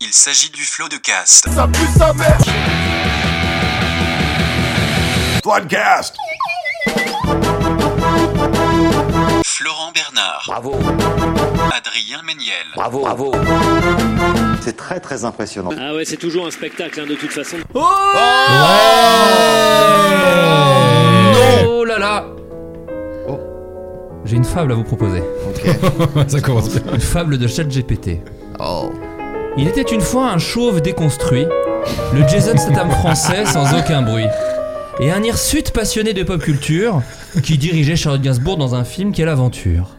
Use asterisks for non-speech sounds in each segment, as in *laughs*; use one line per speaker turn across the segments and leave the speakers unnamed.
Il s'agit du flot de cast.
Podcast
Florent Bernard.
Bravo,
Adrien Méniel.
bravo, bravo.
C'est très très impressionnant.
Ah ouais, c'est toujours un spectacle hein, de toute façon.
Oh là là
J'ai une fable à vous proposer. *laughs*
Ça commence bien.
Une fable de ChatGPT.
Oh.
Il était une fois un chauve déconstruit, le Jason Statham français sans aucun bruit. Et un hirsute passionné de pop culture qui dirigeait Charlotte Gainsbourg dans un film Quelle aventure.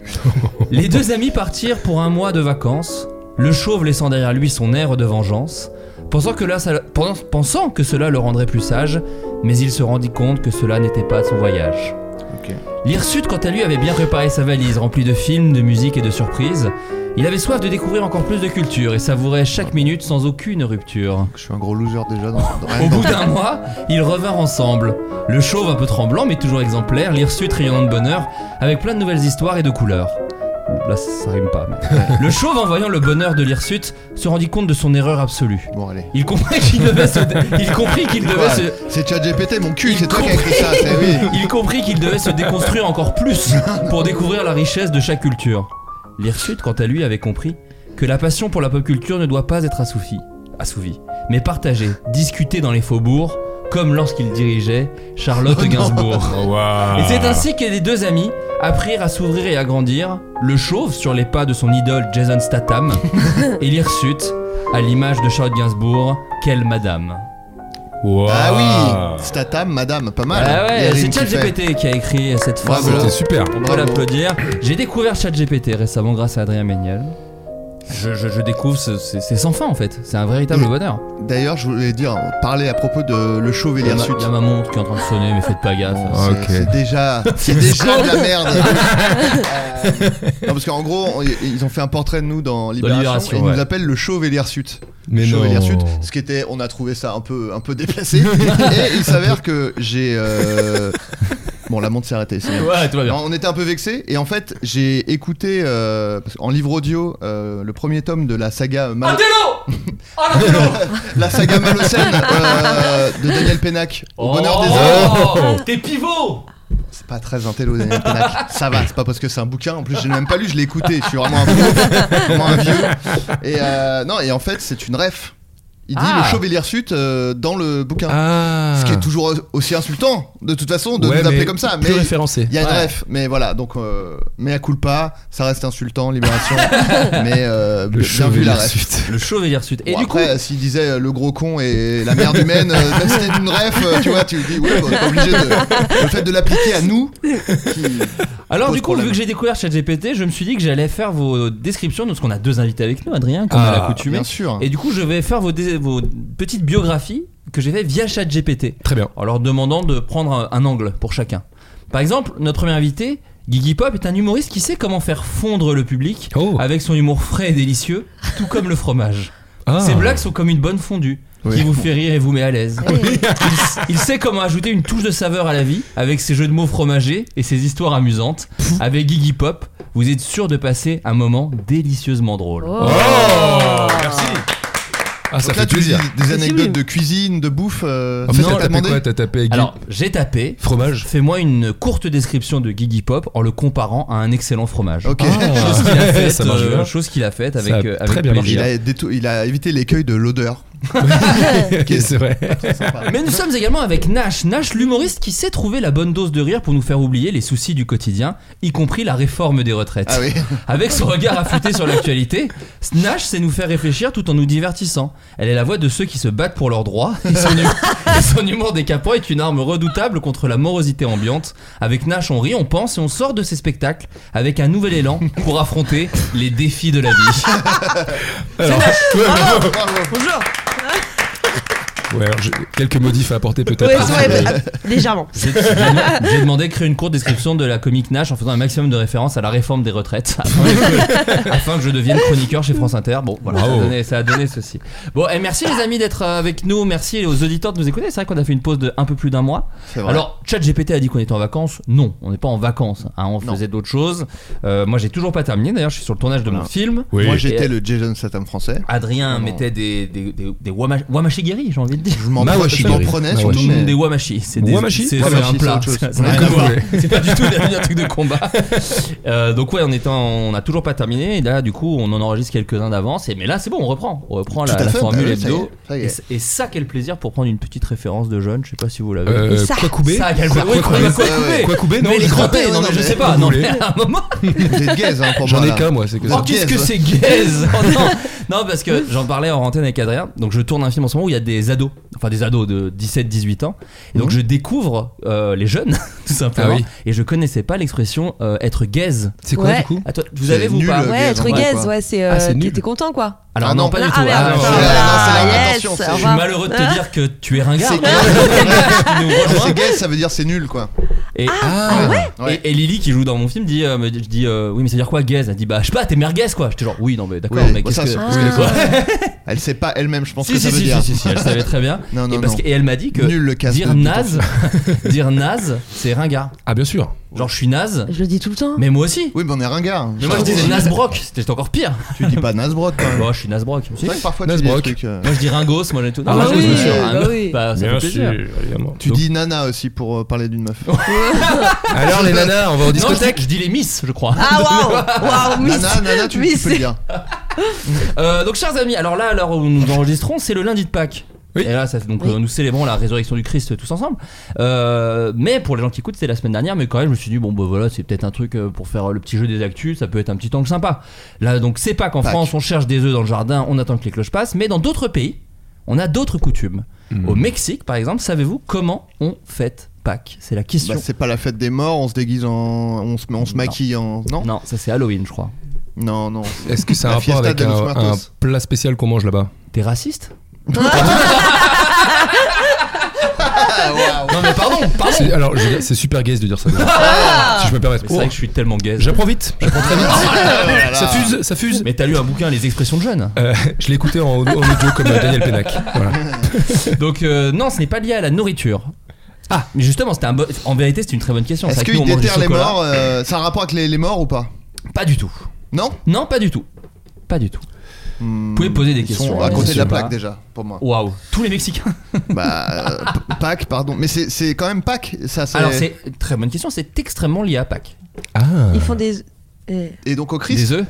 Les deux amis partirent pour un mois de vacances, le chauve laissant derrière lui son air de vengeance, pensant que, là, ça- pendant- pensant que cela le rendrait plus sage, mais il se rendit compte que cela n'était pas son voyage.
Ok.
L'Hirsute, quant à lui, avait bien préparé sa valise, remplie de films, de musique et de surprises. Il avait soif de découvrir encore plus de culture et savourait chaque minute sans aucune rupture.
Je suis un gros loser déjà dans dans-
Au
rien que
bout d'un mois, ils revinrent ensemble. Le chauve un peu tremblant mais toujours exemplaire, l'hirsute rayonnant de bonheur, avec plein de nouvelles histoires et de couleurs. Là, ça rime pas. mais- Le chauve, en voyant le bonheur de l'hirsute, se rendit compte de son erreur absolue.
dans- Bon, allez.
Il comprit qu'il devait se... Il comprit qu'il devait
Ouais,
se...
C'est ChatGPT, mon cul,
Il
c'est toi qui as écrit ça, c'est oui.
*laughs* Il comprit qu'il devait se déconstruire encore plus pour découvrir la richesse de chaque culture. L'Hirsute, quant à lui, avait compris que la passion pour la pop culture ne doit pas être assouvie, assouvie mais partagée, discutée dans les faubourgs, comme lorsqu'il dirigeait Charlotte
Oh
Gainsbourg. Et c'est ainsi que les deux amis apprirent à s'ouvrir et à grandir, le chauve sur les pas de son idole Jason
*laughs*
Statham, et l'Hirsute, à l'image de Charlotte Gainsbourg, quelle madame.
Ah oui, Statam, madame, pas mal.
Ah
Il y
ouais,
a Rim
c'est
qui fait.
ChatGPT qui a écrit cette
Bravo.
phrase.
C'était
super. On peut
Bravo.
l'applaudir. J'ai découvert ChatGPT récemment grâce à Adrien Méniel. Je, je- je découvre, ce- c'est c'est sans fin en fait. C'est un véritable
Mm.
bonheur.
D'ailleurs, je voulais dire, parler à propos de le chauve et
Il y, a ma,
l'hirsute.
il y a ma montre qui est en train de sonner, mais faites pas gaffe.
C'est- C'est déjà, c'est déjà de la merde. Euh, non, parce qu'en gros, on- ils ont fait un portrait de nous dans Libération,
Libération,
et ils
ouais.
nous appellent le chauve et l'hirsute.
Mais
Chauve et
non.
l'hirsute, ce qui était, on a trouvé ça un peu, un peu déplacé. et il s'avère que j'ai. euh, Bon, la montre s'est arrêtée. c'est bien.
Ouais, tout va bien.
Non, on était un peu vexé et en fait j'ai écouté euh, parce qu'en livre audio euh, le premier tome de la saga Mal- *laughs* la saga Malocène euh, de Daniel Pénac au bonheur des hommes
Oh, T'es pivot
c'est pas très intello Daniel Pénac. Ça va, c'est pas parce que c'est un bouquin. En plus, je l'ai même pas lu, je l'ai écouté. Je suis vraiment un, pauvre, vraiment un vieux. Et euh, non, et en fait, c'est une ref. Il dit
Ah.
le chauve et l'hirsute euh, dans le bouquin.
Ah.
Ce qui est toujours aussi insultant, de toute façon, de
Ouais,
nous appeler
mais
comme ça. Mais
Plus référencé.
il y a une
Ouais.
ref. Mais voilà, donc, euh, mea culpa, ça reste insultant,
*laughs*
libération. mais euh, bien vu la ref.
Le chauve et l'hirsute. Et
Bon,
du coup,
après, s'il disait euh, le gros con et la merde humaine, euh, même si c'était une ref, euh, tu vois, tu dis, ouais, bah, on est pas obligé de. Le fait de l'appliquer à nous, qui-
alors
pose
du coup,
problème.
vu que j'ai découvert ChatGPT, je me suis dit que j'allais faire vos descriptions, parce qu'on a deux invités avec nous, Adrien, comme à
Ah,
l'accoutumée.
Bien sûr.
Et du coup, je vais faire vos, dé- vos petites biographies que j'ai fait via ChatGPT.
Très bien.
en leur demandant de prendre un- un angle pour chacun. Par exemple, notre premier invité, Gigi Pop, est un humoriste qui sait comment faire fondre le public
Oh.
avec son humour frais et délicieux, tout comme le fromage.
Ah.
Ses blagues sont comme une bonne fondue.
Oui.
Qui vous fait rire et vous met à l'aise.
Oui.
Il, il sait comment ajouter une touche de saveur à la vie avec ses jeux de mots fromagés et ses histoires amusantes. Avec Gigi Pop, vous êtes sûr de passer un moment délicieusement drôle.
Oh.
Oh, merci. Ah, ça
Donc là,
fait
tu dis
plaisir.
des anecdotes
oui.
de cuisine, de bouffe. euh,
En fait,
non,
t'as
t'as
tapé
demandé
quoi T'as tapé aiguille,
Alors, j'ai tapé.
fromage
Fais-moi une courte description de Giggy Pop en le comparant à un excellent fromage.
Ah,
Ok.
Chose qu'il a faite,
*laughs* Ça marche
euh,
bien.
chose qu'il a faite avec,
Ça a
euh,
très
avec
bien marché.
Il
plaisir.
a, détou- il a évité l'écueil de l'odeur.
Ok, c'est vrai.
Sympa.
*laughs* Mais nous sommes également avec Nash, Nash l'humoriste qui sait trouver la bonne dose de rire pour nous faire oublier les soucis du quotidien, y compris la réforme des retraites.
Ah oui.
*laughs* Avec son regard affûté sur l'actualité, Nash sait nous faire réfléchir tout en nous divertissant. Elle est la voix de ceux qui se battent pour leurs droits et son,
*laughs*
hu- et son humour décapant est une arme redoutable contre la morosité ambiante. Avec Nash, on rit, on pense et on sort de ses spectacles avec un nouvel élan pour affronter les défis de la vie.
Alors, ouais,
Bravo.
Bonjour.
ouais, alors, j'ai quelques modifs à apporter peut-être. Ah,
Ouais, ouais, euh, légèrement.
J'ai j'ai demandé de créer une courte description de la comique Nash en faisant un maximum de références à la réforme des retraites *laughs* afin que, afin que je devienne chroniqueur chez France Inter. Bon, voilà, ça a,
Bravo.
donné, ça a donné ceci. Bon, et merci les amis d'être euh, avec nous, merci aux auditeurs de nous écouter. C'est vrai qu'on a fait une pause de un peu plus d'un mois.
C'est vrai.
Alors, ChatGPT a dit qu'on était en vacances. Non, on n'est pas en vacances. hein, on
Non.
faisait d'autres choses. Euh, moi, j'ai toujours pas terminé. D'ailleurs, je suis sur le tournage de mon
Voilà.
film.
Oui.
Moi, j'étais le Jason Satam français.
Adrien
Non.
mettait des, des, des, des wama- wamashigiri, j'ai envie de dire.
Je m'en
Ma
pre-
washi
je m'en
berry.
prenais
Ma
sur
washi.
mais-
Ah,
*laughs*
Des wamashi, c'est des-
Wamashi
c'est-
Wamashi,
c'est un
c'est
plat.
autre chose.
Ça n'a rien à voir. C'est pas du tout devenu un truc de combat. Euh, donc ouais, on est en- on a toujours pas terminé. Et là, du coup, on en enregistre quelques-uns d'avance. Et mais là, c'est bon, on reprend. On reprend la,
Tout à
la
fait,
formule
bah oui, ça y est,
hebdo.
ça y est.
Et c- Et, ça, quel plaisir pour prendre une petite référence de jeune. Je sais pas si vous l'avez.
Euh,
Et ça-
Kwakoubé
ça, quel- oui, quoi,
Kwakoubé.
quoi couper
Kwakoubé, non
Mais les
je sais
grands
pas.
non, mais je sais pas.
Vous
Non,
voulez.
mais à un moment.
Vous êtes gaze, hein, pour
J'en
moi,
ai
là.
qu'un, moi, c'est que
Oh,
ça.
Vous êtes
qu'est-ce que
gaze.
c'est gaze *laughs* Oh, non. non, parce
*laughs*
que j'en parlais en antenne avec Adrien. Donc, je tourne un film en ce moment où il y a des ados, enfin des ados de 17-18 ans. Et
Mhm.
donc, je découvre euh, les jeunes, *laughs* tout simplement.
Ah oui.
Et je connaissais pas l'expression euh, être gaze.
C'est quoi
Ouais.
du coup
Attends, vous
C'est
avez vous
nul,
pas
euh,
Ouais,
gaze,
être
en vrai,
gaze,
quoi.
ouais, c'est.
Ah,
euh,
c'est
t'es
nul.
t'es content, quoi.
Alors,
Ah
non,
non.
pas du
Ah,
tout.
merde, Ah.
Ah, non, je-
ça,
c'est-
voilà,
ah, non, c'est-
yes,
attention, c'est-
je
au
suis
revoir.
malheureux de te dire que tu es ringard.
*laughs*
C'est- *laughs*
Tu nous
Quand
rejoins.
c'est gaze, ça veut dire c'est nul, quoi.
Et,
Ah ouais
Ouais.
et- et Lily qui joue dans mon film dit, euh, me dit- je dis euh, oui mais ça veut dire quoi gaze Elle dit bah je sais pas t'es merguez quoi. J'étais genre oui non mais d'accord
Oui,
mais
bah,
qu'est-ce
ça,
que
c'est-
qu'est-ce que
Ah.
quoi
Elle sait pas elle-même, je pense
si,
que ça
si,
veut
si,
dire.
si, si, si, elle savait très bien.
Non, non,
et, parce
non.
que- et elle m'a dit que
Nul le casse
dire
de- de
naze, *laughs* dire naze, c'est ringard.
Ah, bien sûr.
Genre je suis naze,
Je le dis tout le temps.
mais moi aussi.
Oui, mais on est ringard.
Mais moi je disais naze broc, c'était encore pire.
Tu dis pas Nasbrod, quand même.
Moi je suis naze broc. Si.
C'est vrai que parfois tu dis
Nasbrock.
des trucs, euh,
Moi je dis ringos, moi j'ai tout.
Ah,
moi,
bah
je
oui,
dis-
bah
Ah,
oui.
bah, ça fait plaisir.
évidemment.
Tu dis nana aussi pour euh, parler d'une meuf.
Alors, les nanas, on va en
Non, je,
discothèque
je dis les miss, je crois.
Ah, waouh! Waouh, Miss!
Nana, nana, tu, tu
Miss.
peux le dire.
Euh, donc, chers amis, alors là, à l'heure où *laughs* nous enregistrons, c'est le lundi de Pâques.
Oui.
Et là, ça, donc,
Oui.
euh, nous célébrons la résurrection du Christ tous ensemble. Euh, mais pour les gens qui écoutent, c'était la semaine dernière. Mais quand même, je me suis dit, bon, bah voilà, c'est peut-être un truc euh, pour faire euh, le petit jeu des actus. Ça peut être un petit angle sympa. Là, donc, c'est Pâques en
Pâques.
France. On cherche des œufs dans le jardin. On attend que les cloches passent. Mais dans d'autres pays, on a d'autres coutumes. Au Mexique, par exemple, savez-vous comment on fête Pâques C'est la question.
Bah, c'est pas la fête des morts, on se déguise en. On se, on se maquille en. Non
non, ça c'est Halloween, je crois. *laughs*
Non, non.
Est-ce que ça a un
La
rapport
Fiesta
avec
de los
un, un
Muertos.
plat spécial qu'on mange là-bas
T'es raciste
Ah, waouh.
Non, mais pardon,
*laughs*
pardon.
C'est- Alors, je veux dire, c'est super gaze de dire ça. si je me permets.
Mais C'est vrai que je suis tellement gay.
Oh, J'apprends vite, j'apprends très vite.
Oh
ça fuse, ça fuse.
Mais t'as lu un bouquin, Les expressions de jeunes
Euh, je l'ai écouté en, en audio comme euh, Daniel Pénac. Voilà.
Donc euh, non, ce n'est pas lié à la nourriture. Ah, mais justement, c'était un bo- en vérité, c'était une très bonne question.
Est-ce
C'est vrai que
qu'ils
nous, on mange du
déterrent les
chocolat.
morts euh, C'est un rapport avec les, les morts ou pas
Pas du tout.
Non
Non, pas du tout. Pas du tout. Vous pouvez poser des
Hmm, Ils
questions.
sont à
hein,
côté de la
je sais
plaque
pas.
déjà, pour moi.
Waouh, tous les Mexicains.
Bah, euh, P- Pâques, pardon. Mais c'est- c'est quand même Pâques, ça. c'est-
Alors c'est très bonne question. C'est extrêmement lié à Pâques.
Ah,
Ils font des. euh,
Et donc au Christ
Des œufs.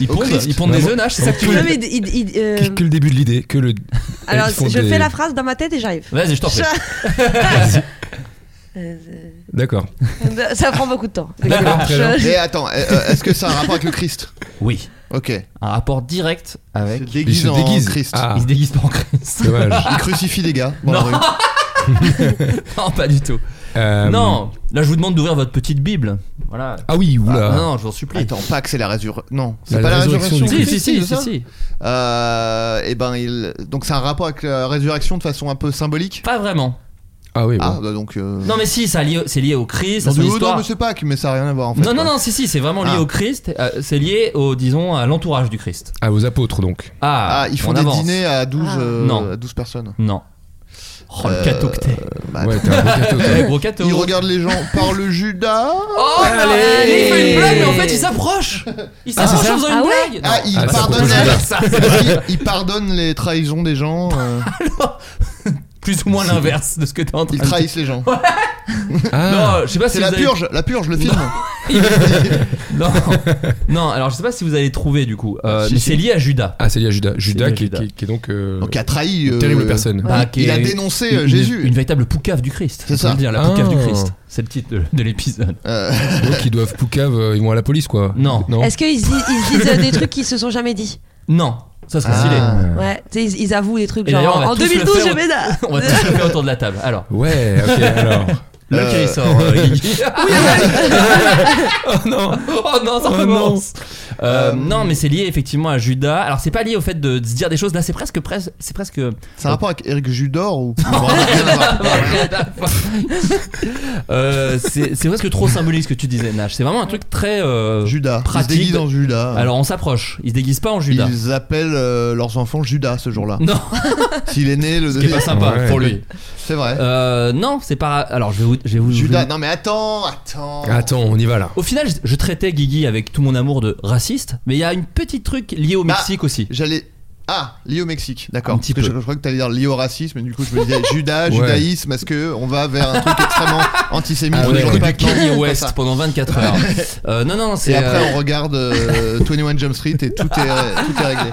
Ils
Au
pondent,
Christ.
ils pondent des œufs. Nash, c'est ça que tu veux
Non,
dire
mais ils- ils- ils, euh,
que, que le début de l'idée, que le.
*laughs* Alors,
ils font
je
des-
fais la phrase dans ma tête et j'arrive.
Vas-y, je t'en prie.
D'accord.
Euh, Ça prend beaucoup de temps.
D'accord, très bien.
Je-
Mais attends, euh, euh, est-ce que ça a un rapport avec le Christ
Oui,
Ok.
un rapport direct avec.
Ils se
Ils
déguisent
se
en
déguisent.
Christ.
Ah,
Ils se déguisent pas en
*laughs*
Christ.
dommage.
*laughs*
Ils crucifient les gars dans la
Non.
rue.
non, pas du tout.
Euh,
Non, là je vous demande d'ouvrir votre petite Bible. Voilà.
Ah oui, oula.
Ah, non, je vous en supplie.
Attends, Pâques, c'est la résurrection. Non, c'est
La
pas la
résurrection
résurrection.
du
du
Si,
Christ,
si, si,
c'est
si,
ça
si.
Euh, et ben, il... donc c'est un rapport avec la résurrection de façon un peu symbolique.
Pas vraiment.
Ah oui, bon.
Ah, bah donc. euh,
Non mais si, ça lié- c'est lié au Christ, à
donc,
son
du-
histoire.
non, mais c'est Pâques, mais ça a rien à voir en fait.
Non, non,
quoi.
non, si, si, c'est vraiment lié
Ah.
au Christ. euh, c'est lié au, disons, à l'entourage du Christ.
À vos apôtres donc.
Ah,
Ah, ils font
on
des
avance.
dîners à 12,
Ah.
euh,
Non.
à 12 personnes.
Non. Oh, le cateau que t'es.
bah,
Ouais, t'es un gros cateau, toi.
Ouais, gros cateau.
Il regarde les gens par le Judas.
Oh,
Allez.
il fait une blague, mais en fait, il s'approche. Il
Ah, c'est
s'approche
ça
en faisant
Ah
une
ouais
blague.
Ah, il
Ah, ça
pardonne.
pose
la-
le-
ça,
*laughs* il, il pardonne les trahisons des gens. euh,
Plus ou moins l'inverse de ce que t'es en train
ils
de dire.
trahissent les gens.
Ah,
*laughs* Non, je sais pas si
C'est
vous
la
avez-
purge, la purge, le film.
*laughs* Non. non, alors je sais pas si vous allez trouver du coup. Euh,
Si,
mais
si.
c'est lié à Judas.
Ah, c'est lié à Judas. Judas
lié à
qui,
Judas.
qui- qui est donc. euh,
Donc, qui a trahi. euh,
terrible personne.
Bah,
Il,
qui
a
est-
dénoncé euh,
une,
Jésus.
Une véritable poucave du Christ.
C'est
on peut
ça.
le Dire, la
Ah.
poucave du Christ. C'est le titre de, de l'épisode.
Euh,
Donc ils doivent poucave, euh, ils vont à la police quoi.
Non.
Non.
Est-ce qu'ils se disent- ils se disent euh, des trucs qu'ils se sont jamais dit
Non, ça serait
Ah.
stylé.
Ouais, tu sais, ils, ils avouent des trucs
Et d'ailleurs,
genre
on va
en
tous le
2012
faire
je vais là.
On va tous le faire autour de la table. Alors,
Ouais,
*laughs*
ok, alors.
lequel il sort euh, Guigui *laughs* Oh non Oh non, ça
Oh
recommence Euh,
Euh,
Non, mais c'est lié effectivement à Judas. Alors, c'est pas lié au fait de, de se dire des choses. Là, c'est presque. presque- C'est presque.
*laughs* C'est un rapport avec Eric
*laughs*
Judor ou ou vraiment rien à voir
Euh, c'est c'est presque trop symbolique ce que tu disais, Nash. C'est vraiment un truc très. euh,
Judas. Ils se
Pratique.
déguisent en Judas.
Alors, on s'approche. Ils se déguisent pas en Judas.
Ils appellent euh, leurs enfants Judas ce jour-là.
*laughs* Non,
S'il est né le
ce qui est pas sympa
Ouais.
pour lui.
C'est vrai.
Euh, non, c'est pas. Alors, je vais vous. Je vais vous
Judas.
je-
Non mais attends, attends.
Attends, on y va là.
Au final, je, je traitais Guigui avec tout mon amour de raciste, mais il y a une petite truc liée au
Bah,
Mexique aussi.
J'allais. Ah, lié au Mexique,
Un
d'accord.
petit
Parce que
peu.
Je, je crois que t'allais dire lié au racisme, et du coup je
*laughs*
me disais Judas,
Ouais.
judaïsme, est-ce que on va vers un truc extrêmement antisémite
Ah, On
Je
écoute
crois
du
que non,
Kanye
c'est pas
West
ça.
pendant 24
*laughs*
heures. Euh, non, non, non,
Et
c'est.
après
euh,
on regarde
*laughs*
euh, 21 Jump Street et tout est, tout est réglé.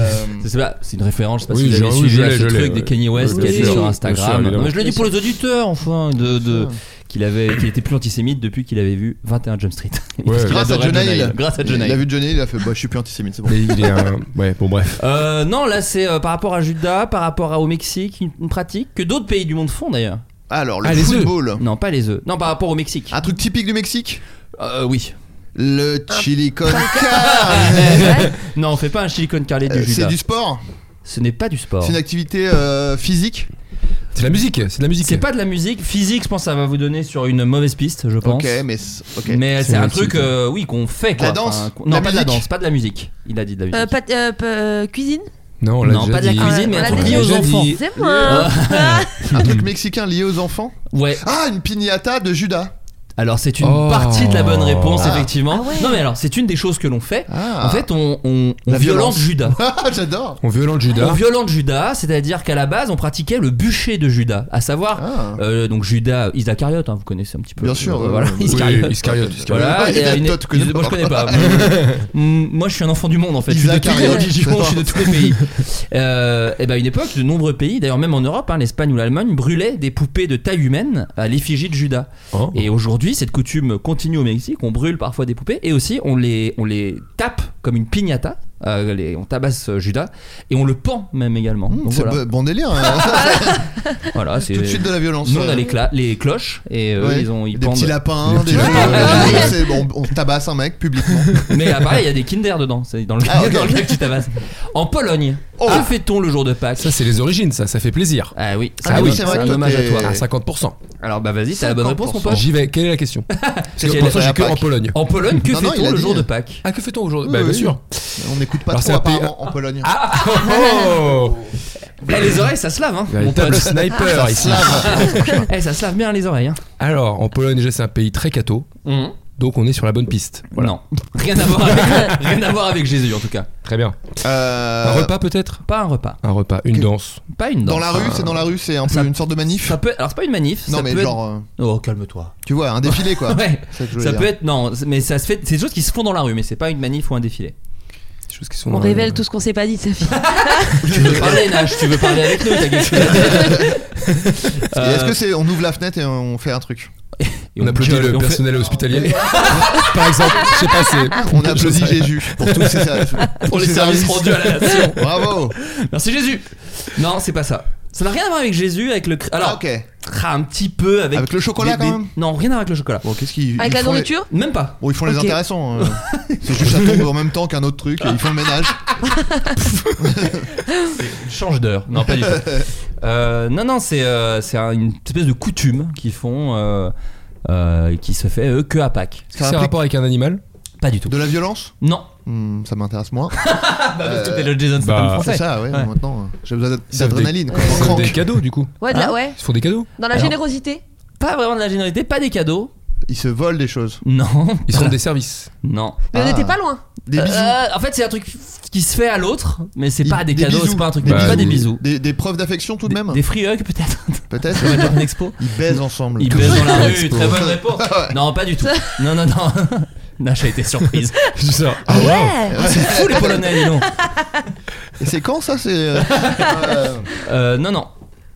Euh,
c'est- c'est pas- c'est une référence, je sais pas
Oui,
si vous avez
j'ai- oui,
suivi
je
à
l'ai,
ce
je l'ai,
truc
ouais.
des Kanye West
Oui,
qui a
bien
dit
sûr,
sur
bien sûr,
Instagram.
évidemment.
Non, mais je le dis pour les auditeurs, enfin, de, de- qu'il avait, qu'il était plus antisémite depuis qu'il avait vu 21 Jump Street. *laughs* Parce qu'il
Grâce à
adorait
Jonah
Jonah
Hill.
Hill. Grâce à Jonah
il a
Hill.
vu Johnny, il a fait bah je suis plus antisémite, c'est bon.
Mais il est un. Ouais, bon, bref.
Euh, non, là c'est euh, par rapport à Judas, par rapport à- au Mexique, une, une pratique que d'autres pays du monde font d'ailleurs.
Alors le
Ah, les
football,
Non, pas les œufs. Non, par rapport au Mexique.
un truc typique du Mexique,
Euh, oui.
le
*laughs*
chili con
Eh,
*laughs*
carne.
*laughs* non, on fait pas un chili con carne du
Euh, C'est
Judas.
du sport,
Ce n'est pas du sport.
c'est une activité euh, physique.
C'est de la musique, c'est de la musique.
C'est pas de la musique physique, je pense que ça va vous donner sur une mauvaise piste, je pense.
Ok, mais c'est- ok.
Mais
C'est
c'est un
une
truc,
activité.
euh, oui, qu'on fait quoi.
La danse
Enfin, qu'on-
La
Non, pas de la
musique
danse, pas de la musique. Il a dit de la musique.
Euh, pat- euh, p- euh, cuisine
Non, on l'a
non,
déjà
pas de la
dit.
cuisine, mais
on
un
l'a
truc
déjà
lié aux
dit.
enfants.
C'est moi
Un
*laughs*
truc mexicain lié aux enfants.
Euh, Ouais.
Ah, une piñata de Judas. *laughs*
Alors c'est une
Oh.
partie de la bonne réponse,
Ah.
effectivement.
Ah ouais.
Non mais alors c'est une des choses que l'on fait.
Ah.
En fait, on, on, on
La
violente
violence.
Judas.
Ah, J'adore.
On violente Judas.
On violente Judas, c'est-à-dire qu'à la base, on pratiquait le bûcher de Judas, à savoir
Ah.
euh, donc Judas Iscariote, hein, vous connaissez un petit peu.
Bien sûr,
Euh,
ouais,
voilà,
ouais, ouais.
Iscariote.
Oui, Iscariote.
Voilà,
Ouais,
il y a
Isaac
une-
Todd, que
une-
je
moi je connais
connais
pas.
pas.
Mm, Moi je suis un enfant du monde en fait. Je suis de
Isaac
tous les
Ariot.
religions, je suis de tous les pays. Euh, et ben à une époque, de nombreux pays, d'ailleurs même en Europe, hein, l'Espagne ou l'Allemagne, brûlaient des poupées de taille humaine à l'effigie de Judas.
Oh.
Et aujourd'hui, cette coutume continue au Mexique. On brûle parfois des poupées et aussi on les, on les tape comme une piñata. Euh, les- on tabasse euh, Judas et on le pend même également.
Hmm,
Donc
c'est
voilà,
bon- bon
*laughs*
délire. hein.
voilà c'est.
Tout de suite de la violence.
Nous on a
euh,
les, cla- les cloches et euh,
ouais.
ils ont ils
des
pendent.
petits lapins,
Des
des
petits
gens,
*laughs*
lapins.
euh, c'est- bon, on tabasse un mec publiquement.
Mais à Paris, il y
*laughs*
a des Kinder dedans. C'est dans le
Ah,
*laughs*
ok.
dans lequel tu tabasses. En Pologne,
Oh.
que fait-on le jour de Pâques
Ça, c'est les origines, ça, ça fait plaisir.
Ah oui,
Ah oui, c'est
c'est
vrai
un
que toi,
hommage à
t'es-
toi.
À 50%.
Alors bah vas-y, c'est la bonne réponse mon pote.
J'y vais. Quelle est la question Parce
Quelle
que
est
pour l'instant,
la
j'ai que en
Pâques
Pologne.
En Pologne, que
Non, non,
fait-on
il a
le
dit. euh,
jour de Pâques
Ah, que fait-on aujourd'hui
Oui,
Bah, bien
oui.
sûr.
On n'écoute pas
Alors,
trop
ça paie-
apparemment en Pologne.
Ah
Oh
Eh, Les oreilles, ça se lave, hein, mon
Véritable
pote.
sniper ici.
*laughs* Eh, ça se lave bien les oreilles. Hein.
Alors, en Pologne, déjà, c'est un pays très catho.
Mhm.
Donc, on est sur la bonne piste.
Non, rien à, voir avec, *laughs* rien à voir avec Jésus en tout cas.
Très bien.
Euh,
Un repas, peut-être
Pas un repas,
Un repas, une
que-
danse.
pas une danse.
Dans la rue, c'est dans la rue, c'est un peu
Ça-
une sorte de manif.
Ça peut, alors c'est pas une manif.
non
ça
mais
peut
genre, euh,
être- Oh calme-toi.
tu vois, un défilé
*laughs*
quoi.
Ouais.
C'est ça que je voulais
Ça
dire.
peut
*laughs*
être non, mais ça se fait. C'est des choses qui se font dans la rue, mais c'est pas une manif ou un
*laughs*
défilé.
Des choses qui sont.
On
euh,
révèle tout ce qu'on s'est pas dit, Sophie.
tu veux parler, Nash Tu veux parler avec nous T'as
*laughs*
quelque chose à dire
Et Est-ce
euh,
que c'est on ouvre la fenêtre et on fait un
*laughs*
truc
Et
On applaudit
gueule, et
le
on fait-
personnel hospitalier. Par exemple, je sais pas, c'est.
On applaudit Jésus pour tous ses services.
*laughs* pour
tous
les
ses
services
services.
rendus à la nation.
*laughs* Bravo.
Merci Jésus. Non, c'est pas ça. Ça n'a rien à voir avec Jésus, avec le. cr- Alors,
Ah, ok.
ah, un petit peu avec.
Avec le chocolat,
des- des-
quand même
Non, rien à voir avec le chocolat.
Bon, qu'est-ce qu'ils
Avec
ils
la
font les-
nourriture
Même pas.
Bon, ils font les
Ok.
intéressants.
*laughs*
euh. C'est juste ça tombe en même temps qu'un autre truc et ils font le ménage.
Change d'heure. Non, pas du tout.
*laughs*
Euh, non, non, c'est euh, c'est un- une espèce de coutume qu'ils font. euh, euh, qui se fait eux que à Pâques.
C'est un rapport avec un animal
Pas du tout.
De la violence
Non,
Hmm, ça m'intéresse moins. Euh,
parce que t'es le Jason Statham français.
C'est ça, ouais,
Ouais.
maintenant. euh, J'ai besoin d'ad-
Ils savent des-
d'adrénaline. quoi.
Ils savent
Crank.
des cadeaux du coup.
Ouais, de la- ouais.
Ils font des cadeaux.
Dans la
Hein Alors-
générosité.
Pas vraiment de la généralité, pas des cadeaux.
Ils se volent des choses.
Non.
Ils rendent des services.
*laughs* Non.
Mais on
Ah.
n'était pas loin.
Des bisous.
Euh, en fait, c'est un truc qui se fait à l'autre, mais c'est
Ils-
pas des, cadeaux,
bisous.
c'est pas un truc.
Des
Pas
bisous.
des
euh.
bisous.
Des, des preuves d'affection tout de même
Des, des free hugs
*laughs*
peut-être.
Peut-être.
On va dire une expo.
Ils baisent ensemble.
Ils baissent dans la rue.
Expo.
Très bonne réponse.
*laughs* Ah
Non, pas du tout. Non, non, non. *laughs* Nash a été
*laughs*
surprise.
Je dis ça.
Ah ouais. C'est fou les Polonais, dis donc.
Et *laughs* c'est quand ça c'est euh, euh,
Euh, non, non.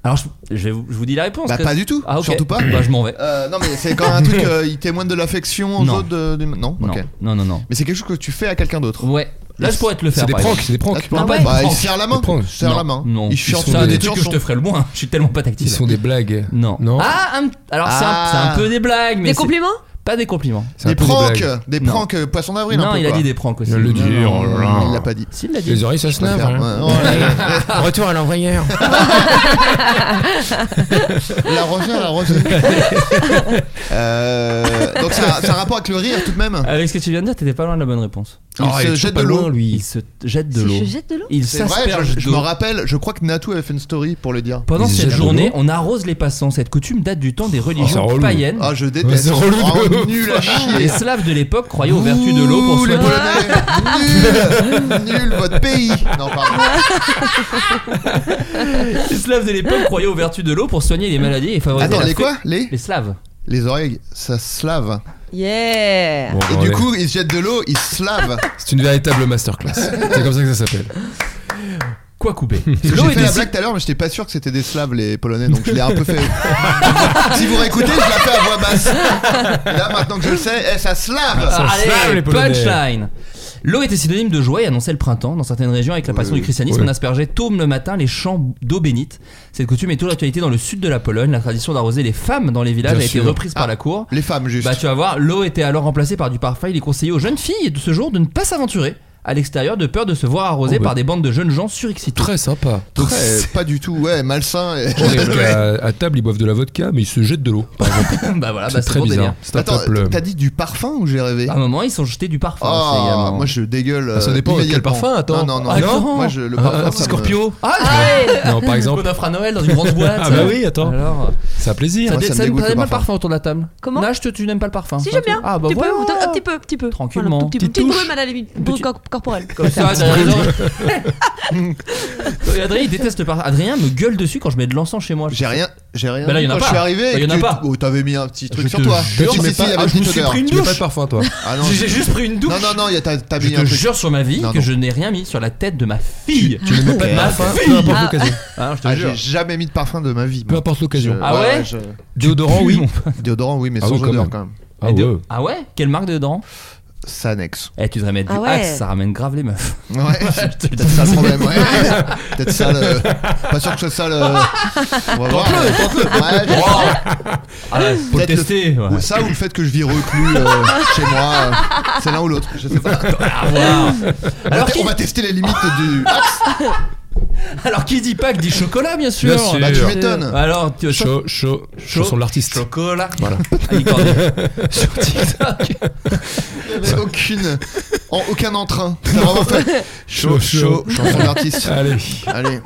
Alors, je, je vais vous, je vous dis la réponse.
Bah
que-
pas du tout.
Ah, ok.
Surtout pas.
Bah, je m'en vais.
Euh, non mais c'est quand même
*laughs*
un truc. euh, ils témoignent de l'affection aux
Non.
autres. de- du- non.
Non,
Ok.
non, non, non.
Mais c'est quelque chose que tu fais à quelqu'un d'autre.
Ouais. Là, je pourrais te le faire.
C'est des
par
pranks.
exemple.
C'est des
Là,
pranks.
tu peux-
Non, pas-
bah,
non.
ils serrent la main.
Des pranks.
Ils serrent
Non,
la main.
Non.
Ils
sont
chantent
des,
des
trucs que je
chansons.
te ferais le moins. Je suis tellement pas tactile.
Ils sont des blagues.
Non.
Non.
Ah, un- alors c'est un-
Ah.
c'est un, peu des blagues, mais
Des
c'est-
compliments
Pas des compliments.
C'est un
Des
peu
pranks.
blagues.
Des
Non.
pranks. euh, Poisson d'avril. un
Non,
peu,
il a
quoi.
dit des pranks aussi.
Je le dis.
Non,
Oh là là.
Il l'a pas dit.
Si, il l'a dit.
Les oreilles ça se lave.
Faire,
hein.
ouais, ouais, ouais.
*laughs*
Retour à l'envoyeur.
La refaire,
*laughs*
la refaire. Euh, donc ça, ça a un rapport avec le rire tout de même.
Avec ce que tu viens de dire, t'étais pas loin de la bonne réponse.
Oh, Il se jette de l'eau.
Il se jette de l'eau.
Si je jette de l'eau
Il
C'est vrai,
s'asperge
je, je
d'eau.
me rappelle, je crois que Natou avait fait une story pour le dire.
Pendant
Il se
cette
jette de
journée,
l'eau.
on arrose les passants. Cette coutume date du
Oh,
temps des
c'est
religions
relou.
païennes.
Ah, je
Ouais,
déteste.
c'est relou de
Vraiment
ouf.
nul à chier.
Les Slaves de l'époque croyaient aux vertus de l'eau pour
Ouh, les
soigner.
Polonais. Nul, nul votre pays. Non, pardon.
Les Slaves de l'époque croyaient aux vertus de l'eau pour soigner les maladies et favoriser.
Attends,
la
les
fa-
quoi Les
Les Slaves.
les oreilles, ça se lave.
Yeah
Bon,
Et
bon,
du
allez.
coup, ils se jettent de l'eau, ils
*laughs*
se lavent.
c'est une
*laughs*
véritable masterclass. C'est comme ça que ça s'appelle.
Quoi couper
Parce que
L'eau
J'ai fait
était
la
si-
blague tout à l'heure, mais j'étais pas sûr que c'était des slaves les polonais, donc je l'ai un peu
*laughs*
fait. si vous réécoutez, je la fais à voix basse. Et là, maintenant que je le sais, eh, ça se lave.
Ah,
se lave,
Allez,
les Polonais.
punchline L'eau était synonyme de joie et annonçait le printemps. Dans certaines régions, avec la passion
Oui,
du christianisme,
oui.
on aspergeait tôme le matin les champs d'eau bénite. Cette coutume est toujours d'actualité dans le sud de la Pologne. La tradition d'arroser les femmes dans les villages
Bien
a été
sûr.
reprise par
Ah.
la cour.
Les femmes, juste.
Bah tu vas voir, l'eau était alors remplacée par du parfum. Il est conseillé aux jeunes filles de ce jour de ne pas s'aventurer à l'extérieur de peur de se voir arroser
Oh, bah.
par des bandes de jeunes gens surexcités.
Très sympa.
Très- pas du tout, *laughs* ouais, Ah
*laughs*
malsain. et-
Parce qu'à à table, ils boivent de la vodka, mais ils se jettent de l'eau. par exemple.
*laughs* bah voilà, bah,
C'est
c'est
très
bon délire.
bizarre. euh, C'est un
Attends,
peuple.
t'as dit du parfum ou j'ai rêvé
À un moment, ils sont jetés du parfum. Ah, c'est
Ah,
également-
moi je dégueule.
Ah, ça
euh,
dépend quel
immédiatement.
parfum, attends.
Non, non, non.
Ah,
non.
non.
Moi je le
Un-
parfum.
un
ça
petit
me-
scorpio
Ah,
Non, par
*laughs*
exemple.
Qu'on offre à Noël dans une grande boîte.
Ah bah oui, attends.
Alors,
C'est un plaisir.
ça,
Moi, ça me
ça
dégoûte,
t'aimes
le
pas le
parfum.
parfum autour de la table
Comment
Nash, toi, tu n'aimes pas le parfum
Si j'aime bien.
Ah bah
petit,
voilà.
peu, autant- un petit peu, petit peu.
Tranquillement.
Voilà, un petit, peu,
Petite
petit
touche.
brume à la limite. Brume cor- corporelle.
Comme ça, derrière les *laughs* oreilles. Adrien, il déteste le parfum. Adrien me gueule dessus quand je mets de l'encens chez moi.
J'ai rien, j'ai rien.
Bah là,
dit
y'en a
quand
pas.
je suis arrivé,
Bah,
et
y'en a
que-
pas. Ah,
Oh, t'avais mis un petit truc
Je
sur
te
toi.
jure,
Si,
tu mets
si, si,
pas-
il y avait
Ah,
une
je me
petite
suis
odeur.
pris une
Tu mets
douche.
pas de parfum, toi.
Ah non,
J'ai j'ai juste pris une douche.
non, non, non, y a- t'as t'as
Je
mis
te
un truc.
jure sur ma vie
Non,
que
non.
je n'ai rien mis sur la tête de ma fille.
Tu ne mets pas de
Ok.
parfum,
Fille.
peu importe l'occasion.
hein. Ah, je te
Ah,
jure.
j'ai jamais mis de parfum de ma vie.
Peu
moi.
importe l'occasion.
Je-
Ah ouais
je-
Déodorant,
Pue,
oui.
mon frère.
Déodorant, oui, mais
Ah
sans
oui, quand
odeur
même.
quand même.
Ah ouais.
Ah ouais Quelle marque dedans *laughs*
Sanex.
Eh, tu devrais mettre du
Ah ouais.
Axe, ça ramène grave les meufs.
Ouais, c'est peut-être ça le problème.
*laughs*
Ouais. Peut-être ça le. Pas sûr que ce soit ça le. On va voir.
Tente-le,
Ouais, je-
Ah ouais, faut
Peut-être le-
tester. ouais.
Ou ça ou le fait que je vis reclus
*laughs*
euh, chez moi, euh, c'est l'un ou l'autre, je sais pas.
Ah, voilà.
Alors
Alors, qui-
on va tester les limites du.
*laughs* Alors qui dit Pâques dit chocolat bien sûr.
Bien sûr.
Bah, tu
sûr.
m'étonnes.
Alors tu
Chaud, chaud, chanson de l'artiste.
Chocolat.
Voilà.
Ah, il
*laughs*
corne. Sur TikTok.
J'avais aucune, en,
*laughs*
aucun entrain. T'as vraiment fait
Chaud, chaud.
chanson d'artiste.
Allez,
Allez,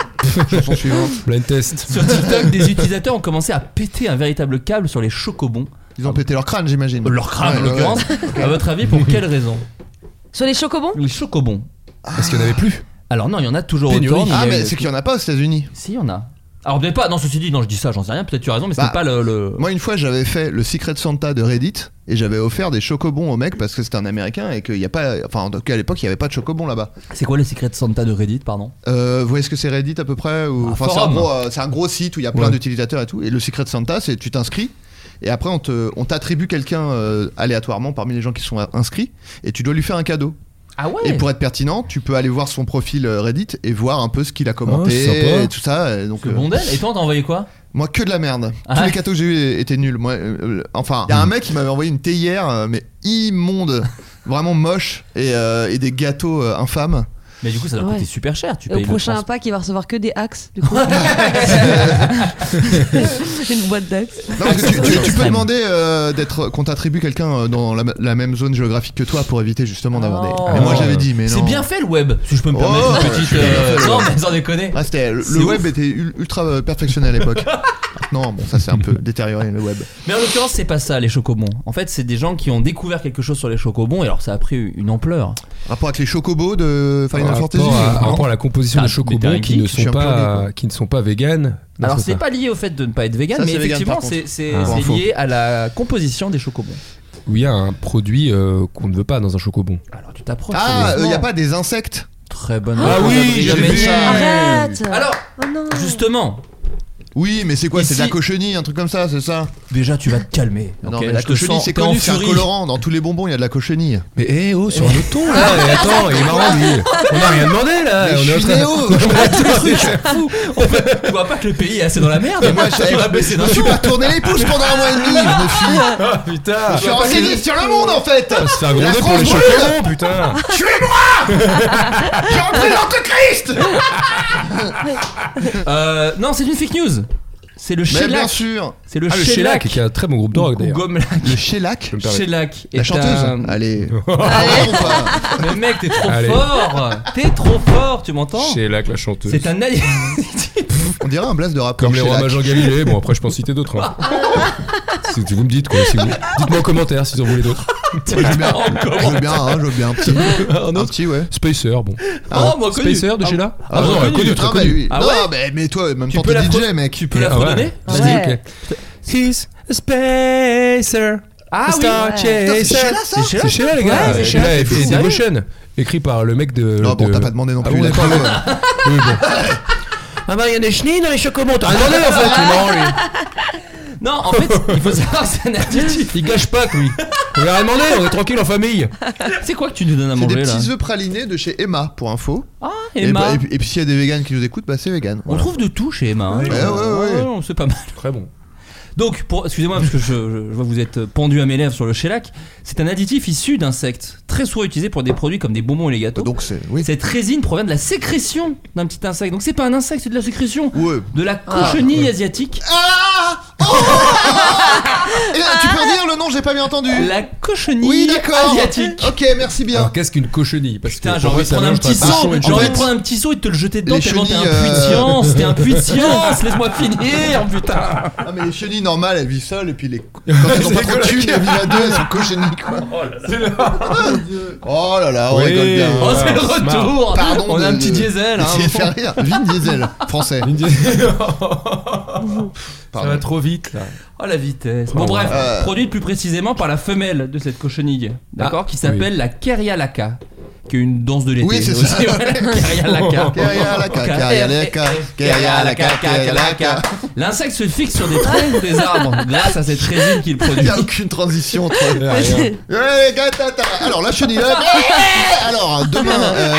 chanson suivante.
blind test.
Sur TikTok, des utilisateurs ont commencé à péter un véritable câble sur les chocobons.
Ils ont pété leur crâne, j'imagine.
Leur crâne en
Ouais, ouais,
l'occurrence. À votre avis, pour quelle raison
Sur les chocobons
Les chocobons.
Parce qu'il n'y en avait plus.
Alors non, il y en a toujours
Pénurie.
autant. mais
Ah,
il y a
mais
eu-
c'est qu'il y en a pas aux États-Unis.
Si, il y en a. Alors peut-être pas. Non, ceci dit, non, je dis ça, j'en sais rien. Peut-être tu as raison, mais c'était
Bah,
pas le. le-
Moi, une fois, j'avais fait le Secret Santa de Reddit et j'avais offert des chocobons au mec parce que c'était un américain et qu'il n'y a pas. Enfin, en tout cas, à l'époque, il n'y avait pas de chocobons là-bas.
C'est quoi le secret de Santa de Reddit, pardon
Euh, vous voyez ce que c'est Reddit à peu près ou...
Un
Enfin, c'est un,
forum.
gros, euh, c'est un gros site où il y a plein
Ouais.
d'utilisateurs et tout. Et le Secret Santa, c'est tu t'inscris et après on te- on t'attribue quelqu'un euh, aléatoirement parmi les gens qui sont a- inscrits et tu dois lui faire un cadeau.
Ah ouais.
Et pour être pertinent, tu peux aller voir son profil euh, Reddit et voir un peu ce qu'il
Ah,
a commenté
Oh, sympa.
et tout ça. et donc,
Le
euh,
bondel. Et toi, t'as envoyé quoi
moi, que de la merde.
Ah
Tous
ouais
les cadeaux que j'ai eu étaient nuls. Moi, euh, euh, enfin, il y a un mec qui m'avait envoyé une théière, euh, mais immonde, vraiment moche, et, euh, et des gâteaux euh, infâmes.
Mais du coup, ça doit
Ouais.
coûter super cher. Tu
Et au
payes le
prochain
trans-
pack, il va recevoir que des axes.
*laughs*
Du coup. Une boîte d'axes.
Non, parce que tu, tu- tu peux
Extrême.
demander euh, d'être qu'on t'attribue quelqu'un euh, dans la, la même zone géographique que toi pour éviter justement d'avoir des. Ah,
Oh.
Mais moi j'avais dit, mais non.
C'est bien fait le web, si je peux me permettre
Oh,
une petite.
je suis
euh,
bien fait,
Non,
ouais.
mais *laughs* sans déconner.
Ah, c'était- le
C'est
le web
ouf.
était ul- ultra euh, perfectionné
*laughs*
à l'époque. Maintenant, bon, ça c'est un peu détérioré le web.
Mais en l'occurrence, c'est pas ça les chocobons. En fait, c'est des gens qui ont découvert quelque chose sur les chocobons et alors ça a pris une ampleur.
Rapport avec les chocobos de Final
Par
Fantasy.
rapport à,
non
par rapport à la composition
Ah,
des
mais t'as un
chocobons qui
geek,
ne
hein. je suis
sont
un peu embêté,
pas qui ne sont pas véganes. dans
alors,
ce
c'est
cas.
pas lié au fait de ne pas être vegan,
Ça,
mais
c'est vegan,
effectivement,
par contre.
c'est c'est-
Ah.
c'est
Pour info.
lié à la composition des chocobons.
où il y a un produit euh, qu'on ne veut pas dans un chocobon.
Alors, tu t'approches.
Ah, il
heureusement.
y a pas des insectes.
Très bonne.
Ah
réponse, Gabriel
oui, j'ai
Mesa.
vu.
Arrête
Alors,
Oh non
justement,
Oui, mais c'est quoi C'est de la
Ici-
cochenille, un truc comme ça, c'est ça
déjà, tu vas te calmer.
Non,
Ok,
mais
là,
la
je te
cochenille,
sens-
c'est
t'es en
connu, c'est un
furie.
colorant. Dans tous les bonbons, il y a de
*laughs*
la cochenille.
Mais eh oh sur le ton *laughs* là, mais attends, il est marrant lui. On a rien demandé là,
Mais
on
je
est en
suis
*laughs*
train-
néo.
Je comprends pas.
Ah, Fou. En fait, tu vois pas que le pays est assez dans la merde.
Et moi, je,
tu vas
je
baisser d'un
me suis pas tourné les pouces pendant un mois et demi, je me suis.
Ah putain.
Je suis renseigné sur le monde en *laughs* fait
On va se faire
La
gronder pour
France
les
brûle
chocobons, putain. Ah,
J'ai rentré l'antéchrist
Euh, non, c'est une fake news. C'est le
Mais bien
shellac.
sûr
C'est le
Ah le Shellac
shellac.
qui est un très bon groupe de rock
Ou
d'ailleurs.
Gomelac.
Le shellac
me permets.
Shellac. est
La chanteuse Ah.
un- *laughs*
Allez
Allez.
Ou pas
Mais mec, t'es trop
Allez.
fort. T'es trop fort, tu m'entends
Shellac la chanteuse.
C'est un
On dirait un blast de rappeur
Comme les rois
shellac.
mages en Galilée, bon après je peux en citer d'autres.
*laughs*
hein. Si vous me dites quoi, si vous- dites-moi en commentaire si vous en voulez d'autres.
Je veux bien, je veux bien, hein, je veux bien un petit
Un
Un
autre
petit, ouais
Spacer, bon.
Oh, moi connu.
Spacer de
Ah,
chez là
ah, moi,
non,
connu,
connu, très
Ah, bah,
connu.
lui.
Ah
non,
ouais
mais, mais toi, même
Tu
temps,
peux la
t'es
fro-
DJ, mec.
Tu peux la
Ah ouais.
fredonner
Vas-y,
Ouais.
ok. He's a spacer.
Ah
a
oui.
Star
Ouais.
chaser.
Putain, c'est Sheila, ça
C'est Sheila, les gars.
Ouais, c'est Sheila,
Euh, Sheila
c'est
et
fou.
Devotion. Écrit par le mec de.
Non, bon,
de-
t'as pas demandé non
Ah
plus.
bon,
la
d'accord.
pub.
Oui, bon.
Ah bah il y a des chenilles dans les chocobons.
Ah,
T'as
demandé, en fait, il est marrant,
Non, en fait, il faut savoir c'est un additif.
Il gâche pas, que lui. On lui a rien demandé, on est tranquille en famille.
C'est quoi que tu nous donnes à
C'est des
manger là
petits œufs pralinés de chez Emma, pour info.
Ah,
Et
Emma.
bah- Et, puis- et puis s'il y a des véganes qui nous écoutent, bah c'est vegan.
On
Voilà.
trouve de tout chez Emma. hein.
Ouais, ouais, ouais.
C'est pas mal.
Très bon.
Donc, pour- excusez-moi, parce que je, je- je vois que vous êtes pendu à mes lèvres sur le shellac. C'est un additif issu d'insectes, très souvent utilisé pour des produits comme des bonbons et les gâteaux.
Donc c'est. Oui.
Cette résine provient de la sécrétion d'un petit insecte. Donc, c'est pas un insecte, c'est de la sécrétion
Ouais.
de la cochenille asiatique.
Ah Oh
*laughs*
Eh, Tu peux redire le nom, j'ai pas bien entendu.
La cochenille
Oui, d'accord.
asiatique.
Ok, merci bien.
Alors qu'est-ce qu'une cochenille Parce
Putain,
que
j'ai
pour
envie
moi,
de
ça
prendre un
mélange
petit
pas de
saut,
cochon et de
j'ai envie de
fait,
prendre un petit saut et de te le jeter dedans
les
tellement t'es un
chenilles,
puits de
euh,
science, t'es un puits
*laughs*
de science, laisse-moi finir, putain.
Ah, mais les chenilles normales, elles vivent seules,
*laughs*
et puis les. Quand elles ont pas trop de thunes, elles vivent à deux, elles sont cochenilles, quoi. Oh là là, on
Oui.
rigole bien.
Oh, c'est le
Ah, smart.
retour.
Pardon
On
de-
a un petit
de-
diesel. hein.
d'essayer de faire rire. Vin Diesel, français.
*laughs*
Ça va trop vite là.
Oh la vitesse. Bon
Oh,
bref,
euh.
produite plus précisément par la femelle de cette cochenille, d'accord,
Ah,
qui s'appelle la Kerialaka, qui est une danse de l'été.
Oui, c'est
aussi,
ça.
*laughs*
voilà, Kerialaka.
*laughs* Kerialaka, Kerialaka, Kerialaka, Kerialaka.
L'insecte se fixe sur des troncs ou des arbres grâce à cette résine qu'il
Il
produit.
n'y a aucune transition
*laughs*
entre.
rien.
Ouais, gata, ta. Alors la chenille. là. Alors demain.
*laughs*
euh,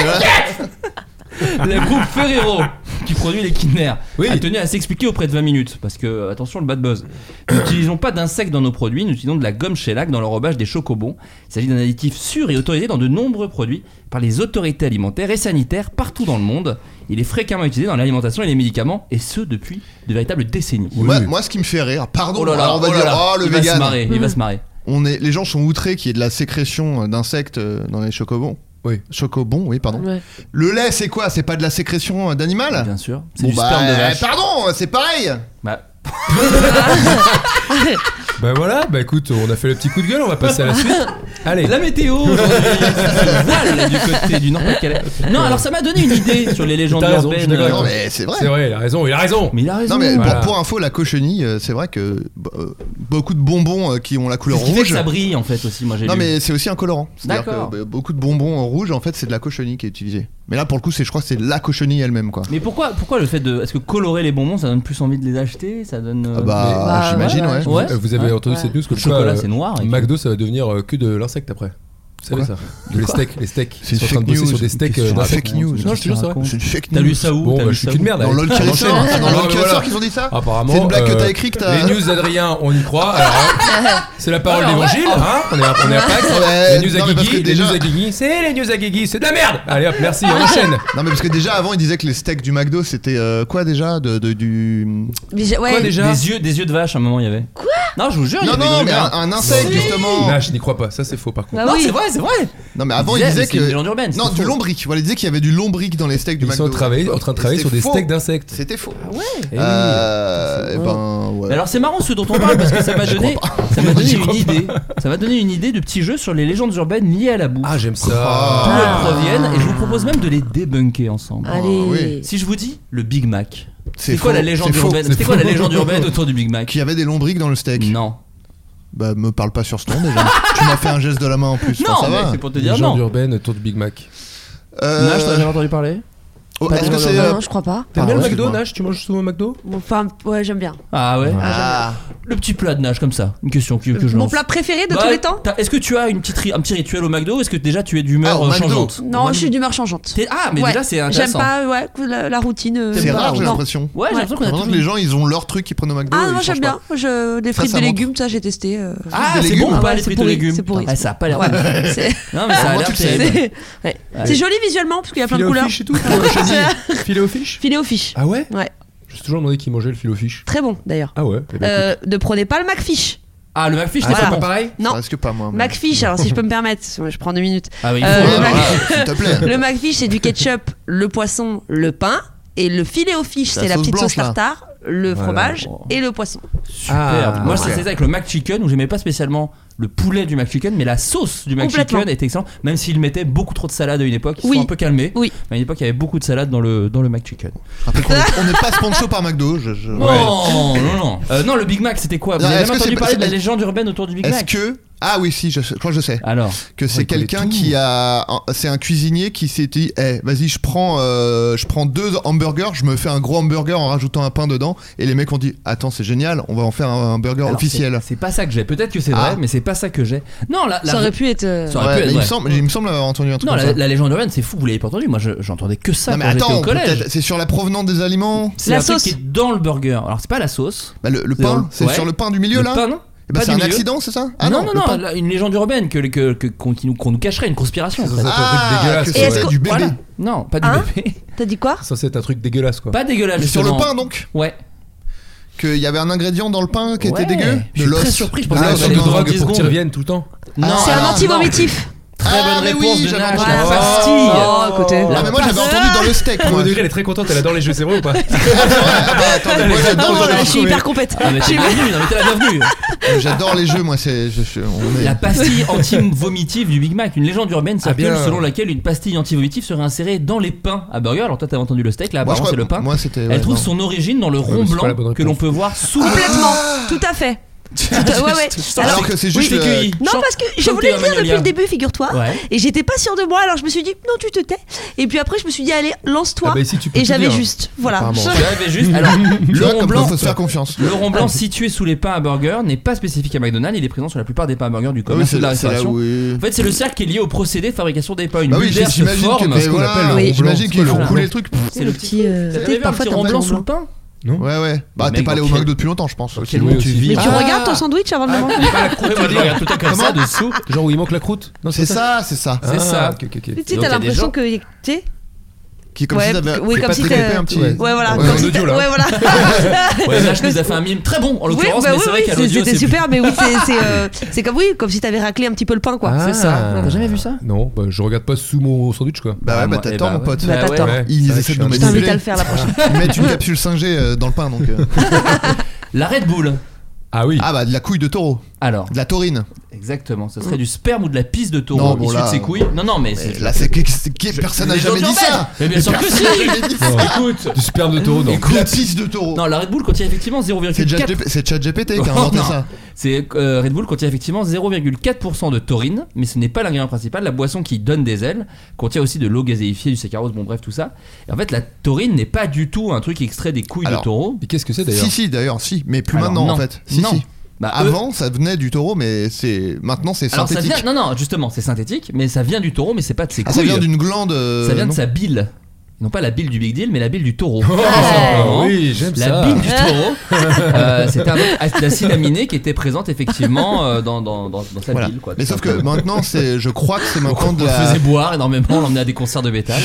Le groupe Ferrero qui produit les Kinder
Oui.
a tenu à s'expliquer auprès de 20 minutes parce que attention le bad buzz. Nous n'utilisons pas d'insectes dans nos produits, nous utilisons de la gomme shellac dans l'enrobage des chocobons. Il s'agit d'un additif sûr et autorisé dans de nombreux produits par les autorités alimentaires et sanitaires partout dans le monde. Il est fréquemment utilisé dans l'alimentation et les médicaments et ce depuis de véritables décennies.
moi, moi, ce qui me fait rire, pardon.
Oh là là,
alors, on va
oh là
dire,
là,
oh le
il va se
vegan.
marrer, il va se marrer.
On est, les gens sont outrés qu'il y ait de la sécrétion d'insectes euh, dans les chocobons.
Oui.
Chocobons, oui, pardon.
Ouais.
Le lait, c'est quoi C'est pas de la sécrétion euh, d'animal
Bien sûr, c'est
Bon
du sperme de
euh,
vache.
pardon, c'est pareil.
Bah,
Bah voilà, bah écoute, on a fait le petit coup de gueule, on va passer à
*laughs*
la suite. Allez.
La
*laughs*
météo aujourd'hui se voile du côté du Nord-Pas-de-Calais. Non, alors ça m'a donné une idée sur les légendes
T'as raison, je suis
urbaines.
d'accord avec
Non
Ouais.
mais c'est vrai.
C'est vrai, il a raison, il a raison.
Mais il a raison.
Non mais
Voilà.
pour, pour info, la cochenille, euh, c'est vrai que euh, beaucoup de bonbons euh, qui ont la
C'est
couleur
ce qui fait que
rouge.
ça brille en fait aussi. Moi j'ai
Non
lu.
mais c'est aussi un colorant. C'est-à-dire
D'accord.
que, euh, beaucoup de bonbons euh, rouges en fait c'est de la cochenille qui est utilisée. Mais là pour le coup c'est je crois que c'est la cochenille elle-même quoi.
Mais pourquoi, pourquoi le fait de. Est-ce que colorer les bonbons ça donne plus envie de les acheter Ça donne. euh,
Ah bah,
Bah,
j'imagine
ouais,
ouais.
Ouais.
Euh, Vous
Ouais.
avez entendu
Ouais.
cette news que
Le chocolat c'est noir. et puis-
McDo ça va devenir euh, que de euh, l'insecte après. savez ça De Les steaks, les steaks.
C'est une
Ils sont en train
fake
de bosser
news.
sur des steaks.
C'est
euh,
une
d'Afrique.
fake news.
Non, je te jure, c'est vrai.
C'est une fake news.
T'as lu ça où
Bon,
T'as
bah,
lu
je suis
ça
qu'une
où
merde.
Dans
allez.
LOL qui
On
ressort,
enchaîne.
c'est dans
Ah,
Ouais,
LOL qui
Ah, voilà.
ressort qu'ils ont dit ça
Apparemment.
C'est une blague que
euh,
t'as écrite que t'as-
Les news d'Adrien, on y croit. Alors, *laughs* hein, c'est la parole d'évangile. hein, on est à, on est à Pâques.
Ouais,
les news
non,
à
mais parce que
Guigui, les
déjà-
news à Guigui. C'est les news à Guigui, c'est de la merde. Allez hop, merci, on enchaîne.
Non mais parce que déjà avant ils disaient que les steaks du McDo c'était euh, quoi déjà de, de- du
Mais j'ai- ouais.
Quoi déjà
Des yeux, des yeux de vache, à un moment, il y avait. Quoi Non, je vous jure, il y
Non
avait
non
une
mais un,
rumeur.
un insecte justement.
Là, je n'y crois pas, ça c'est faux par contre.
Bah
Non,
oui.
c'est vrai, c'est vrai.
Non mais avant
Ils
ils
disaient,
disaient
c'est une légende urbaine,
que non
c'est
du
faux.
lombric. Voilà ils disaient qu'il y avait du lombric dans les steaks du
Ils sont
McDo.
en, travailler- en train de travailler
Et
sur des
c'est faux.
steaks d'insectes.
C'était faux.
Eh oui.
Euh,
Ah C'est
eh
faux.
ben
Mais
ouais.
alors c'est marrant ce dont on parle parce que ça m'a donné, ça
*laughs*
m'a donné
J'y
une
crois pas.
idée. Ça m'a donné une idée de petits jeux sur les légendes urbaines liées à la bouffe.
Ah, j'aime
D'où
ça.
elles proviennent et je vous propose même de les débunker ensemble.
Allez.
Oh, oui.
Si je vous dis le Big Mac,
C'est
c'est quoi
faux,
la légende
c'est faux,
urbaine
c'est
C'était quoi
faux.
la légende
*laughs*
urbaine autour du Big Mac
Qu'il y avait des lombrics dans le steak.
Non.
Bah me parle pas sur ce ton déjà. tu m'as fait un geste de la main en plus.
Non,
Enfin, ça
mais
va.
c'est pour te dire
Légende
non.
urbaine autour du Big Mac.
Euh,
Nash, t'as jamais entendu parler
oh,
pas
Est-ce
de
que c'est euh,
Non, je crois pas.
T'aimes bien
pardon,
le McDo,
excuse-moi.
Nash Tu manges souvent au McDo
Bon, Enfin, ouais, j'aime bien.
Ah ouais.
Ah.
Le petit plat de Nash comme ça. Une question que, que je
Mon
lance.
plat préféré de
Bah,
tous les temps
t'as- Est-ce que tu as une petite ri- un petit rituel au McDo ou Est-ce que déjà tu es d'humeur
Ah, au
euh,
McDo.
changeante
Non, je suis d'humeur changeante.
T'es- Ah, mais
Ouais.
déjà c'est
J'aime
intéressant.
pas ouais, la, la routine. euh,
C'est
non.
rare j'ai
Non.
l'impression.
Ouais, j'ai l'impression qu'on
J'ai
a
l'impression
toujours
que les gens ils ont leur truc qu'ils prennent au McDo.
Ah
et
non,
ils
j'aime
changent
bien.
pas.
Je, des frites
ça
de
montre.
légumes, ça j'ai testé. euh,
Ah,
des
c'est
légumes.
bon ou
Ah
pas
ouais,
les
c'est
frites de
pourri,
légumes
c'est pourri.
Ah, ça a pas l'air.
Ouais. C'est
Non, mais ça a
Comment
l'air
tu le
terrible.
sais
c'est- *laughs* ouais. C'est joli visuellement parce qu'il y a plein de
Filet aux
couleurs.
fiches *laughs* et tout toi Filet aux fiches
Filet aux fiches.
Ah ouais
Ouais.
Je me suis toujours demandé qui mangeait le filet aux fiches.
Très bon d'ailleurs.
Ah ouais Eh
Bah,
ben,
Euh, ne prenez pas le McFish.
Ah, le McFish, c'est
Voilà.
pas pareil
Non.
Ça risque pas moi. mais-
McFish, alors si je peux me permettre, *laughs* je prends deux minutes.
Ah, oui, il
Euh,
faut-
Ouais,
le
voilà,
Mac-
S'il te
*laughs*
plaît.
Le McFish, c'est du ketchup, le poisson, le pain. Et le filet aux fiches,
C'est
c'est
la
la
sauce
petite sauce
blanche, là.
tartare, le
Voilà.
fromage
Oh.
et le poisson.
Super.
Ah,
Moi, ça
ok.
c'était avec le McChicken où j'aimais pas spécialement le poulet du McChicken, mais la sauce du McChicken
Complètement.
était excellente. Même s'il mettait beaucoup trop de salade à une époque, ils se
Oui.
sont un peu calmés.
Oui.
Mais à une époque, il y avait beaucoup de salade dans le, dans le McChicken.
Rappelle qu'on est- on n'est pas sponsor par McDo. je- je-
Non, non, non. Euh, non, le Big Mac, c'était quoi Vous
Non,
avez
est-ce
jamais
que
entendu
c'est-
parler de la
est-ce-
légende urbaine autour du Big
Est-ce
Mac
que ah oui si je, sais- je crois que je sais
Alors,
que c'est
Ah, il connaît
quelqu'un
tout.
qui a un- c'est un cuisinier qui s'est dit eh vas-y je prends euh, je prends deux hamburgers je me fais un gros hamburger en rajoutant un pain dedans et les mecs ont dit attends c'est génial on va en faire un hamburger
alors,
officiel
c'est- C'est pas ça que j'ai. Peut-être que c'est
Ah.
vrai, mais c'est pas ça que j'ai. Non, la, la-
Ça aurait pu être. euh,
Ça aurait
Ouais,
pu être
mais il, me
vrai.
semble, il me semble avoir entendu un truc
Non,
comme
la,
ça.
la légende urbaine, c'est fou, vous l'avez pas entendu. Moi, je- j'entendais que ça
non mais
quand j'étais au
attends
collège.
peut-être- c'est sur la provenance des aliments
C'est
La
un truc
sauce.
qui est dans le burger. Alors, c'est pas la sauce.
Bah, le, le
C'est dans le-
pain c'est
ouais.
sur le pain du milieu
le
là
pain, non
Eh ben,
Pas
c'est
du
un
milieu.
accident c'est ça ah
non,
non,
non,
le
non,
pain.
là, une légende urbaine que, que, que- qu'on, qui nous, qu'on nous cacherait, une conspiration.
C'est ça.
ah
un truc dégueulasse,
que
ouais.
c'est
Est-ce
du
que-
bébé
voilà.
Non, pas du
Hein
bébé. *laughs*
T'as dit quoi
C'est censé être un truc dégueulasse quoi.
Pas dégueulasse.
mais sur le
justement.
pain donc
Ouais.
qu'il y avait un ingrédient dans le pain qui
Ouais.
était dégueu
Je
de
suis très
l'os
surpris, je
De
pensais
l'os
que sur
Ah, sur
les
les
humain.
drogues
drogues pour
secondes.
qu'ils reviennent tout le temps.
Non,
C'est un
alors,
anti-vomitif.
Très bonne
Ah, mais oui,
réponse de
j'avais
Nash.
entendu
La
ça.
pastille.
Oh, écoutez.
La
Ah, mais moi j'avais entendu dans le steak
Mon
moi.
degré, elle est très contente, elle adore les jeux, c'est vrai ou pas
Ah bah, attendez, moi,
Non,
j'adore-
non,
j'avais
je suis
trouvé.
hyper compète.
Ah, mais t'es la bienvenue, non, mais t'es
*laughs*
la bienvenue.
J'adore les jeux moi c'est je suis- on est-
La pastille anti-vomitive du Big Mac, une légende urbaine
Ah,
circule
bien.
selon laquelle une pastille anti-vomitive serait insérée dans les pains à burger. Alors toi, t'avais entendu le steak, là,
Moi, je
apparemment, c'est
crois-
le pain.
Moi c'était ouais,
Elle trouve
non.
son origine dans le rond
mais c'est pas la
blanc
bonne
que l'on
réponse.
peut voir
Ah,
sous.
Complètement. Tout
*laughs*
à fait. ouais, ouais.
Alors que c'est juste, euh,
Non, parce que je voulais le dire depuis le début, figure-toi. *laughs*
Ouais.
Et j'étais pas sûre de moi, alors je me suis dit, non, tu te tais. Et puis après, je me suis dit, allez, lance-toi.
Ah bah ici, tu peux
et
tout
j'avais
dire.
juste. Voilà.
Apparemment.
J'avais juste. Alors,
Tu
le
vois,
rond
comme
blanc.
quoi, faut se faire confiance.
Le rond blanc situé sous les pains à burger n'est pas spécifique à McDonald's, il est présent sur la plupart des pains à burger du
Ah oui,
commerce ou de la restauration.
oui.
En fait, c'est le cercle qui est lié au procédé de fabrication des pains. Une
Bah
bulle
oui,
d'air se
j'imagine que
forme.
mais
qu'on
voilà,
appelle le rond blanc,
j'imagine
c'est
qu'ils
pas
ont
le
coulé
rong
le truc.
C'est le petit.
euh,
Vous avez
tu sais,
vu un petit
t'as
rond
pas
blanc
le
sous le pain
Ouais ouais. Bah
Mais
t'es pas allé au
quel-
McDo depuis longtemps, je pense. aussi.
Quel monde tu
Mais
vis
Mais tu regardes ton sandwich avant de le manger.
pas la croûte, tu regardes tout à comme ça dessous.
Genre où il manque la croûte Non,
C'est ça, c'est ça.
C'est
Ah,
ça.
ok, ok, ok.
Tu sais,
Donc,
t'as
il y a des
l'impression
gens-
que. Tu sais
Qui est comme
Ouais,
si t'avais
oui,
c'est
comme
pas
si
tricoté
t'as-
un petit.
Ouais.
Ouais, voilà.
Ouais,
comme
en
si
audio,
t'as-
là.
Ouais, voilà.
*laughs* Ouais, Nash nous a fait un mime très bon en
Oui,
l'occurrence,
bah
mais
oui,
c'est vrai
oui,
qu'à
c'est-
l'audio
c'était
c'est
super, mais oui,
*laughs*
c'est- c'est euh, c'est comme oui, comme si t'avais raclé un petit peu le pain, quoi.
Ah.
C'est ça. T'as jamais vu ça
Non, bah, je regarde pas sous mon sandwich quoi.
Bah ouais, bah
moi, eh
t'attends
bah
mon pote.
ouais.
Bah,
Ah ouais.
t'attends.
Ouais.
Ils
C'est vrai
essaient
que
de nous
je
Je
suis un-
t'invite à
manipuler.
le faire la prochaine.
Ils mettent une capsule 5G euh, dans le pain donc. euh.
La Red Bull.
Ah oui.
Ah bah de la couille de taureau,
Alors,
de la taurine.
exactement, ce serait du sperme ou de la pisse de
Non,
taureau
bon,
issu de
là,
ses couilles. Non, non, mais c'est.
Là c'est qui- c'est qui personne n'a
Les
jamais
gens
dit
urbaines.
ça.
Mais bien sûr que si
Personne n'a jamais dit ça.
Écoute
Du sperme de taureau, non.
La pisse de taureau.
Non, la Red Bull contient effectivement
C'est
0,4.
ChatGP- c'est ChatGPT qui a
Oh,
inventé
non.
ça.
C'est euh, Red Bull contient effectivement 0,4% de taurine, mais ce n'est pas l'ingrédient principal. La boisson qui donne des ailes contient aussi de l'eau gazéifiée, du saccharose, bon bref tout ça. Et en fait, la taurine n'est pas du tout un truc extrait des couilles
Alors,
de taureau.
Et qu'est-ce que c'est d'ailleurs
Si si d'ailleurs si, mais plus
Alors,
maintenant
non.
en fait. Si
non.
si.
eux-
Avant, ça venait du taureau, mais c'est maintenant c'est
Alors, ça
synthétique.
vient- non, non, justement, c'est synthétique, mais ça vient du taureau, mais c'est pas de ses
Ah,
couilles.
ça vient d'une glande. euh,
Ça vient de
non Ah,
sa bile. Non pas la bile du Big Deal, mais la bile du
*laughs*
taureau.
Oh,
Tout simplement.
oui, j'aime
Ah. la
ça. *laughs*
bile du taureau, euh, c'était un autre acide aminé qui était présente effectivement euh, dans, dans, dans, dans sa
Voilà.
bile. Quoi,
Mais
tout
sauf que
simplement.
maintenant, c'est, je crois que c'est
*laughs*
maintenant
on
de
le
la.
faisait boire énormément, on l'emmenait à des concerts de
*laughs*
métal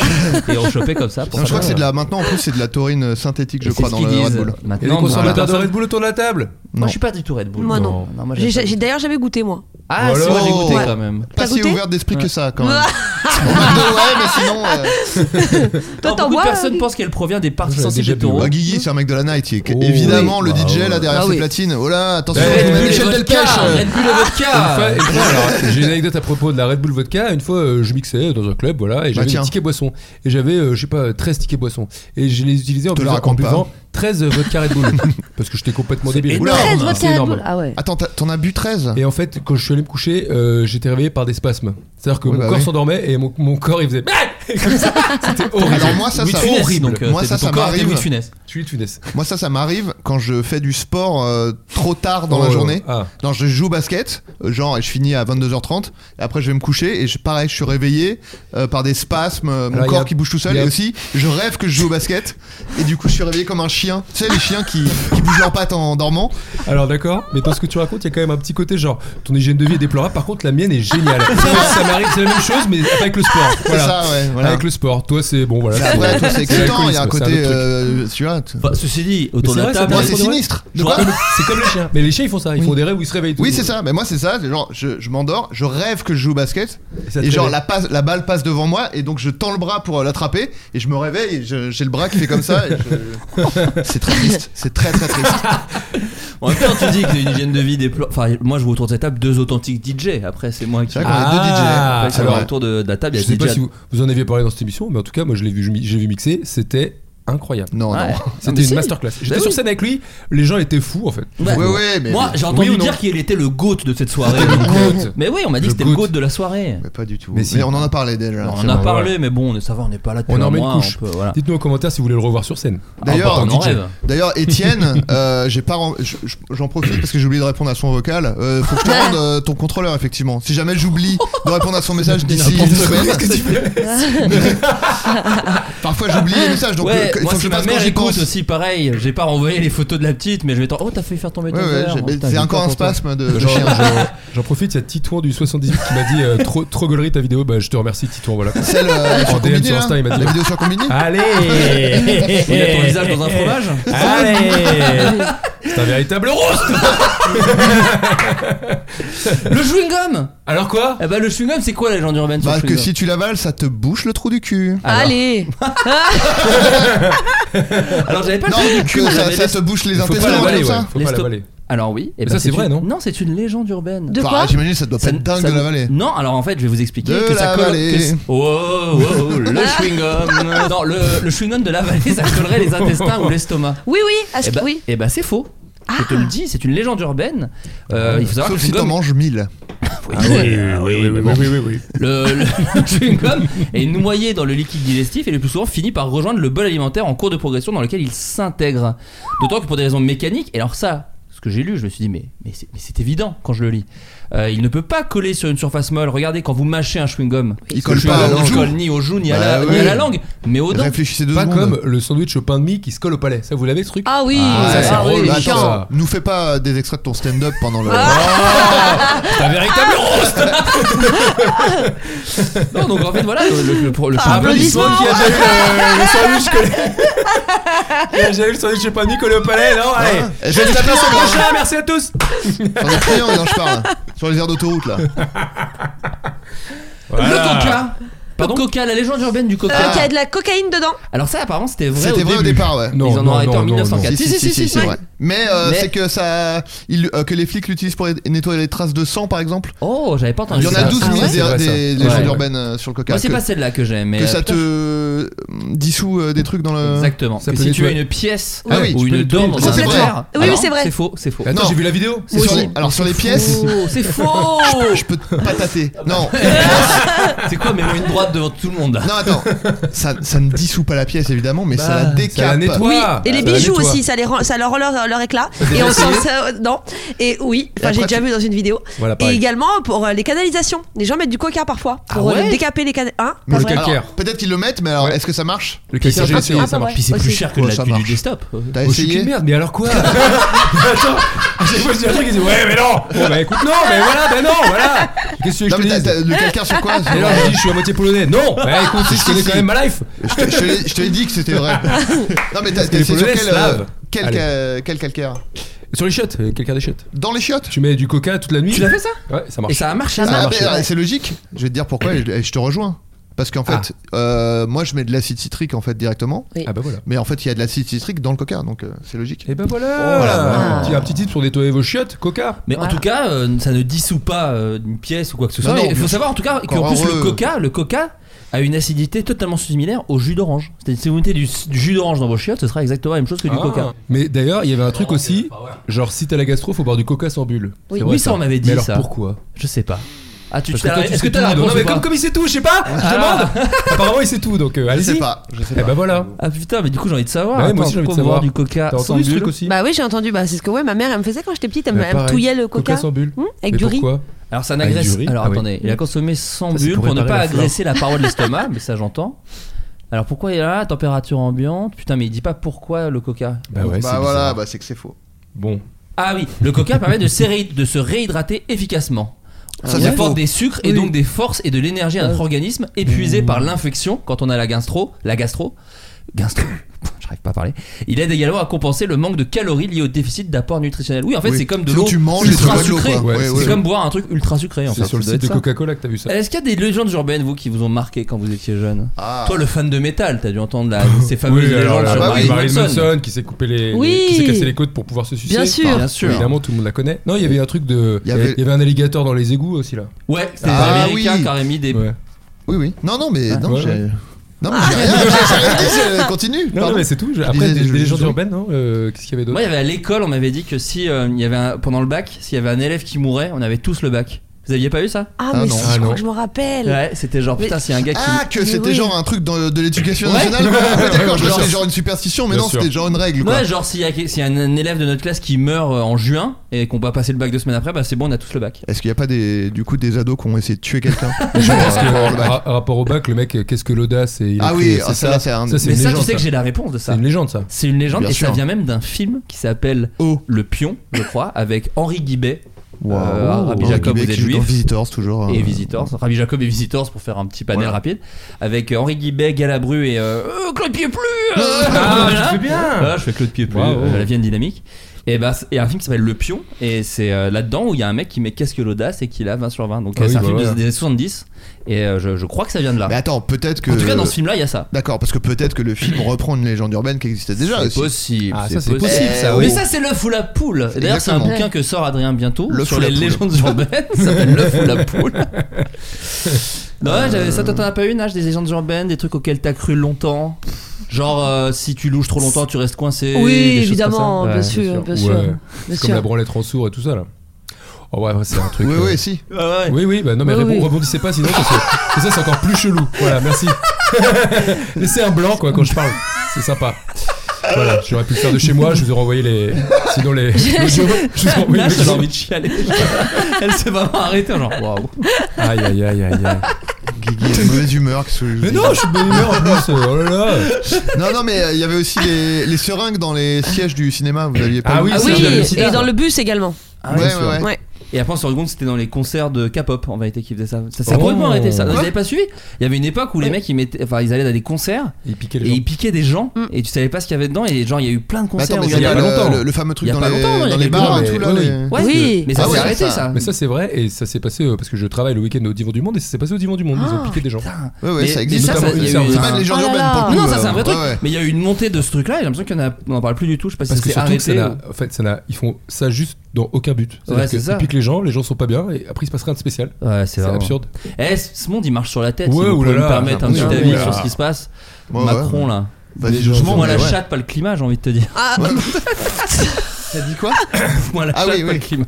et on chopait comme ça. Pour
Non, je crois que c'est de
savoir,
la. Maintenant, en plus, c'est de la taurine euh, synthétique, je
Et c'est
crois,
ce
dans
qu'ils
le Red
disent
Bull.
maintenant.
Il y a des
Non,
consommateurs de
voilà.
Red Bull autour de la table
euh, Moi
Non.
je suis pas du tout Red Bull.
Moi, non.
moi,
J'ai
j'ai pas-
j'ai d'ailleurs jamais goûté moi.
Ah si, moi j'ai goûté
Voilà.
quand même.
Pas
T'as
si
goûté
ouvert d'esprit que ça, quand même.
Ah.
En mode de, ouais, mais sinon. euh,
Toi,
Alors,
t'en
beaucoup de
bois
personnes pensent qu'elle provient des parties
Je l'ai
sensibles
déjà
du
bu,
taureau.
Bah, Guigui, c'est un mec de la night. il-
Oh,
évidemment,
oui.
le DJ
Bah, Eh,
là derrière
Ah
ses
oui.
platines. Oh là, attention,
Red
on a
Bull Ah et
Michel
vodka,
Delcache. euh.
Red Bull et
Une fois-
vodka.
une fois,
*laughs*
alors, j'ai une anecdote à propos de la Red Bull Vodka. Une fois, euh, je mixais dans un club, voilà, et j'avais
Bah, tiens.
des tickets boissons. Et j'avais, euh, je sais pas, 13 tickets boissons. Et je les utilisais en,
Te le
buvant, en
raconte pas.
buvant 13 vodka Red
*laughs*
Bull. parce que j'étais complètement
C'est
débile.
énorme.
13
Énorme.
C'est
vodka Red
énorme.
Bull. Ah ouais.
Attends, t'as- t'en as bu 13
Et en fait, quand je suis allé me coucher, euh, j'étais réveillé par des spasmes. C'est-à-dire que
Oui,
mon
bah
corps
oui.
s'endormait et mon, mon corps il faisait. *laughs* comme ça. C'était horrible.
Alors moi ça,
Louis de
ça
Funès,
horrible.
donc, euh,
moi
t'es-
ça
ton
ça
corps était Louis
m'arrive.
de Funès.
Je suis de Funès.
Moi ça ça m'arrive quand je fais du sport euh, trop tard dans la
Oh,
journée.
ah.
Non, je joue au basket, euh, genre et je finis à 22h30 et après je vais me coucher et je, pareil, je suis réveillé euh, par des spasmes, euh, mon
Alors,
corps
y a-
qui bouge tout seul
y a-
et aussi je rêve que je joue au basket et du coup je suis réveillé comme un chien. Tu sais les chiens qui, qui bougent leurs pattes en dormant.
Alors d'accord, mais dans ce que tu racontes, il y a quand même un petit côté genre ton hygiène de vie est déplorable. Par contre, la mienne est
*laughs*
géniale. ça ça m'arrive, c'est la même chose, mais avec le sport. Voilà.
ça, ouais, voilà.
Avec le sport. Toi, Ah, c'est bon, voilà.
Mais Après toi c'est excitant, il y a un
l'alcoolisme, c'est
côté
autre truc.
euh, tu vois. t-
Enfin, ceci dit, autour de
Mais
la
c'est vrai,
table,
Moi
mais
c'est
c'est vrai.
sinistre. De
Je
quoi
rappelle-
C'est comme les chiens. Mais les chiens, ils font ça. Ils
Oui.
font des rêves où ils se réveillent. tout
Oui
le
c'est
monde.
ça, mais moi c'est ça, c'est genre je, je m'endors, je rêve que je joue au basket
ça te
et genre
réveille.
la, passe, la balle passe devant moi et donc je tends le bras pour euh, l'attraper et je me réveille et je- j'ai le bras qui fait comme ça. et *laughs* je- c'est très triste, c'est très très *laughs* triste.
En même temps, tu dis que t'as une hygiène de vie déplorable. Enfin, moi, je vois autour de cette table deux authentiques DJ. Après, c'est moi qui.
C'est vrai qu'on est deux DJ.
Ah,
Après, c'est
alors,
moi, autour de, de la table,
Je
il y a
sais
DJ.
pas si vous, vous en aviez parlé dans cette émission, mais en tout cas, moi, je l'ai vu, j'ai vu mixer. C'était incroyable.
Non,
Ouais.
Ah, non.
Mais
C'était une
si.
masterclass. J'étais
Bah
sur
oui.
scène avec lui. Les gens étaient fous en fait.
Ouais.
Ouais, ouais, mais.
Bah, Moi, j'ai
Oui
entendu
ou non
dire qu'il était le goat de cette soirée. euh,
Écoute.
mais oui, on m'a dit que
Le
c'était le
goat.
goat de la soirée.
Mais pas du tout.
Mais
Mais,
si.
on en a parlé déjà.
on
c'est
en a
vrai.
parlé, mais bon, on est- ça va, on n'est pas là depuis
On en
un
met une
mois.
couche.
peut- voilà.
Dites-nous en commentaire si vous voulez le revoir sur scène.
D'ailleurs,
Ah, on en
DJ.
rêve.
D'ailleurs, Étienne,
*laughs*
euh, j'ai pas, ren- je- je- j'en profite parce que j'ai oublié de répondre à son vocal. Euh, faut que je te rende euh, ton contrôleur effectivement. Si jamais j'oublie de répondre à
*laughs*
son message d'ici une semaine, parfois j'oublie les messages. Donc
ouais,
euh, il
moi,
faut que
si
je
ma
fasse
mère
quand j'y
écoute
pense.
aussi, pareil. J'ai pas renvoyé les photos de la petite, mais je vais t'en. Oh, t'as fait faire tomber ton
Ouais, ouais,
verre.
j'ai- mais
Putain,
c'est
j'ai
encore
peur
un
pour toi.
spasme de, de
Genre,
chien.
j'en- J'en profite, il y a Titouan du 78 qui m'a dit euh, trop, trop gaulerie ta vidéo. Bah, je te remercie, Titouan. Voilà.
Celle euh,
En
sur
DM
Combini,
sur
là
Insta, il m'a dit.
La vidéo sur Combini
*laughs* Allez
Il a ton visage dans un
*laughs*
fromage
Allez C'est un véritable roast
Le chewing-gum
Alors quoi
Eh bah, le chewing-gum, c'est quoi la légende urbaine sur
Bah
le
que
chewing-gum
si tu l'avales, ça te bouche le trou du cul.
Ah, Alors.
Allez
Alors, j'avais pas le
Non,
trou du cul,
que ça,
j'avais
ça
les-
te bouche les
Faut pas
intestins.
l'avaler,
comme
ouais.
ça.
Faut
Les
pas
stop-
l'avaler.
Alors oui, et
Mais ça, c'est vrai,
une-
non
Non, c'est une légende urbaine.
De
Enfin,
quoi
J'imagine ça doit pas
Ça-
être dingue
ça-
de l'avaler.
Non, alors en fait, je vais vous expliquer
De
que ça colle.
l'avaler.
que c'est- Oh, oh, oh, le chewing-gum. Non, le, le chewing-gum de l'avaler, ça collerait les intestins
*laughs*
ou l'estomac.
Oui, oui, à ce
Eh bah,
oui.
eh bah, c'est faux. Je te le dis, c'est une légende urbaine. Euh, il faut savoir
Sauf
que le
si t'en
chewing-gum,
manges 1000.
Ah
oui, oui, oui, oui, oui.
le, le- le chewing-gum est noyé dans le liquide digestif et le plus souvent finit par rejoindre le bol alimentaire en cours de progression dans lequel il s'intègre. D'autant que pour des raisons mécaniques, et alors ça, ce que j'ai lu, je me suis dit, mais, mais, c'est, mais c'est évident quand je le lis. Euh, il ne peut pas coller sur une surface molle. Regardez, quand vous mâchez un chewing-gum,
Il
le
colle pas
chewing-gum
aux
ne
joues.
colle ni aux joues, ni, à,
Bah
la, ni à
oui.
la langue, mais aux dents.
Réfléchissez deux
Pas
secondes.
comme le sandwich au pain de mie qui se colle au palais. Ça, vous l'avez ce truc
Ah oui
Ah,
Ça, c'est
ouais.
relou,
Attends,
chiant. ça.
Nous fais pas des extraits de ton stand-up pendant le.
C'est un véritable
Ah *laughs*
roast
Non, donc en fait, voilà, le,
Ah,
le, le- le chewing-gum, il
applaudissements.
qui a déjà eu le, le sandwich collé. Qui a déjà eu le sandwich au pain de mie collé au palais, non Allez
Hein Je vais te taper sur le-
Prochain, merci à tous
sur les triangles, hein, je parle. Sur les aires d'autoroute là.
Le coca Pardon le coca, la légende urbaine du coca.
Euh, Qu'il y a de la cocaïne dedans
Alors ça, apparemment, c'était vrai.
C'était
au
vrai au
début.
départ, ouais.
Ils en ont arrêté en
Si,
1904.
si, si, si, c'est vrai. Mais, euh,
Mais-
c'est que ça, il- euh, que les flics l'utilisent pour nettoyer les traces de sang, par exemple.
Oh, j'avais pas
Il
entendu.
y en
ça.
a 12 000
Ah
des,
ouais C'est vrai, ça.
des
Ouais,
légendes
ouais.
urbaines euh, sur le coca.
Moi, c'est
que-
pas celle-là que j'aime, mais
que
euh,
ça
putain,
te euh, dissous euh, des trucs dans le.
Exactement.
Ça
Et
peut
si tu as
nettoyer.
une pièce
Ah oui,
ou
tu peux
une
nettoyer.
dent dans
Ça,
un
c'est vrai.
verre,
Oui, oui,
alors,
c'est vrai.
C'est faux, c'est faux.
ah,
Attends,
Non.
j'ai vu la vidéo. C'est sur les- alors, sur les
c'est
pièces-
faux, C'est faux. *laughs*
Je peux te patater. Non.
C'est quoi, mets-moi une droite devant tout le monde.
Non, attends. Ça, ça ne dissout pas la pièce évidemment, mais ça
Bah,
la
ça la
décape.
nettoie. Oui,
Et les bijoux aussi, ça, les rend, ça leur rend leur, leur éclat.
T'as
Et
déjà
on sent
essayé
ça. euh, Non. Et oui,
Et
enfin, j'ai
après,
déjà
tu-
vu dans une vidéo.
Voilà,
et
pareil.
également pour euh, les canalisations. Les gens mettent du coca parfois pour
Ah ouais
euh, décaper les canalisations. Hein
Mais
Pas
le
vrai
calcaire. Alors, Peut-être qu'ils le mettent, mais alors est-ce que ça marche
Le calcaire, j'ai essayé, Ah, ça marche.
Puis c'est plus cher que de
Ouais,
la
ça
que du
marche.
desktop.
T'as
Oh, je suis
essayé
qu'une merde, mais alors *laughs* quoi Attends, à chaque fois je dis un truc, ils disent ouais, mais non Bon bah écoute, non, mais voilà, ben non, voilà Qu'est-ce que tu veux
Non,
que je
mais
te
t'as-
dise
t'as- le calcaire sur quoi
Et là, je dis, je suis à moitié
*laughs*
polonais. Non Bah écoute, si, je
Si,
connais
si.
quand même ma life
Je te- je te l'ai- je te l'ai dit que c'était
*laughs*
vrai. Non, mais t'as
Parce
t'as
que les
essayé sur
Polonais
quel,
slavent.
euh, quel,
Allez.
ca- quel calcaire
Sur les chiottes, euh, quelqu'un des chiottes.
Dans les chiottes
Tu mets du coca toute la nuit.
Tu l'as fait, ça
Ouais, ça marche.
Et ça a marché.
Ah,
ça.
ben, alors, c'est logique. Je vais te dire pourquoi et je, et je te rejoins. Parce qu'en fait, euh, moi je mets de l'acide citrique en fait directement,
Ah bah voilà.
mais en fait il y a de l'acide citrique dans le coca, donc euh, c'est logique.
Et bah voilà,
Voilà.
Ah.
Un petit- Un petit titre pour nettoyer vos chiottes, coca
Mais en tout cas, euh, ça ne dissout pas euh, une pièce ou quoi que ce
Non,
soit.
non,
Il faut
mais-
savoir en tout cas qu'en
Encore
plus le
heureux.
coca, le coca a une acidité totalement similaire au jus d'orange. C'est-à-dire si vous mettez du, du jus d'orange dans vos chiottes, ce sera exactement la même chose que du
Ah.
coca.
Mais d'ailleurs, il y avait un truc aussi, genre si t'as la gastro, faut boire du coca sans bulle.
Oui,
C'est vrai,
ça on m'avait dit
Mais alors
ça.
pourquoi
Je sais pas. Ah tu
Parce
tu
que
as
toi,
la-
tu
Est-ce que
sais
t'as
tout,
la
non,
réponse
mais
ou pas
comme, comme il sait tout, je sais pas Je
Ah.
demande Apparemment, il sait tout, donc euh,
Je sais
allez-y
pas, je sais
Et bah
pas.
voilà
Ah putain, mais du coup j'ai envie de savoir.
Bah ouais, moi
Attends,
aussi, j'ai envie de
pourquoi boire
savoir.
du coca
T'as
sans
entendu ce
bulle
truc aussi
Bah oui, j'ai entendu. Bah, c'est ce que ouais, ma mère, elle me faisait quand j'étais petite. Elle, me-
Bah,
elle me
pareil.
touillait le coca.
sans bulle.
Hmm, avec
Mais
du riz.
pourquoi
Alors ça
Avec
n'agresse.
du riz
Alors
Ah oui.
attendez, il a consommé sans
Ça, c'est
bulle
pour
pour, ne pas
réparer la fleur.
agresser la paroi de
*laughs*
l'estomac, mais ça j'entends. Alors pourquoi il y a la température ambiante Putain, mais il dit pas pourquoi le coca.
Bah
bah
ouais, c'est
voilà,
bizarre.
bah c'est que c'est faux.
Bon.
Ah oui, le coca permet de, se réhy- de se réhydrater efficacement.
Ça,
Ça
c'est
apporte
faux.
Ah des sucres et
Oui.
donc des forces et de l'énergie à notre organisme
Mmh.
épuisé par l'infection quand on a la gastro, la gastro, gastro. *laughs* J'arrive pas à parler. Il aide également à compenser le manque de calories lié au déficit d'apport nutritionnel. Oui, en fait,
Oui.
c'est comme de
Sinon,
l'eau
tu manges et tu
ultra
bois de l'eau,
sucrée.
quoi.
Ouais,
Ouais,
c'est
ouais.
comme boire un truc ultra sucré en fait.
C'est sur le
Ça doit
site de
être ça.
Coca-Cola que t'as vu ça.
Est-ce qu'il y a des légendes urbaines, vous, qui vous ont marqué quand vous étiez jeune
Ah.
Toi, le fan de métal, t'as dû entendre
*laughs*
la, ces fameuses
Oui, alors,
légendes
là,
sur
bah oui,
Marilyn
Marilyn
Manson.
Manson qui s'est coupé les, les-
Oui.
qui s'est cassé les côtes pour pouvoir se sucer.
Bien sûr.
Bien sûr.
Évidemment, tout le monde la connaît. Non, il y avait un truc de.
Il y avait-
Il y avait un alligator dans les égouts aussi là.
Ouais, c'était
Ah
les Américains
oui.
qui auraient mis des.
Ouais.
Oui, oui. Non, non, mais non,
Ouais,
j'ai.
ouais.
Non, mais j'ai rien, j'ai rien dit, c'est- continue.
Non, non,
pardon.
mais c'est tout. Je-
Je
Après,
disais-
des,
je-
des
je-
légendes
je-
urbaines, non Euh, Qu'est-ce qu'il y avait d'autre
Moi, il y avait à l'école, on m'avait dit que si euh, il y avait un- pendant le bac, s'il y avait un élève qui mourait, on avait tous le bac. Vous aviez pas eu ça
Ah,
Ah
mais
non.
si,
Ah
je crois
non.
que je m'en rappelle.
Ouais, c'était genre
Mais-
putain, s'il y a un gars qui.
Ah, que
Mais
c'était
oui.
genre un truc dans- de l'éducation
Ouais.
nationale quoi. Ouais, D'accord, je
Bien
pensais
sûr.
genre une superstition, mais
Bien
non,
sûr.
c'était genre une règle quoi.
Ouais, genre s'il y, a- s'il y a un, un élève de notre classe qui meurt euh, en juin et qu'on va passer le bac deux semaines après, bah c'est bon, on a tous le bac.
Est-ce qu'il n'y a pas des, du coup des ados qui ont essayé de tuer quelqu'un
Parce que, ra- rapport au bac, le mec, euh, qu'est-ce que l'audace et il a
Ah
cru,
oui,
euh,
ah, ça, là, c'est un-
ça, c'est
Mais
une
ça,
légende.
tu sais que j'ai la réponse de
C'est
ça.
une légende ça.
C'est une légende
Bien
et
sûr.
ça vient même d'un film qui s'appelle
Oh.
Le Pion, je crois, avec Henri Guibet.
Waouh.
Euh, Rabbi
Henri
Jacob,
Guibet
vous êtes
qui joue dans
juif.
Visitors toujours.
Et
euh,
Visitors, Rabbi Jacob et Visitors pour faire un petit panel
Voilà.
rapide, avec euh, Henri Guibet, Galabru et euh, euh, Claude Pieplu euh,
Ah,
Ah,
*laughs* voilà.
Ah, bien
Voilà, Ah, je fais Claude Pieplu,
Bravo.
euh, la Vienne Dynamique. Et bah, c'est- et un film qui s'appelle Le Pion, et c'est euh, là-dedans où il y a un mec qui met Qu'est-ce que l'audace et qui l'a 20 sur 20. Donc
Ah
euh, c'est
oui,
un
bah
film
voilà.
des, des années 70, et euh, je, je crois que ça vient de là.
Bah,
Mais attends, peut-être que.
En tout cas, dans ce film-là, il y a ça.
D'accord, parce que peut-être que
*coughs*
le film reprend une légende urbaine qui existait déjà
C'est
aussi.
possible.
Ah, ça, c'est possible, ça,
Eh Mais
oui.
ça, c'est l'œuf ou la poule. D'ailleurs, c'est un
Exactement.
bouquin que sort Adrien bientôt
L'œuf
sur
ou la
les
poule.
légendes urbaines. Ça s'appelle L'œuf ou la poule. *laughs* non, ouais, j'avais ça, toi, t'en as pas une, H, des légendes urbaines, des trucs auxquels t'as cru longtemps. Genre, euh, si tu louches trop longtemps, tu restes coincé.
Oui,
des choses
évidemment,
comme ça.
bien sûr, bien sûr.
Ouais.
Bien
C'est comme
sûr.
la branlette en sourd et tout ça là. Oh ouais, ouais, c'est un truc.
Oui,
euh,
oui, si.
Ah ouais.
Oui, oui, bah non, mais
Oui,
répond-
oui.
rebondissez pas sinon, parce que, parce que ça c'est encore plus chelou. Voilà, merci. Laissez un blanc quoi quand je parle, c'est sympa. Voilà, j'aurais pu le faire de chez moi, je vous ai renvoyé les. Sinon, les. l'audio, je vous ai renvoyé
Là, j'avais
l'audio.
envie de chialer. *laughs* Elle s'est vraiment arrêtée, genre, waouh.
Aïe, aïe, aï aïe, aïe.
Guigui
*laughs*
est de mauvaise humeur. qu'est-ce que je vous
Mais
dis
non, je suis de bonne humeur en plus, euh, oh là là.
non, non, mais euh, il y avait aussi les, les seringues dans les sièges du cinéma. Vous aviez pas
Ah
vu Ah
oui,
Ah
c'est
oui,
vrai, j'avais aussi
et
ça.
dans le bus également.
Ouais, ouais, ouais.
Ouais.
Et après, on se rend compte que c'était dans les concerts de K-pop en vérité qui faisaient ça. Ça s'est
Oh.
complètement arrêté ça. Non, Vous
Quoi
avez pas suivi Il y avait une époque où les mecs ils mettaient, enfin ils allaient dans des concerts
Il piquait
et
les gens.
ils piquaient des gens et tu savais pas ce qu'il y avait dedans et genre il y a eu plein de
Mais
concerts
Bah, attends, mais
où il
c'est
y en
pas
a longtemps.
le, le fameux
Il
truc
y a
dans
pas
les,
longtemps, il y a
dans les
quelques
bars,
années,
et tout
mais
là.
oui,
les-
oui.
Ouais.
Oui.
Mais ça
Ah
s'est
ouais,
arrêté
ça.
ça.
Mais ça, c'est vrai, et ça s'est passé euh, parce que je travaille le week-end au Divan du Monde, et ça s'est passé au Divan du Monde, ils ont piqué des gens.
Putain.
Ouais, ouais,
Mais-
ça
mais
existe.
ça, ça,
Notamment-
il y a
c'est
eu
c'est
un- Ah
pas une légende
Oh là
urbaine
là.
pour le
Non,
coup,
ça c'est
euh,
un vrai truc.
ouais, ouais.
Mais il y a eu une montée de ce truc là et j'ai l'impression qu'on a... on en parle plus du tout. Je sais pas si
Parce que
c'est
surtout que ça
arrêté.
n'a, en fait, ça n'a, ils font ça juste dans aucun but. C'est-à-dire
Ouais, c'est
que
ça.
Ils piquent les gens, les gens sont pas bien, et après il se passe rien de spécial.
ou- Ouais,
C'est
vraiment-
absurde.
Eh, ce monde il marche sur la tête.
Ouais,
si vous pouvez
oulala,
me permettre un
j'ai
petit
l'impression.
avis
Oulala.
sur ce qui se passe.
Ouais,
Macron
ouais.
là.
Vas-y, doucement,
Moi
mais
la
ouais.
chatte, pas le climat, j'ai envie de te dire.
Ah, *laughs*
T'as dit quoi
*coughs* Moi la
Ah
chatte,
oui,
pas
oui.
le climat.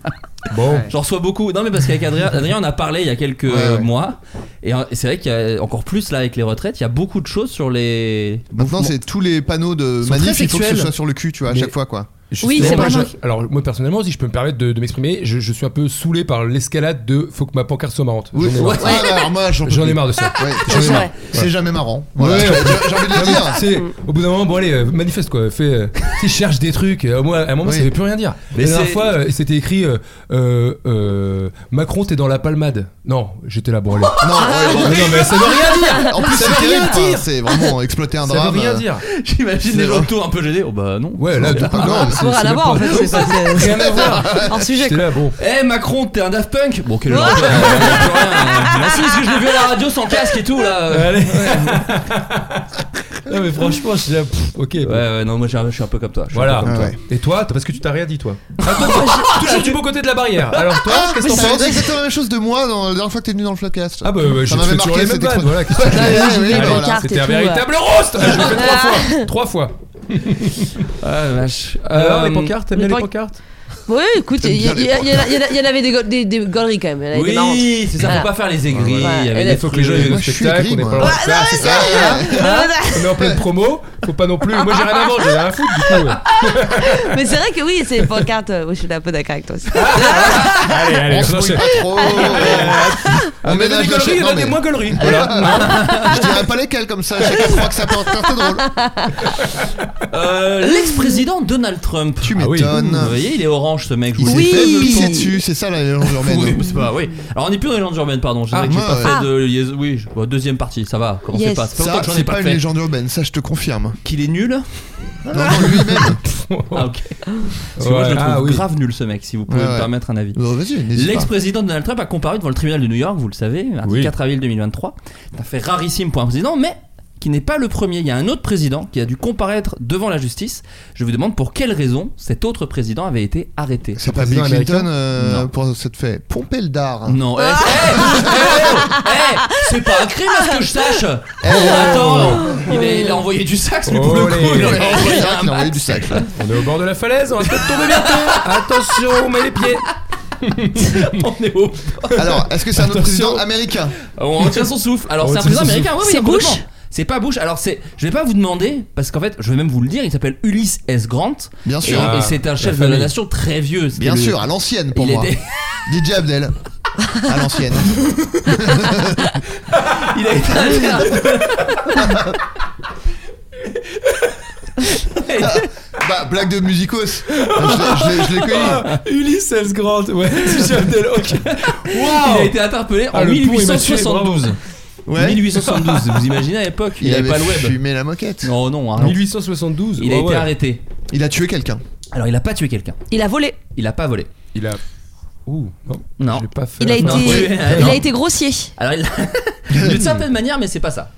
Bon.
J'en reçois beaucoup. Non mais parce qu'avec Adrien, Adrien, on a parlé il y a quelques euh, mois et euh, c'est vrai qu'il y a encore plus là avec les retraites, il y a beaucoup de choses sur les.
Maintenant, c'est tous les panneaux de
Sont
manif,
très
il faut que ce
sexuels.
soit sur le cul, tu vois, à
Mais-
chaque fois, quoi.
Oui, c'est
Moi,
vraiment-
je- Alors, moi personnellement, si je peux me permettre de, de m'exprimer, je, je suis un peu saoulé par l'escalade de faut que ma pancarte soit marrante.
Oui,
J'en ai
ouais.
marre.
Ah, alors, moi, j'en peux
J'en ai
plus.
marre
*laughs*
de ça.
Ouais,
J'en ai
c'est
marre.
vrai. C'est jamais marrant.
Ouais,
Voilà.
ouais,
J'ai- j'ai envie de le
Non, mais
dire.
c'est- au bout d'un moment, bon allez, euh, manifeste quoi, fais, euh, *laughs* tu sais, cherche des trucs. euh, moi, à un moment,
Oui.
ça veut plus rien dire.
Mais
la dernière
c'est-
fois, euh, c'était écrit euh, euh, euh, Macron, t'es dans la palmade. Non, j'étais là, bon allez.
Non, ouais, bon,
Mais non, mais ça veut rien dire.
En plus,
Ah. ça
c'est
veut
terrible,
rien
enfin,
dire.
C'est vraiment exploiter un
Ça
drame.
veut rien
euh,
dire.
J'imagine
C'est
les gens
vrai.
autour un peu gênés. Oh bah non.
Ouais, là, du coup, non, c'est-
rien
c'est
à
même
voir,
pas-
en fait, c'est- c'est- c'est-
*laughs* Rien à voir.
hors sujet.
J'étais là, bon.
Eh Macron, t'es un Daft Punk Bon, *laughs*
*laughs*
quel genre de- euh, rien, euh, Ah si, parce que je l'ai vu à la radio sans casque et tout là. euh.
Allez. non mais franchement, je suis là, pff, ok. bah,
Ouais,
bon.
ouais, non, moi j'ai un- je suis un peu comme toi. je suis un
Voilà.
peu comme toi.
Ouais.
Et toi, t'as- parce que tu t'as rien dit toi. toujours du bon côté de la barrière. Alors toi,
Ah,
qu'est-ce que
mais
t'en
ça veut
penses
dire exactement la même chose de moi dans- la dernière fois que t'es venu dans le podcast.
Ah bah, bah, je
ça m'avait
fais toujours
marqué
les
cette
mêmes vannes,
expression.
voilà. qu'est-ce que tu veux
Ouais, ouais, ouais,
Allez,
voilà.
cartes et
C'était un
tout,
véritable
*laughs*
roast. Je l'ai fait trois fois. Trois fois.
Ah vache.
Alors les
Euh,
pancartes, t'aimes bien
les
les
pan-
pancartes
Oui, écoute, il y,
bien
il y- il y en a- il y en a- il y en avait des, go- des, des conneries quand même. Il y en avait des marrantes.
Oui, c'est ça, faut
Voilà.
pas faire les aigris.
Voilà.
avec
Et
des
là-
Il faut que les gens
trucs.
aient le
Moi, je suis
spectacle,
aigri,
on n'est pas
moi.
le droit de faire, c'est ça. On est en pleine promo, faut pas non plus. Moi j'ai rien à voir, j'ai rien à foutre du
*laughs*
coup.
Mais c'est vrai que oui, c'est les pancartes. euh, oui, je suis un peu d'accord avec toi. aussi.
Allez, allez,
On se mouille
j'enchaîne.
pas trop.
On met des
ménage la
gauleries,
chaîne.
il y en a
Non,
des
mais- *laughs*
moins gauleries. Voilà. *laughs*
Je dirais pas lesquels comme ça, chacun croit que ça peut en faire, c'est drôle.
Euh, L'ex-président Donald Trump.
Tu
Ah oui.
m'étonnes.
Vous voyez, il est orange ce mec. je
Il
vous
s'est
le dis.
fait
Oui.
pisser dessus, c'est ça la légende urbaine.
Oui, mais c'est pas, oui. Alors on n'est plus dans les légendes urbaines, pardon. Je
Ah,
sais que j'ai
moi,
pas
ouais.
fait
Ah.
de liaison- Oui, je- bon, deuxième partie, ça va. Commencez
Yes.
pas. C'est pas
Ça,
longtemps que j'en ai
c'est
pas,
pas une
fait.
légende urbaine, ça je te confirme.
Qu'il est nul.
Non, non, *laughs* lui-même.
Ah ok. Parce que moi je le trouve
Ouais, ah, oui.
grave nul ce mec. Si vous pouvez
Ouais,
me
ouais.
permettre un avis.
Bon, Vas-y, n'hésite pas.
L'ex-président Donald Trump a comparu devant le tribunal de New York, vous le savez, mardi
Oui.
4 avril 2023. C'est un fait rarissime pour un président, mais qui n'est pas le premier. Il y a un autre président qui a dû comparaître devant la justice. Je vous demande pour quelle raison cet autre président avait été arrêté.
C'est pas Bill
président
Clinton
américain
euh,
Non.
pour cette fait pomper le dard.
Non, eh, eh, eh, eh, c'est pas un crime à ce que je sache. Oh, Attends, il, est- il a envoyé du sax lui pour le coup.
Olé.
Il en a envoyé
Ouais, c'est vrai
un
qu'il Oh, a envoyé
max.
du sac.
*laughs*
On est au bord de la falaise, on risque de tomber bientôt. Attention, on met les pieds.
*laughs* On est au-
Alors, est-ce que c'est un autre
Attention.
président américain
Euh, On retient son souffle. Alors
On
c'est un
retient
président
son
américain. Ouais, oui,
C'est Bush
complètement. C'est pas Bush. Alors c'est, je vais pas vous demander parce qu'en fait, je vais même vous le dire. Il s'appelle Ulysse S. Grant.
Bien
Et,
sûr.
et c'est un chef de
famille.
la nation très vieux. c'était
Bien
Euh, le-
sûr, à l'ancienne pour
il
moi. *laughs*
était-
DJ Abdel.
*laughs*
À l'ancienne.
*laughs* il a été interdit-
Bah, blague de musicos. Je l'ai- je l'ai- je l'ai
*laughs*
connu.
Ulysse S. Grant, ouais, DJ Abdel, ok.
il a été interpellé
Ah,
en
le pont, il m'a tué,
1872.
Ouais.
1872. Vous imaginez à l'époque, il n'y avait pas le web.
fumé la moquette.
Oh non, arrête.
1872.
Il a
ouais,
été
ouais.
arrêté.
Il a tué quelqu'un.
Alors il a pas tué quelqu'un.
Il a volé.
Il a pas volé.
Il a. Ouh, non.
Non.
Je l'ai pas fait.
Il a
Non,
été,
oui,
il
non.
a été grossier.
Alors il
*laughs*
a- d'une certaine manière, mais c'est pas ça.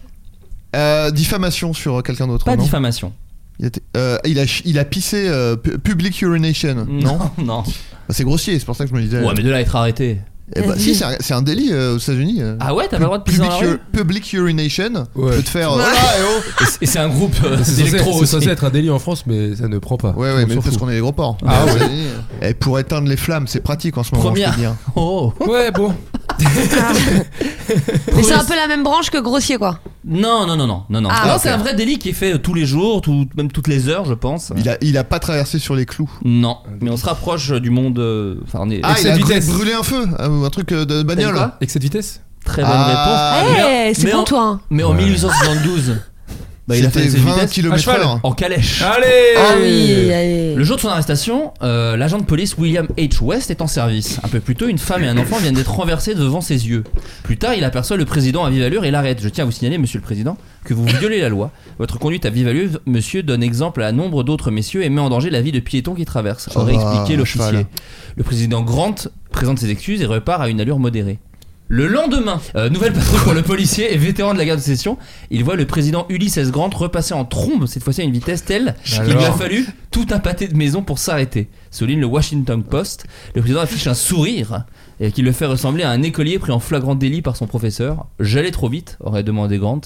Euh, diffamation sur quelqu'un d'autre.
Pas
non
diffamation.
il, était- euh, il a, ch- il a pissé euh, pu- public urination. Non,
non.
Bah, C'est grossier, c'est pour ça que je me disais.
Ouais, mais de là à être arrêté.
Eh bah, si, c'est un, c'est un délit euh, aux États-Unis. euh.
Ah ouais, t'as pas le droit de pisser dans
public,
la rue
ur- public urination
Ouais.
peut te faire. euh, Ah, eh oh.
Et c'est- Et c'est un groupe euh,
C'est censé,
d'électro
c'est
aussi.
censé être un délit en France, mais ça ne prend pas.
Ouais, ouais,
On
mais
s'en
parce
fout.
qu'on est des gros porcs.
Ah
Mais
ouais.
aux États-Unis, euh, Et pour éteindre les flammes, c'est pratique en ce moment,
Première-
je peux te dire.
Oh
*laughs*
Ouais, bon.
Mais c'est un peu la même branche que grossier, quoi.
Non, non, non, non, non, non.
Ah,
Non,
ok.
c'est un vrai délit qui est fait euh, tous les jours, tout- même toutes les heures, je pense.
Il a, il a pas traversé sur les clous.
Non, mais on se rapproche euh, du monde. euh, Enfin, on est.
Ah,
Excès
il a
de
gr-
vitesse.
brûlé un feu, euh, ou un truc euh, de
T'as dit
bagnole.
quoi
Excès de vitesse
Très bonne
Ah,
réponse. Mais-
Eh, c'est
mais
bon,
en-
toi. hein.
Mais en 1872, bah, il a fait
C'était
ses
20
vitesses
km
À cheval.
heure.
en calèche.
Allez
Ah oui, allez.
Eh, Le jour de son arrestation, euh, l'agent de police William H. West est en service. Un peu plus tôt, une femme et un enfant viennent d'être renversés devant ses yeux. Plus tard, il aperçoit le président à vive allure et l'arrête. Je tiens à vous signaler, monsieur le président, que vous violez la loi. Votre conduite à vive allure, monsieur, donne exemple à nombre d'autres messieurs et met en danger la vie de piétons qui traversent.
Ça
Aurait
va,
expliqué
à
l'officier.
cheval.
Le président Grant présente ses excuses et repart à une allure modérée. Le lendemain, euh, nouvelle patrouille pour le policier et vétéran de la garde de session, il voit le président Ulysses S. Grant repasser en trombe, cette fois-ci à une vitesse telle qu'il lui a
Alors.
fallu tout un pâté de maison pour s'arrêter. Souligne le Washington Post. Le président affiche un sourire et qui le fait ressembler à un écolier pris en flagrant délit par son professeur. J'allais trop vite, aurait demandé Grant.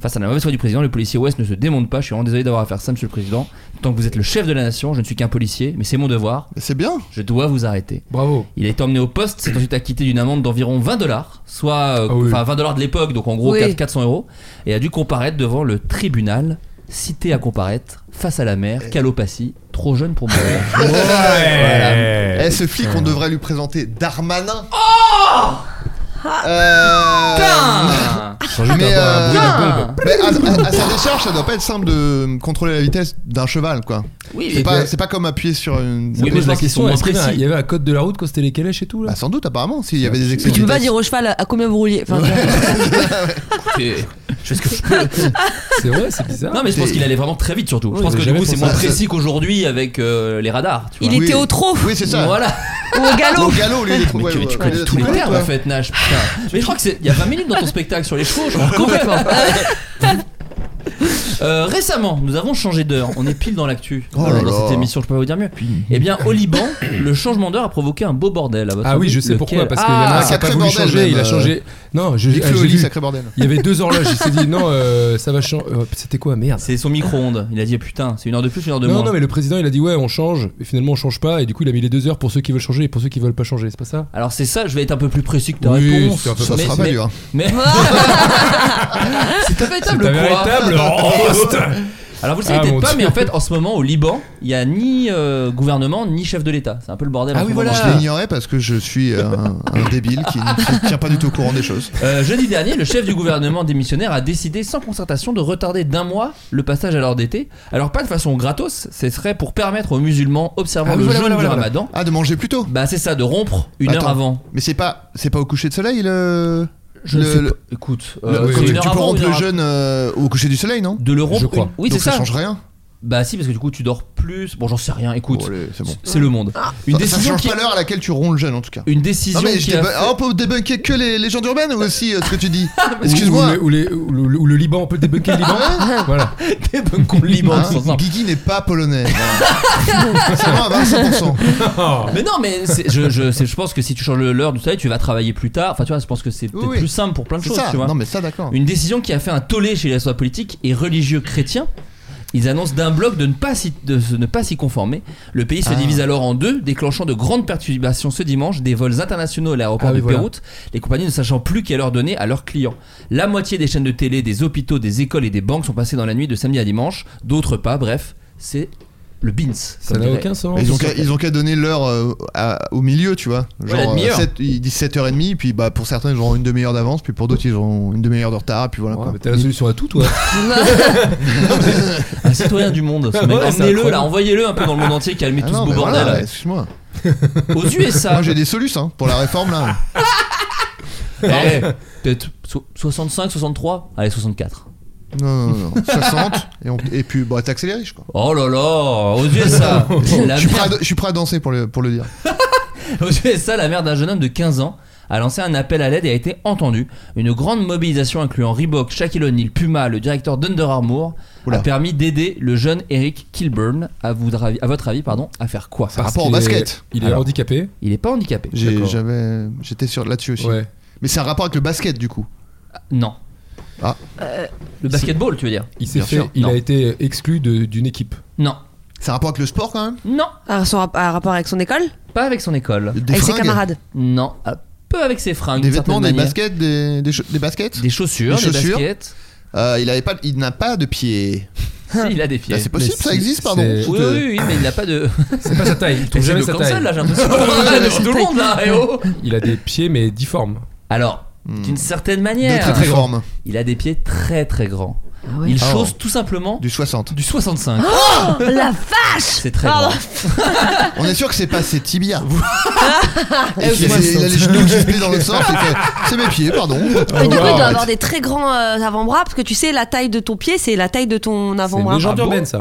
Face à la mauvaise foi du président, le policier West ne se démonte pas. Je suis vraiment désolé d'avoir à faire ça, monsieur le président. Tant que vous êtes le chef de la nation, je ne suis qu'un policier, mais c'est mon devoir.
C'est bien.
Je dois vous arrêter.
Bravo.
Il est emmené au poste, c'est ensuite acquitté d'une amende d'environ 20 dollars, soit euh,
Ah oui.
enfin 20 dollars de l'époque, donc en gros
Oui.
4 400 euros, et a dû comparaître devant le tribunal, cité à comparaître, face à la mère, Calopatie, trop jeune pour mourir.
Eh.
Voilà.
Eh, ce flic, on devrait lui présenter Darmanin.
Oh Ah. Putain
Mais, euh,
Putain
mais à, à- à sa décharge, ça doit pas être simple de contrôler la vitesse d'un cheval, quoi.
Oui,
c'est
mais-
pas, c'est pas comme appuyer sur une.
Ça Oui, pose mais la
la question
moins
est-ce qu'il y avait un-
précis.
il y avait un code de la route quand c'était les calèches et tout là
Bah, sans doute, apparemment, s'il y avait des excès.
Tu
de
peux pas
vitesse.
dire au cheval à- à combien vous rouliez. Enfin,
Écoutez, Je fais ce que je peux.
C'est vrai, hein. c'est bizarre.
Non mais je pense qu'il allait vraiment très vite surtout.
Oui,
je pense que
j'ai
du coup
jamais
c'est
pensé
moins
à ça.
précis qu'aujourd'hui avec euh, les radars. Tu vois.
il
Oui.
était au trot
Oui, c'est ça.
Voilà.
ou au galop.
Au galop, lui, il est trop.
Mais
ouais,
tu, mais tu
ouais,
connais
ouais,
tous
tu
les
connais,
termes
toi.
en fait, Nash. Putain. *laughs* Mais je crois que c'est. Il y a 20 minutes dans ton spectacle sur les chevaux, je
*laughs*
crois complètement. *laughs* Euh, récemment, nous avons changé d'heure. On est pile dans l'actu. Euh,
Oh là
dans
là.
cette émission, je peux pas vous dire mieux. Eh bien, au Liban, le changement d'heure a provoqué un beau bordel. À votre
Ah oui,
avis,
je sais pourquoi,
lequel
parce qu'il y en a
Ah,
un qui a pas
sacré
voulu
bordel,
changer, il a
même,
changé. Non, je-
Big
ah,
Flo
j'ai
et Oli,
vu.
sacré bordel.
Il y avait deux horloges, il s'est dit non, euh, ça va changer. euh, C'était quoi, merde
C'est son micro-ondes. Il a dit oh, putain, c'est une heure de plus, une heure de
Non,
moins.
non, mais le président il a dit ouais, on change, et finalement on change pas, et du coup il a mis les deux heures pour ceux qui veulent changer et pour ceux qui veulent pas changer, c'est pas ça
Alors c'est ça, je vais être un peu plus précis que ta
Oui,
réponse.
c'est un peu-
Ça
mais,
sera pas
mais-
dur. hein.
*laughs*
mais- *laughs* c'est un véritable
C'est un
quoi.
véritable *laughs* roast
Alors vous le savez
Ah,
peut-être
mon
pas,
Dieu.
mais en fait en ce moment au Liban, il y a ni euh, gouvernement ni chef de l'État. C'est un peu le bordel.
Ah
en ce
oui,
moment.
voilà.
Je l'ignorais parce que je suis euh, un, un débile qui ne tient pas du tout au courant des choses.
Euh, jeudi dernier, le chef du gouvernement démissionnaire a décidé sans concertation de retarder d'un mois le passage à l'heure d'été. Alors pas de façon gratos, ce serait pour permettre aux musulmans observant
Ah,
le
oui, voilà,
jeûne
voilà,
du
voilà.
Ramadan.
Ah, de manger plus tôt.
Bah c'est ça, de rompre une
Attends.
heure avant.
Mais c'est pas, c'est pas au coucher de soleil le.
Je
le-
ne sais
le-
pas. Écoute,
le-
euh,
oui,
c'est
oui.
une
tu
heure
peux
avant ou
rompre
une
le
heure après.
jeûne euh, au coucher du soleil, non
de le rompre.
Je crois.
une- Oui,
Donc
c'est
ça
ça.
change rien.
Bah si, parce que du coup tu dors plus. Bon, j'en sais rien. Écoute,
Bon, allez, Oh, c'est bon. Ah.
c'est le monde. Une
Ça- ça
décision
change
qui,
pas l'heure à laquelle tu ronds le jeûne en tout cas.
une
Non
décision
mais je
qui a
déba-
fait-
ah, on peut débunker que les légendes urbaines ou aussi euh, ce que tu *laughs* dis.
Ou-
Excuse-moi. Ah.
Ou, le- ou les- ou le- ou le Liban, on peut débunker le Liban *laughs* Voilà.
*laughs* débunkons le Liban
Hein,
tous ensemble.
Guigui n'est pas polonais. Voilà. c'est vraiment à 25%.
Mais non, mais c'est- je, je, c'est- je pense que si tu changes le- l'heure du soleil, tu vas travailler plus tard. Enfin, tu vois, je pense que c'est peut-être
Oui, oui.
plus simple pour plein de
C'est
choses,
ça.
tu vois.
Non mais ça d'accord.
Une décision qui a fait un tollé chez les responsables politiques et religieux chrétiens. Ils annoncent d'un bloc de ne pas s'y- de se- ne pas s'y conformer. Le pays se
Ah.
divise alors en deux, déclenchant de grandes perturbations ce dimanche des vols internationaux à l'aéroport
Ah oui,
de
voilà.
Beyrouth, les compagnies ne sachant plus quelle heure donner à leurs clients. La moitié des chaînes de télé, des hôpitaux, des écoles et des banques sont passées dans la nuit de samedi à dimanche, d'autres pas. Bref, c'est le bins.
Ça n'a aucun sens.
Ils ont, qu'à, ils ont qu'à donner l'heure euh, à- au milieu, tu vois. Genre,
la demi-heure.
euh, sept- ils disent 7h30, puis bah, pour certains, ils auront une demi-heure d'avance, puis pour d'autres, ils auront une demi-heure de retard, et puis voilà.
Ouais,
quoi.
mais T'as la solution à tout, toi.
Un citoyen du monde, *laughs* ce mec.
Ouais, c'est
Emmenez-le
incroyable.
là, envoyez-le un peu dans le monde entier, calmez
Ah
tout
non,
ce beau
mais voilà,
bordel.
ouais, excuse-moi.
Aux USA,
Moi, j'ai des solutions hein, pour la réforme, là.
Eh, peut-être so- 65, 63, allez 64.
non, non, non, non. 60, et, on- et puis bah, taxer les riches, quoi.
Oh là là, aux
*laughs*
USA,
Je
Oh, la
suis, prêt
mère,
à, je suis prêt à danser pour le, pour le dire.
aux USA, la mère d'un jeune homme de 15 ans a lancé un appel à l'aide et a été entendue. Une grande mobilisation incluant Reebok, Shaquille O'Neal, Puma, le directeur d'Under Armour
Oula.
a permis d'aider le jeune Eric Kilburn à, vous- à votre avis pardon, à faire quoi
Par
Parce
rapport au
qu'il est-
basket.
Il est
Alors.
handicapé.
Il est pas handicapé.
J'ai,
D'accord.
j'avais, j'étais sur, là-dessus aussi.
Ouais.
Mais c'est un rapport avec le basket, du coup.
Non.
Ah.
Le basketball, tu veux dire
Il s'est
Bien
fait.
sûr.
Il
Non.
a été exclu de- d'une équipe.
Non.
C'est un rapport avec le sport, quand même
Non.
Ah, son rap- un rapport avec son école
Pas avec son école.
Des
Avec ses
fringues
camarades
Non. Un peu avec ses fringues.
Des
d'une certaine
vêtements, des
manière.
baskets, des, des, cho- des baskets
Des chaussures,
Des
des,
chaussures.
baskets.
Euh, il, avait pas, il n'a pas de pieds.
Si, il a des pieds.
Là, Ah, c'est possible, euh,
Mais
ça
si-
existe,
c'est-
pardon.
Oui,
oui, oui, oui, mais il n'a pas de.
C'est pas sa taille. Il
Et *laughs*
trouve
c'est
jamais
le
sa
comme ça, là,
taille.
j'ai
*laughs*
l'impression qu'on parle devant tout le monde, là, eh oh.
Il a des pieds mais difformes.
Alors, d'une certaine
Hmm. De
manière,
très très forme.
il a des pieds très très grands.
Ah ouais.
Il
Ah
chausse
bon.
tout simplement
Du 60.
du 65. Oh,
La vache
c'est très
Pardon.
grand.
On est sûr que c'est pas ses
*laughs*
tibias. Et
Eh,
qu'il
moi,
a- il a les genoux qui se plient dans le sens. il fait, C'est mes pieds, pardon.
Mais du coup, il
wow.
doit avoir des très grands euh, avant-bras parce que tu sais, la taille de ton pied, c'est la taille de ton
C'est une
bah,
avant-bras.
légende urbaine, ça.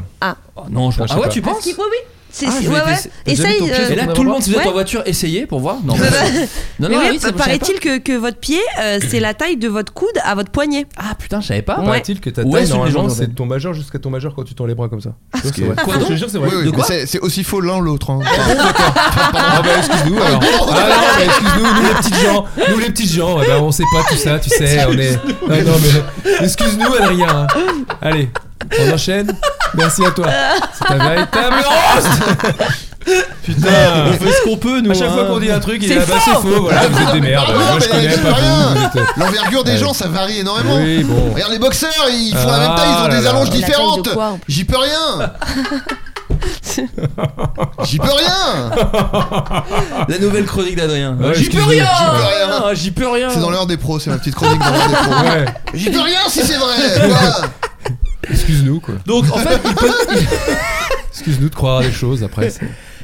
Oh non, je pense.
Ah, je
Ah
sais
ouais,
pas.
tu penses
Oui, oui. C'est-
Ah,
c'est-
je vais
ouais, ouais.
essayer.
Et
J'ai
ça,
jamais ton
il-
pied,
euh,
Et là, tout le monde, si vous êtes
Ouais.
en voiture, essayez pour voir. Non, non, non,
Mais
non,
oui,
oui, ça, je savais pas.
paraît-il que, que votre pied, euh, c'est la taille de votre coude à votre poignet.
Ah putain, je savais pas.
Paraît-il que ta
Ouais,
taille,
sur les gens,
normalement, c'est
c'est-
de ton majeur jusqu'à ton majeur quand tu tends les bras comme ça. Tu vois,
Parce que-
c'est vrai.
Quoi
Je te
donc
jure, c'est vrai.
Oui, oui,
De
mais
quoi
c'est- C'est aussi faux l'un l'autre.
*laughs*
hein.
Ah bah excuse-nous alors. Ah non, bah excuse-nous, nous les petites gens, nous les petites gens, eh ben, on sait pas tout ça, tu sais, on est. Non, non, mais excuse-nous Adrien. hein. Allez, on enchaîne. Merci à toi. C'est un véritable roast. Putain,
On fait ce qu'on peut, nous,
Ah. À chaque
hein.
fois qu'on dit un truc, il est
C'est
là, bah c'est
fort.
faux, voilà, vous êtes des merdes.
Non,
Moi je
mais
connais
c'est
pas
rien.
vous. vous êtes-
L'envergure des
Ouais.
gens, ça varie énormément.
Oui, bon.
Regarde les boxeurs, ils font la
Ah
même taille, ils ont
là
des
là.
allonges
La
taille de
différentes.
quoi, en plus
J'y peux
*laughs*
rien. J'y peux rien.
La nouvelle chronique d'Adrien.
Ouais,
J'y peux
excuse-nous.
rien
J'y peux rien.
Ah, J'y peux rien
C'est dans l'heure des pros, c'est ma petite chronique dans l'heure des pros.
Ouais,
J'y peux rien si c'est vrai.
*laughs*
Voilà.
excuse-nous quoi.
Donc en fait, il, po-
Excuse-nous de croire à des choses après. c'est-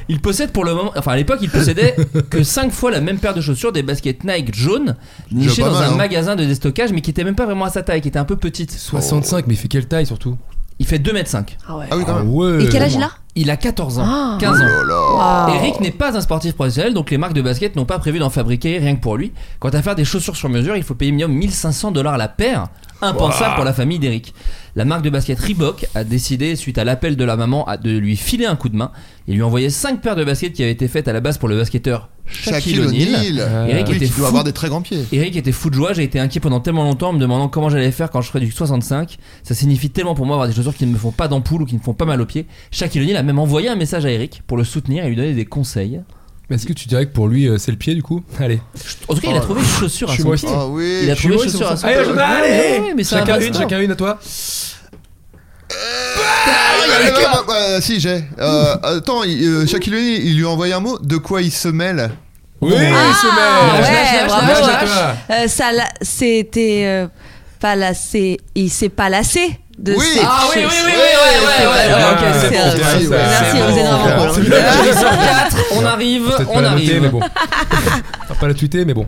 il possède pour le moment, enfin à l'époque, il possédait que 5 fois la même paire de chaussures, des baskets Nike jaunes, nichées
pas
dans
mal,
un
hein.
magasin de déstockage, mais qui était même pas vraiment à sa taille, qui était un peu petite.
65, mais il fait quelle taille surtout
Il fait 2m5.
Ah ouais.
Ah oui, quand
Ah
même.
ouais.
Et quel âge il a
Il a 14 ans,
Ah.
15 ans.
Oh là
Eric n'est pas un sportif professionnel, donc les marques de basket n'ont pas prévu d'en fabriquer rien que pour lui. Quant à faire des chaussures sur mesure, il faut payer minimum 1500 dollars la paire, impensable pour la famille d'Eric. La marque de basket Reebok a décidé, suite à l'appel de la maman, à- de lui filer un coup de main et lui envoyer 5 paires de baskets qui avaient été faites à la base pour le basketteur Shaquille O'Neal. Euh,
O'Neal. Ah
Eric
Oui,
était
qui
fou.
doit avoir des très grands pieds.
Eric était fou de joie, j'ai été inquiet pendant tellement longtemps en me demandant comment j'allais faire quand je ferais du 65. Ça signifie tellement pour moi avoir des chaussures qui ne me font pas d'ampoule ou qui ne font pas mal aux pieds. Shaquille O'Neal a même envoyé un message à Eric pour le soutenir et lui donner des conseils.
Mais est-ce que tu dirais que pour lui euh, c'est le pied du coup *laughs* Allez.
En tout cas, il a trouvé une chaussure à
Oh. Je suis
son
moi
pied.
Ah oui.
Il a
Je
trouvé
suis
une
ouais,
chaussure à
c'est
son pied.
bon, c'est bon.
Ouais, ouais, mais ça
chacun
va,
une,
ça va.
chacun une à toi.
Ah,
Euh, euh, si j'ai. Euh, attends, il- euh, Shaquille O'Neal, il lui a envoyé un mot. De quoi il se mêle
Oui,
Ah,
c'est
ouais, bravo,
lâche,
lâche.
lâche.
Euh, ça, la- c'était euh, pas lassé. Il s'est pas lassé de
Oui.
ses-
Ah oui, oui, oui, oui,
Ouais,
ouais, ouais, ouais,
ouais,
ouais, ok,
c'est
c'est
bon,
bon,
c'est
c'est
bon,
Merci,
bon.
vous êtes vraiment bon.
C'est
Euh,
bien.
sur quatre, On arrive,
Peut-être pas
on
la noter, mais
arrive. *laughs*
bon. On va pas la tweeter, mais bon.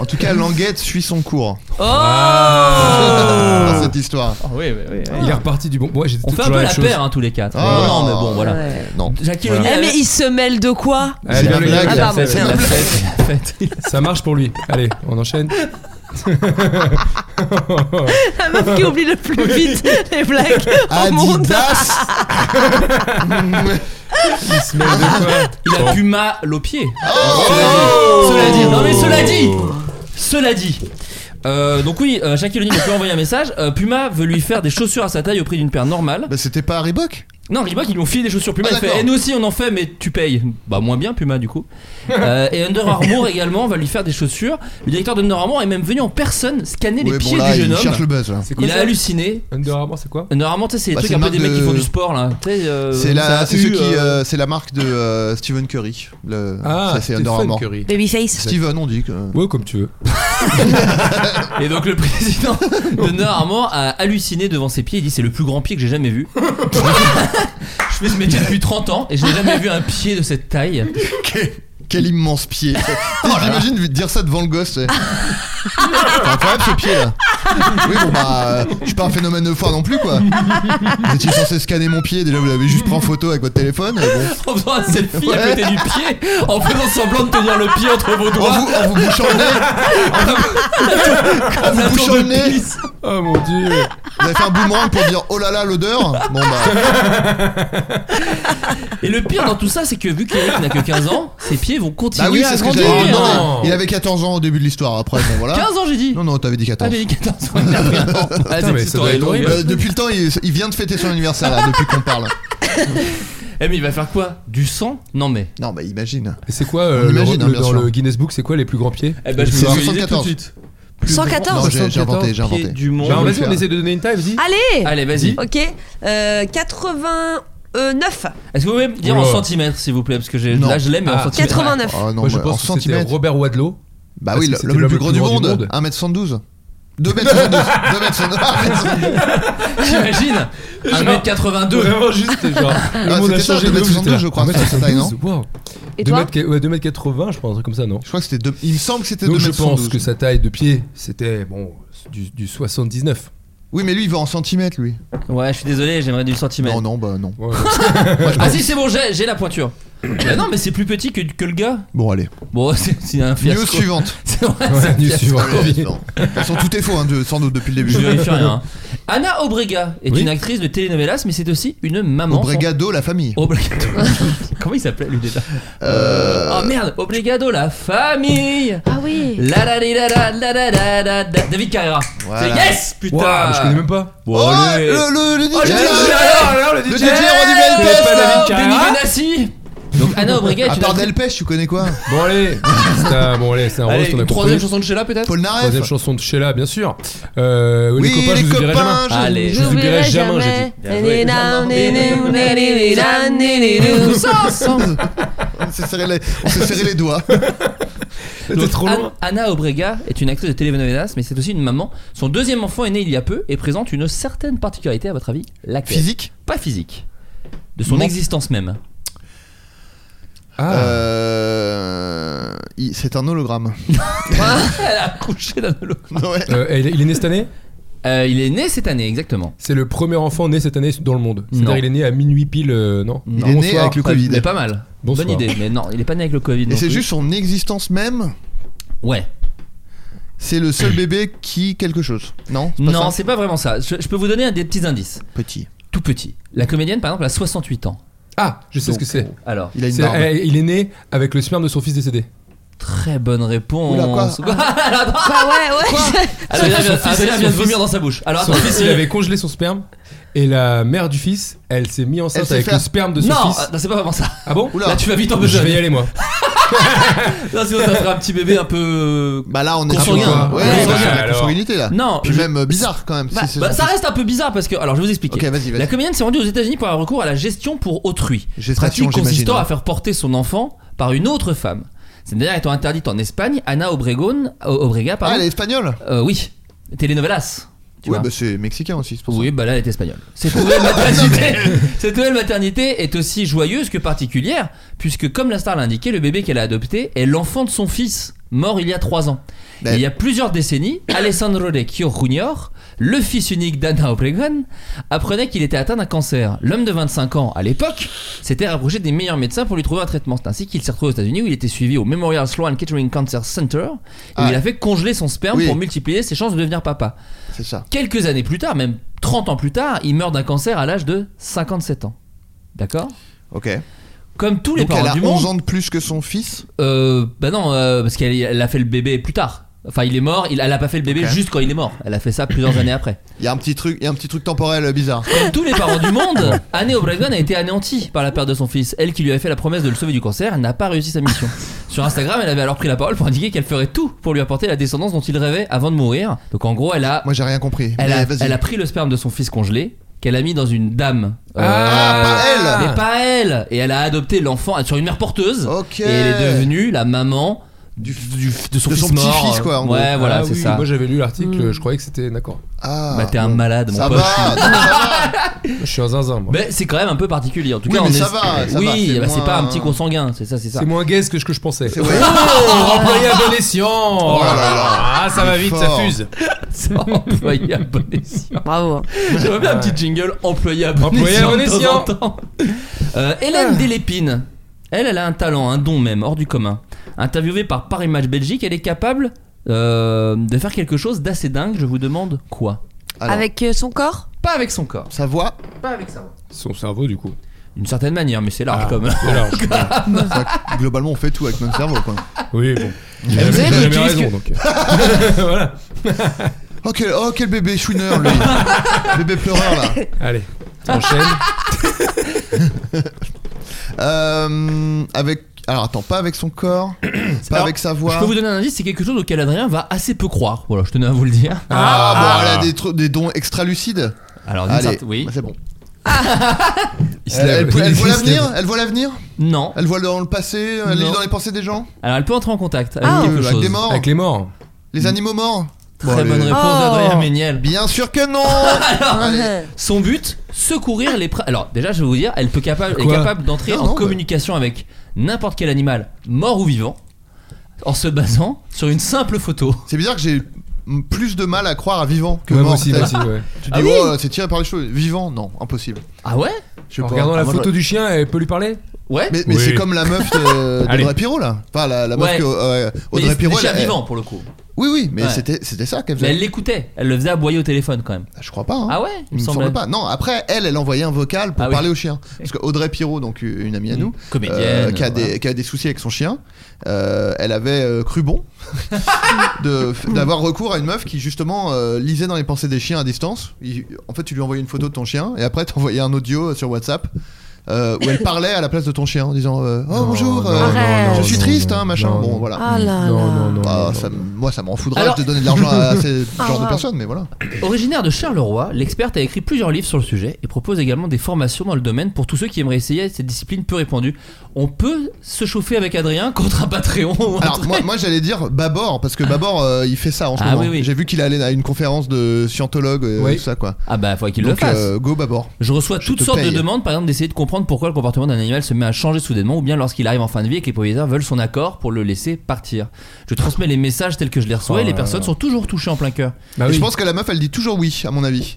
En tout cas, Languette suit son cours.
Oh
*laughs* Dans cette histoire.
Oui, oui, oui.
Il est reparti du bon. Moi, j'étais
On fait un
toujours
peu
la
la
même chose.
paire, hein, tous les quatre.
Ah.
Non, non, mais bon, voilà.
Ouais.
Non.
Jackie
Voilà.
Eh, mais il se mêle de quoi
C'est
Allez,
la
bien, le gars,
blague.
il a
Ah,
fait,
pardon,
il a
c'est
fait.
la
En fait,
Ça marche pour lui. Allez, on enchaîne.
La meuf qui oublie le plus vite les blagues au monde.
*laughs*
Adidas. *laughs*
Il se met de
*laughs*
quoi
il a Puma l'au pied. Oh.
Oh
Cela dit, non mais cela dit, cela dit. Euh, donc oui, euh, Shaquille O'Neal a pu envoyer un message. Euh, Puma veut lui faire des chaussures à sa taille au prix d'une paire normale.
Bah, c'était pas Harry Bock
Non, Reebok ils lui ont filé des chaussures Puma.
Ah,
il fait,
d'accord.
eh, nous aussi on en fait, mais tu payes. Bah moins bien Puma du coup. Euh, et Under
*laughs*
Armour également va lui faire des chaussures. Le directeur d'Under Armour est même venu en personne scanner les
Ouais, bon,
pieds
là,
du jeune
il
homme.
cherche le buzz. là.
C'est quoi
Il a
ça
halluciné.
Under Armour, c'est quoi
Under Armour, tu sais, c'est les
Bah,
trucs
c'est
un peu
une
des
marque
mecs qui
de-
font du sport là. Tu sais, euh,
C'est la,
ça,
c'est ceux
U,
qui,
euh,
euh, c'est la marque de euh, Stephen Curry. Le,
Ah,
ça c'est Under
Stephen
Armour.
Curry.
Babyface.
Steven, on dit que.
Ouais, comme tu veux.
Et
*laughs*
donc le président d'Under Armour a halluciné devant ses pieds. Il dit c'est le plus grand pied que j'ai jamais
*laughs*
vu. je fais ce métier depuis 30 ans et je n'ai jamais vu un pied de cette taille.
Quel, quel immense *laughs* pied. J'imagine lui dire ça devant le gosse. ouais. C'est incroyable ce pied là. Oui, bon bah, euh, je suis pas un phénomène de foire non plus quoi. Vous étiez censé scanner mon pied, déjà vous l'avez juste pris en photo avec votre téléphone. euh, bon.
En faisant un selfie à
Ouais.
côté du pied, en faisant semblant de tenir le pied entre vos
En
doigts.
vous, en vous bouchant le nez, en vous
Un tour
bouchant
de
le nez,
pisse.
Oh mon dieu.
vous avez fait un boomerang pour dire oh là là l'odeur. Bon bah,
Et le pire dans tout ça, c'est que vu qu'Eric n'a que 15 ans, ses pieds vont continuer
bah oui,
à
c'est ce que
grandir.
j'avais dit.
non.
Non, mais Il avait 14 ans au début de l'histoire, après, bon voilà.
15 ans, j'ai dit.
Non, non, t'avais dit
Ah,
14.
j'ai dit 14
*laughs*
ans, il a pris un an. Ah,
mais
cette
ça
histoire
doit
est
être
longue.
horrible.
Euh, depuis le temps, il, il vient de fêter son anniversaire là, depuis qu'on parle.
Eh, mais il va faire quoi Du sang Non, mais.
Non, bah imagine.
Et c'est quoi euh,
On
le-
imagine, hein,
le-
bien
dans
sûr.
le Guinness Book C'est quoi les plus grands pieds
Eh ben, je
C'est
vais vous le
74.
tout de suite. Plus
114.
Non, j'ai j'ai inventé, j'ai
grand pied
inventé.
du
Genre,
monde.
on va le
Vas-y, Bah, on
faire.
essaie de donner une taille, vas-y.
Allez
Allez, vas-y.
Ok. Euh, 89.
Est-ce que vous pouvez me dire en
Oula.
centimètres, s'il vous plaît Parce que j'ai-
Non.
là, je l'ai, mais en
Ah.
centimètres.
89.
Oh, non,
Moi, je
mais en
pense que c'était
centimètres.
Robert *laughs* Wadlow.
Bah
Parce
oui,
que
le-
c'était
l'homme le, plus gros du monde. 1m112. 2m112. 2m112.
J'imagine 1m82
Vraiment juste, genre.
Ah,
Le monde a
c'était ça,
changé de
2m72, je crois, c'est sa taille, non
Wow.
Et
2
toi
mètres, ouais, 2 mètres 80, je pense, un truc comme ça, non
Je crois que c'était. deux- Il me semble que c'était 2m112.
Donc je pense que sa taille de pied, c'était bon du, du 79.
Oui, mais lui, il va en centimètres, lui.
Ouais, je suis désolé, j'aimerais du centimètre.
Non, non, bah non. *laughs*
ah si, c'est bon, j'ai j'ai la pointure. Ah non, mais c'est plus petit que, que le gars.
Bon, allez.
Bon, *laughs* c'est c'est un fiasco.
News
*laughs*
suivante.
*laughs* C'est vrai,
Ouais,
c'est un
news
fiasco.
suivante.
Allez, non. De toute façon, tout est faux, hein, de- sans doute, depuis le début.
Je vérifie rien. hein. Anna Obrega est
Oui.
une actrice de telenovelas, mais c'est aussi une maman.
Obregado, la famille.
Obligado. *laughs* Comment il s'appelait lui déjà
Euh,
Oh merde, Obligado, la famille.
Ah oui.
La la li, la la la la la la la. David Carrera.
Voilà.
C'est- Yes, putain.
Waouh, mais je connais même pas.
Bon,
Oh,
allez.
le, le, le
Oh,
DJ,
le
là.
DJ, alors,
Le
DJ,
DJ, roi du Blind
Yes,
Test, pas David
oh,
Carrera.
Benny Benassi. Donc Anna Obrega est
À
une
part
actrice-
Delpech, tu connais quoi
Bon, allez. C'est un, bon, allez, c'est un roast,
Allez,
on a
une troisième
compris.
chanson de Sheila peut-être
Paul Naref
Troisième chanson de Sheila, bien sûr. Euh,
Oui,
les copains, je
les
vous oublierai
copains,
jamais.
je-
Allez.
Je vous oublierai jamais, j'ai dit.
Tous
*laughs*
ensemble.
On s'est serré les, on s'est serré les doigts.
C'était trop
An-
loin.
Anna Obrega est une actrice de telenovelas, mais c'est aussi une maman. Son deuxième enfant est né il y a peu et présente une certaine particularité, à votre avis, laquelle
Physique
Pas physique. De son
Mon-
existence même.
Ah,
Euh, il- c'est un
*laughs*
hologramme.
Elle a accouché d'un holo-
Ouais.
euh, il est- il est né cette année
Euh, il est né cette année, exactement.
C'est le premier enfant né cette année dans le monde.
Non.
C'est-à-dire il est né à minuit pile, euh, non
Il est né avec le
Pas-
Covid.
Mais pas mal.
Bonsoir.
Bonne idée. Mais non, il est pas né avec le Covid. non
Et c'est
plus.
juste son existence même.
Ouais.
C'est le seul bébé qui quelque chose. Non c'est pas
Non,
ça
c'est pas vraiment ça. Je, je peux vous donner un des petits indices.
petit.
Tout petit. La comédienne, par exemple, a 68 ans.
Ah, je sais
Donc,
ce que c'est.
Alors,
Il a une
C'est-
barbe.
euh, il est né avec le sperme de son fils décédé.
très bonne réponse.
Oula, quoi
Alors, *laughs* attends.
Bah ouais, ouais.
Alors, il vient-
Son fils,
ah, il
son
vient de
fils.
vomir dans sa bouche. Alors,
Son
attends.
fils, il avait congelé son sperme et la mère du fils, elle s'est mise
Elle
enceinte
s'est
avec
fait-
le sperme de son
Non, euh,
fils.
ah, non, c'est pas vraiment ça.
Ah bon
Oula.
Là, tu vas vite en
Je
besogne.
vais y aller moi.
Non, sinon, ça ferait un petit bébé un peu. euh,
Bah là, on est sur
Consanguin.
un- Ouais,
Ah,
ouais,
bah,
sur la
alors.
consanguinité là.
Non,
Puis
je-
même euh, bizarre quand même. si
Bah,
c'est-
bah, ça reste un peu bizarre parce que. Alors, je vais vous expliquer.
Ok, vas-y, vas-y.
La comédienne s'est rendue aux États-Unis pour avoir recours à la gestion pour autrui.
Gestation,
Pratique
j'imagine,
consistant
ouais.
à faire porter son enfant par une autre femme. Cette dernière étant interdite en Espagne, Anna Obregon, O- Obrega,
Ah, elle
pardon.
est espagnole.
Euh, oui, telenovelas. Tu
Ouais,
vois.
bah c'est mexicain aussi, c'est pour ça.
Oui, bah là, elle est espagnole.
*laughs*
Cette nouvelle, *laughs* maternité, cette nouvelle maternité est aussi joyeuse que particulière, puisque comme la star l'indiquait, le bébé qu'elle a adopté est l'enfant de son fils, mort il y a trois ans.
Ben.
Et il y a plusieurs décennies, Alessandro Lecchio Junior, le fils unique d'Anna Obregon, apprenait qu'il était atteint d'un cancer. L'homme de 25 ans, à l'époque, s'était rapproché des meilleurs médecins pour lui trouver un traitement. C'est ainsi qu'il s'est retrouvé aux États-Unis où il était suivi au Memorial Sloan Kettering Cancer Center, où
Ah.
il a fait congeler son sperme
Oui.
pour multiplier ses chances de devenir papa.
C'est ça.
Quelques années plus tard, même 30 ans plus tard, il meurt d'un cancer à l'âge de 57 ans. D'accord
Ok.
Comme tous les
Donc elle
parents
a
du
11
monde.
ans de plus que son fils.
Euh, bah non, euh, parce qu'elle elle a fait le bébé plus tard. Enfin, il est mort, il, elle a pas fait le bébé
Ok.
juste quand il est mort. Elle a fait ça plusieurs années
*laughs*
après.
Il y a un petit truc, il y a un petit truc temporel euh, bizarre.
Comme tous les parents du monde, Anne O'Brien a été anéantie par la perte de son fils. Elle qui lui avait fait la promesse de le sauver du cancer, elle n'a pas réussi sa
*laughs*
mission. Sur Instagram, elle avait alors pris la parole pour indiquer qu'elle ferait tout pour lui apporter la descendance dont il rêvait avant de mourir. Donc en gros, elle a
Moi j'ai rien compris.
Elle
mais
a,
vas-y.
elle a pris le sperme de son fils congelé qu'elle a mis dans une dame. Euh,
Ah, pas elle
Mais pas elle Et elle a adopté l'enfant sur une mère porteuse.
Ok.
Et elle est devenue la maman du, du- de son
De
fils
son
mort.
petit-fils, quoi, en gros.
ouais, voilà,
Ah
c'est
oui,
ça. Hmm.
Moi j'avais lu l'article, je croyais que c'était d'accord.
Ah,
Bah, t'es un
bon.
malade, mon
ça
pote.
Va, non, ça va.
Je suis un zinzin moi.
Mais c'est quand même un peu particulier. En tout
Oui,
cas,
mais
on
ça
est-
va, ça va,
oui,
c'est
bah, c'est
moins-
pas un petit consanguin, c'est ça, c'est ça.
C'est moins gay que ce que je pensais.
C'est vrai.
Oh, employé à bon escient Oh
là là.
Ah, ça va vite, ça
Fort.
fuse
C'est *laughs* employé à bon escient.
*laughs* Bravo.
J'aimerais bien un petit jingle employé à bon
Employé à
escient.
bon
*laughs* de temps en
escient.
temps. Euh, Hélène Delépine, elle, elle a un talent, un don même, hors du commun. Interviewée par Paris Match Belgique, elle est capable euh, de faire quelque chose d'assez dingue. Je vous demande quoi
Alors,
Avec euh, son corps
Pas avec son corps,
sa voix,
pas avec sa voix.
Son cerveau, du coup.
D'une certaine manière, mais c'est large *laughs*
Ah,
comme.
*laughs*
c'est large.
ça- globalement on fait tout avec notre cerveau quoi.
Oui, bon.
Eh, vous
J'avais
savez,
j'avais
tu risques-
raison, donc. euh, Voilà.
Oh quel, oh, quel bébé chouineur
*laughs*
lui. bébé pleureur là.
Allez, enchaîne.
Euh, avec alors attends, pas avec
*clears throat*
son corps, pas
Alors,
avec sa voix.
Je peux vous donner un indice, c'est quelque chose auquel Adrien va assez peu croire. Voilà, je tenais à vous le dire.
Ah, bon,
Ah.
elle a des, tru- des dons extra lucides.
Alors, d'une
Allez,
certaine- oui.
bah, c'est bon.
Il se
Elle,
lève.
elle- elle
Il se
voit
lève.
l'avenir, elle voit l'avenir,
Non.
elle voit dans le passé, elle
Non.
lit dans les pensées des gens,
Alors, elle peut entrer en contact avec
Euh,
quelque
avec
chose.
des morts,
Avec les morts.
les animaux morts.
Mm. Très
Bon, allez.
bonne réponse
Oh.
d'Adrien Méniel.
Bien sûr que
*laughs*
non. Allez.
Son but, secourir les. pr- Alors déjà, je vais vous dire, elle peut capable, est
Quoi
capable d'entrer
Non,
en
non, bah.
communication avec n'importe quel animal, mort ou vivant, en se basant sur une simple photo.
C'est bizarre que j'ai m- plus de mal à croire à vivant que
Ouais, moi
mort.
aussi, moi
C'est-à-dire-
aussi, ouais.
Tu
Ah
dis,
oui
oh, c'est tiré par les cheveux. Vivant, non, impossible.
Ah ouais
Je sais
En
pas.
regardant la
Ah, moi,
photo
je-
du chien, elle peut lui parler
Ouais.
Mais, mais
Oui.
c'est comme la meuf
*laughs*
de,
Allez.
d'Audrey Pirot là. Enfin, la, la meuf
Ouais.
que euh,
Mais
Audrey Pirot.
déjà
elle-
vivant pour le coup.
Oui, oui, mais
Ouais.
c'était, c'était ça qu'elle
Mais
faisait.
elle l'écoutait, elle le faisait aboyer au téléphone quand même.
Je crois pas. hein.
Ah ouais
Il me
semblait.
semble pas. Non, après, elle, elle envoyait un vocal pour
Ah oui. Mm.
parler au chien. Parce que Audrey Pirot, donc une amie à nous,
Comédienne,
euh, qui, a
voilà.
des, qui a des soucis avec son chien, euh, elle avait euh, cru bon *laughs* de- d'avoir recours à une meuf qui, justement, euh, lisait dans les pensées des chiens à distance. Il- en fait, tu lui envoyais une photo de ton chien et après, *laughs* t'envoyais un audio sur WhatsApp. euh, où elle parlait à la place de ton chien en disant euh, Oh bonjour, euh,
non,
je suis
non,
triste,
non,
hein, machin.
non,
bon,
non.
voilà.
Ah là
Non,
là.
non, non.
Bah,
non,
ça m-
non.
moi, ça m'en foudra
Alors-
de donner de l'argent à ces
Ah,
genres de
wow.
personnes, mais voilà.
Originaire de Charleroi, l'experte a écrit plusieurs livres sur le sujet et propose également des formations dans le domaine pour tous ceux qui aimeraient essayer cette discipline peu répandue. On peut se chauffer avec Adrien contre un Patreon ou un
Alors
truc.
moi, moi j'allais dire Babor parce que Babor euh, il fait ça en ce
Ah
moment.
oui, oui.
J'ai vu qu'il allait à une conférence de scientologue euh,
Oui.
tout ça quoi.
Ah bah faudrait qu'il le
Donc
fasse.
euh, go Babor.
Je reçois toutes
te
sortes
paye.
de demandes, par exemple d'essayer de comprendre pourquoi le comportement d'un animal se met à changer soudainement, ou bien lorsqu'il arrive en fin de vie et que les propriétaires veulent son accord pour le laisser partir. Je transmets les messages tels que je les reçois
Oh
et les
là
personnes
là.
sont toujours touchées en plein cœur.
Bah
Et
oui.
Je pense que la meuf elle dit toujours oui à
*laughs*
mon avis.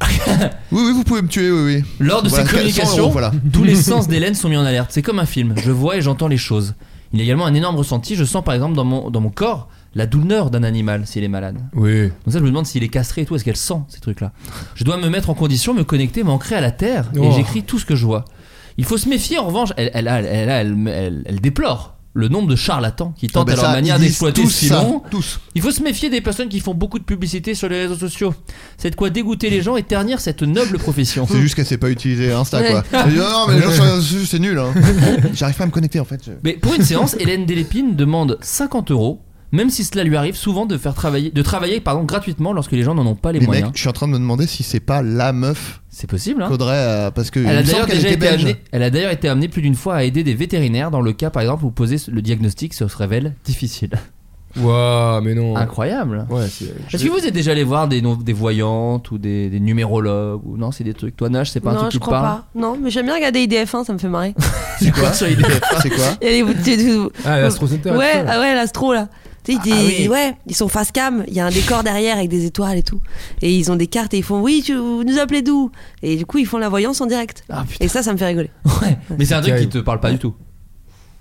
oui oui vous pouvez me tuer oui oui.
Lors de
Voilà,
ces
100
communications,
euros, voilà. *laughs*
tous les sens d'Hélène sont mis en alerte. C'est comme un film. Je vois et j'entends les choses. Il y a également un énorme ressenti. Je sens par exemple dans mon, dans mon corps la douleur d'un animal s'il est malade.
Oui.
Donc ça, je me demande s'il est castré et tout. Est-ce qu'elle sent ces trucs-là Je dois me mettre en condition, me connecter, m'ancrer à la terre et
Oh.
j'écris tout ce que je vois. Il faut se méfier. En revanche, elle, elle, elle, elle, elle- elle- elle déplore. Le nombre de charlatans qui tentent
Ah, bah,
à leur
ça,
manière
ils disent
d'exploiter
tous
ce
ça,
filon.
Tous.
Il faut se méfier des personnes qui font beaucoup de publicité sur les réseaux sociaux. C'est de quoi dégoûter les gens et ternir cette noble profession.
C'est juste qu'elle sait pas utiliser Insta quoi.
*laughs*
Ouais.
Elle dit, non, non mais les gens sur les réseaux sociaux, c'est nul. hein. *laughs* J'arrive pas à me connecter en fait. je-
Mais pour une séance, Hélène Delépine demande 50 euros, même si cela lui arrive souvent de faire travailler, de travailler pardon, gratuitement lorsque les gens n'en ont pas les,
Les mecs,
moyens.
je suis en train de me demander si c'est pas la meuf
C'est possible, hein
qu'Audrey euh, parce que il
Elle
me
a
semble
d'ailleurs
qu'elle
déjà
était
été
belge.
amenée. Elle a d'ailleurs été amenée plus d'une fois à aider des vétérinaires dans le cas, par exemple, où poser le diagnostic se révèle difficile.
Waouh, mais non.
Incroyable.
Ouais, c'est.
Est-ce que vous êtes déjà allé voir des, non- des voyantes ou des, des numérologues ou non c'est des trucs. Toi Nash, c'est pas un
Non,
truc
je
qui te
crois
parle.
pas. Non, mais j'aime bien regarder IDF1, ça me fait marrer.
C'est
*laughs*
quoi sur IDF
Ah,
*laughs*
C'est quoi
Et *laughs* les- tu- tu-
Ah, l'Astro Center.
Ouais,
putain.
ah ouais, l'astro là. Tu sais,
Ah,
des-
ah oui.
ouais, ils sont face cam, il y a un décor derrière avec des étoiles et tout. Et ils ont des cartes et ils font oui, tu vous nous appelez d'où Et du coup, ils font la voyance en direct.
Ah, putain.
et ça, ça me fait rigoler.
Ouais. Mais c'est un truc qui
Terrible.
te parle pas du tout. *coughs*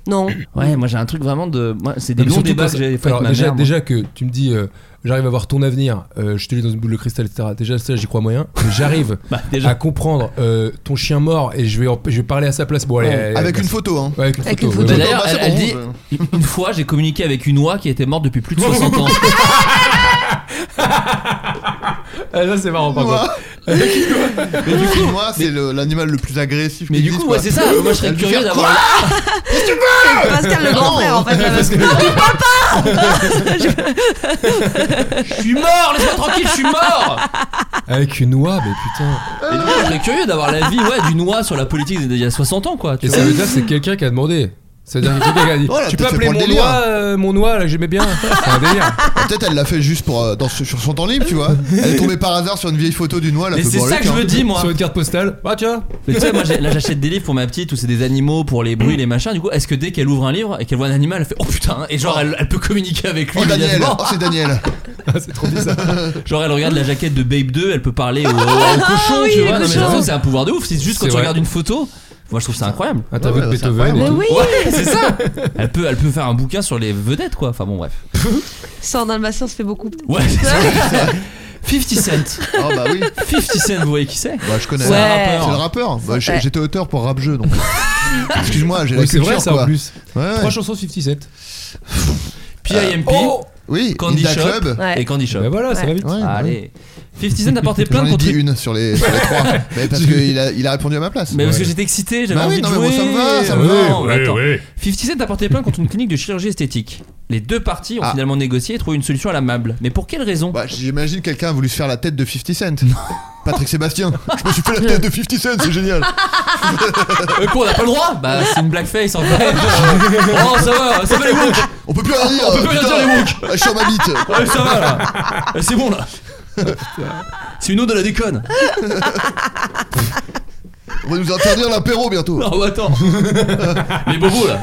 Non.
Ouais, moi j'ai un truc vraiment de. moi, C'est des
Non, mais
longs
surtout
débats
quand
que
ça-
j'ai fait
alors,
avec ma
déjà,
mère, moi.
déjà que tu me dis, euh, j'arrive à voir ton avenir, euh, je te lis dans une boule de cristal, etc. Déjà, ça, j'y crois moyen. Mais
*laughs*
J'arrive
Bah, déjà.
à comprendre euh, ton chien mort et je vais, en- je vais parler à sa place. Bon, allez, allez,
Avec
allez,
une photo hein.
Ouais, avec une
Avec
photo.
une
ouais,
Euh, Bah,
ouais.
D'ailleurs,
photo. bah,
elle,
c'est
elle dit
bon,
une fois j'ai communiqué avec une oie qui était morte depuis plus de 60 ans. *laughs*
Ah, ça, c'est marrant, par
Moi. *laughs*
contre.
Mais du coup, moi, c'est le- l'animal le plus agressif.
Mais
qui
du
existe,
coup,
quoi.
ouais, c'est ça. Moi je serais
Elle lui
curieux
fait
d'avoir.
C'est Pascal le grand frère en fait. là, parce que- Il parle pas
Je suis mort, laisse-moi tranquille, je suis mort.
Avec une oie, mais putain.
Et du coup, je serais curieux d'avoir l'avis ouais, d'une oie sur la politique d'il y a 60 ans, quoi. Tu
Et
vois.
ça veut dire que c'est quelqu'un qui a demandé. Ça veut dire que quelqu'un qui a dit
Voilà,
Tu peux
peut-être
appeler
Oh, c'est pour
mon
le délire.
oie, euh, mon oie, là, que
*laughs*
j'aimais bien. C'est un délire.
Ah, Peut-être elle l'a fait juste pour euh, dans ce- sur son temps libre, tu vois. Elle est tombée par hasard sur une vieille photo d'une oie. elle a
Mais
fait,
c'est
bon,
ça
Luc,
que je
hein.
me dis, moi.
Sur une carte postale. Ah, tiens. *laughs*
Mais tu sais, moi, j'ai- là, j'achète des livres pour ma petite où c'est des animaux, pour les bruits, les machins. Du coup, est-ce que dès qu'elle ouvre un livre et qu'elle voit un animal, elle fait Oh putain Et genre, elle, elle peut communiquer avec lui
Oh Daniel,
immédiatement.
oh,
*laughs*
c'est Daniel.
Ah, c'est trop bizarre.
Genre, elle regarde la jaquette de Babe 2, elle peut parler au, au cochon,
Ah, oui,
tu
le
vois. Non, mais
cochon.
ça, c'est un pouvoir de ouf. C'est juste quand
C'est
tu
vrai.
regardes une photo. Moi, je trouve ça incroyable.
Ah, t'as
Ouais,
vu
ouais, c'est
Beethoven et
incroyable.
tout.
*coughs*
Oui.
Ouais, c'est ça. Elle peut, elle peut faire un bouquin sur les vedettes, quoi. Enfin, bon, bref.
Sort d'Almatien, ça fait beaucoup.
Ouais, c'est ça. 50 Cent.
Oh bah oui,
50 Cent, vous voyez qui c'est
bah je connais.
Ouais.
C'est le rappeur. Bah, j'ai-
Ouais.
J'étais auteur pour rap jeu donc.
*laughs*
Excuse-moi, j'ai la
Oui, c'est
culture
vrai, ça
quoi.
en plus.
Ouais.
Trois chansons 57.
P.I.M.P.
Oui,
Candy
Inda
Shop.
Club.
Ouais.
et Candy Shop.
Ben voilà, ça va vite.
Ouais, bah oui.
Allez. 50 Cent a porté
J'en
plainte
ai
contre.
dit une sur les, sur les trois. Mais
*laughs*
parce qu'il a, il a répondu à ma place.
Mais parce que
Ouais.
j'étais excité, j'avais
Bah oui,
envie
non,
de
mais moi,
jouer.
ça me va, ça me
Non,
va.
mais attends. 50 Cent a porté plainte contre une clinique de chirurgie esthétique. Les deux parties ont
Ah.
finalement négocié et trouvé une solution à l'amable. Mais pour quelle raison
Bah j'imagine quelqu'un a voulu se faire la tête de 50 Cent. Patrick Sébastien. *laughs* Je me suis fait la tête de 50 Cent, c'est génial.
Euh, quoi, on n'a pas le droit Bah, c'est une blackface en
*laughs*
fait. oh, ça va, ça va les woke
On peut plus rien dire.
On peut plus rien
putain.
dire, les woke.
Ah, Je suis en ma bite.
Ouais, ça va là Euh, C'est
Ah,
bon là C'est une eau de la déconne
On va nous interdire l'apéro bientôt.
Non, bah attends. Les bobos là.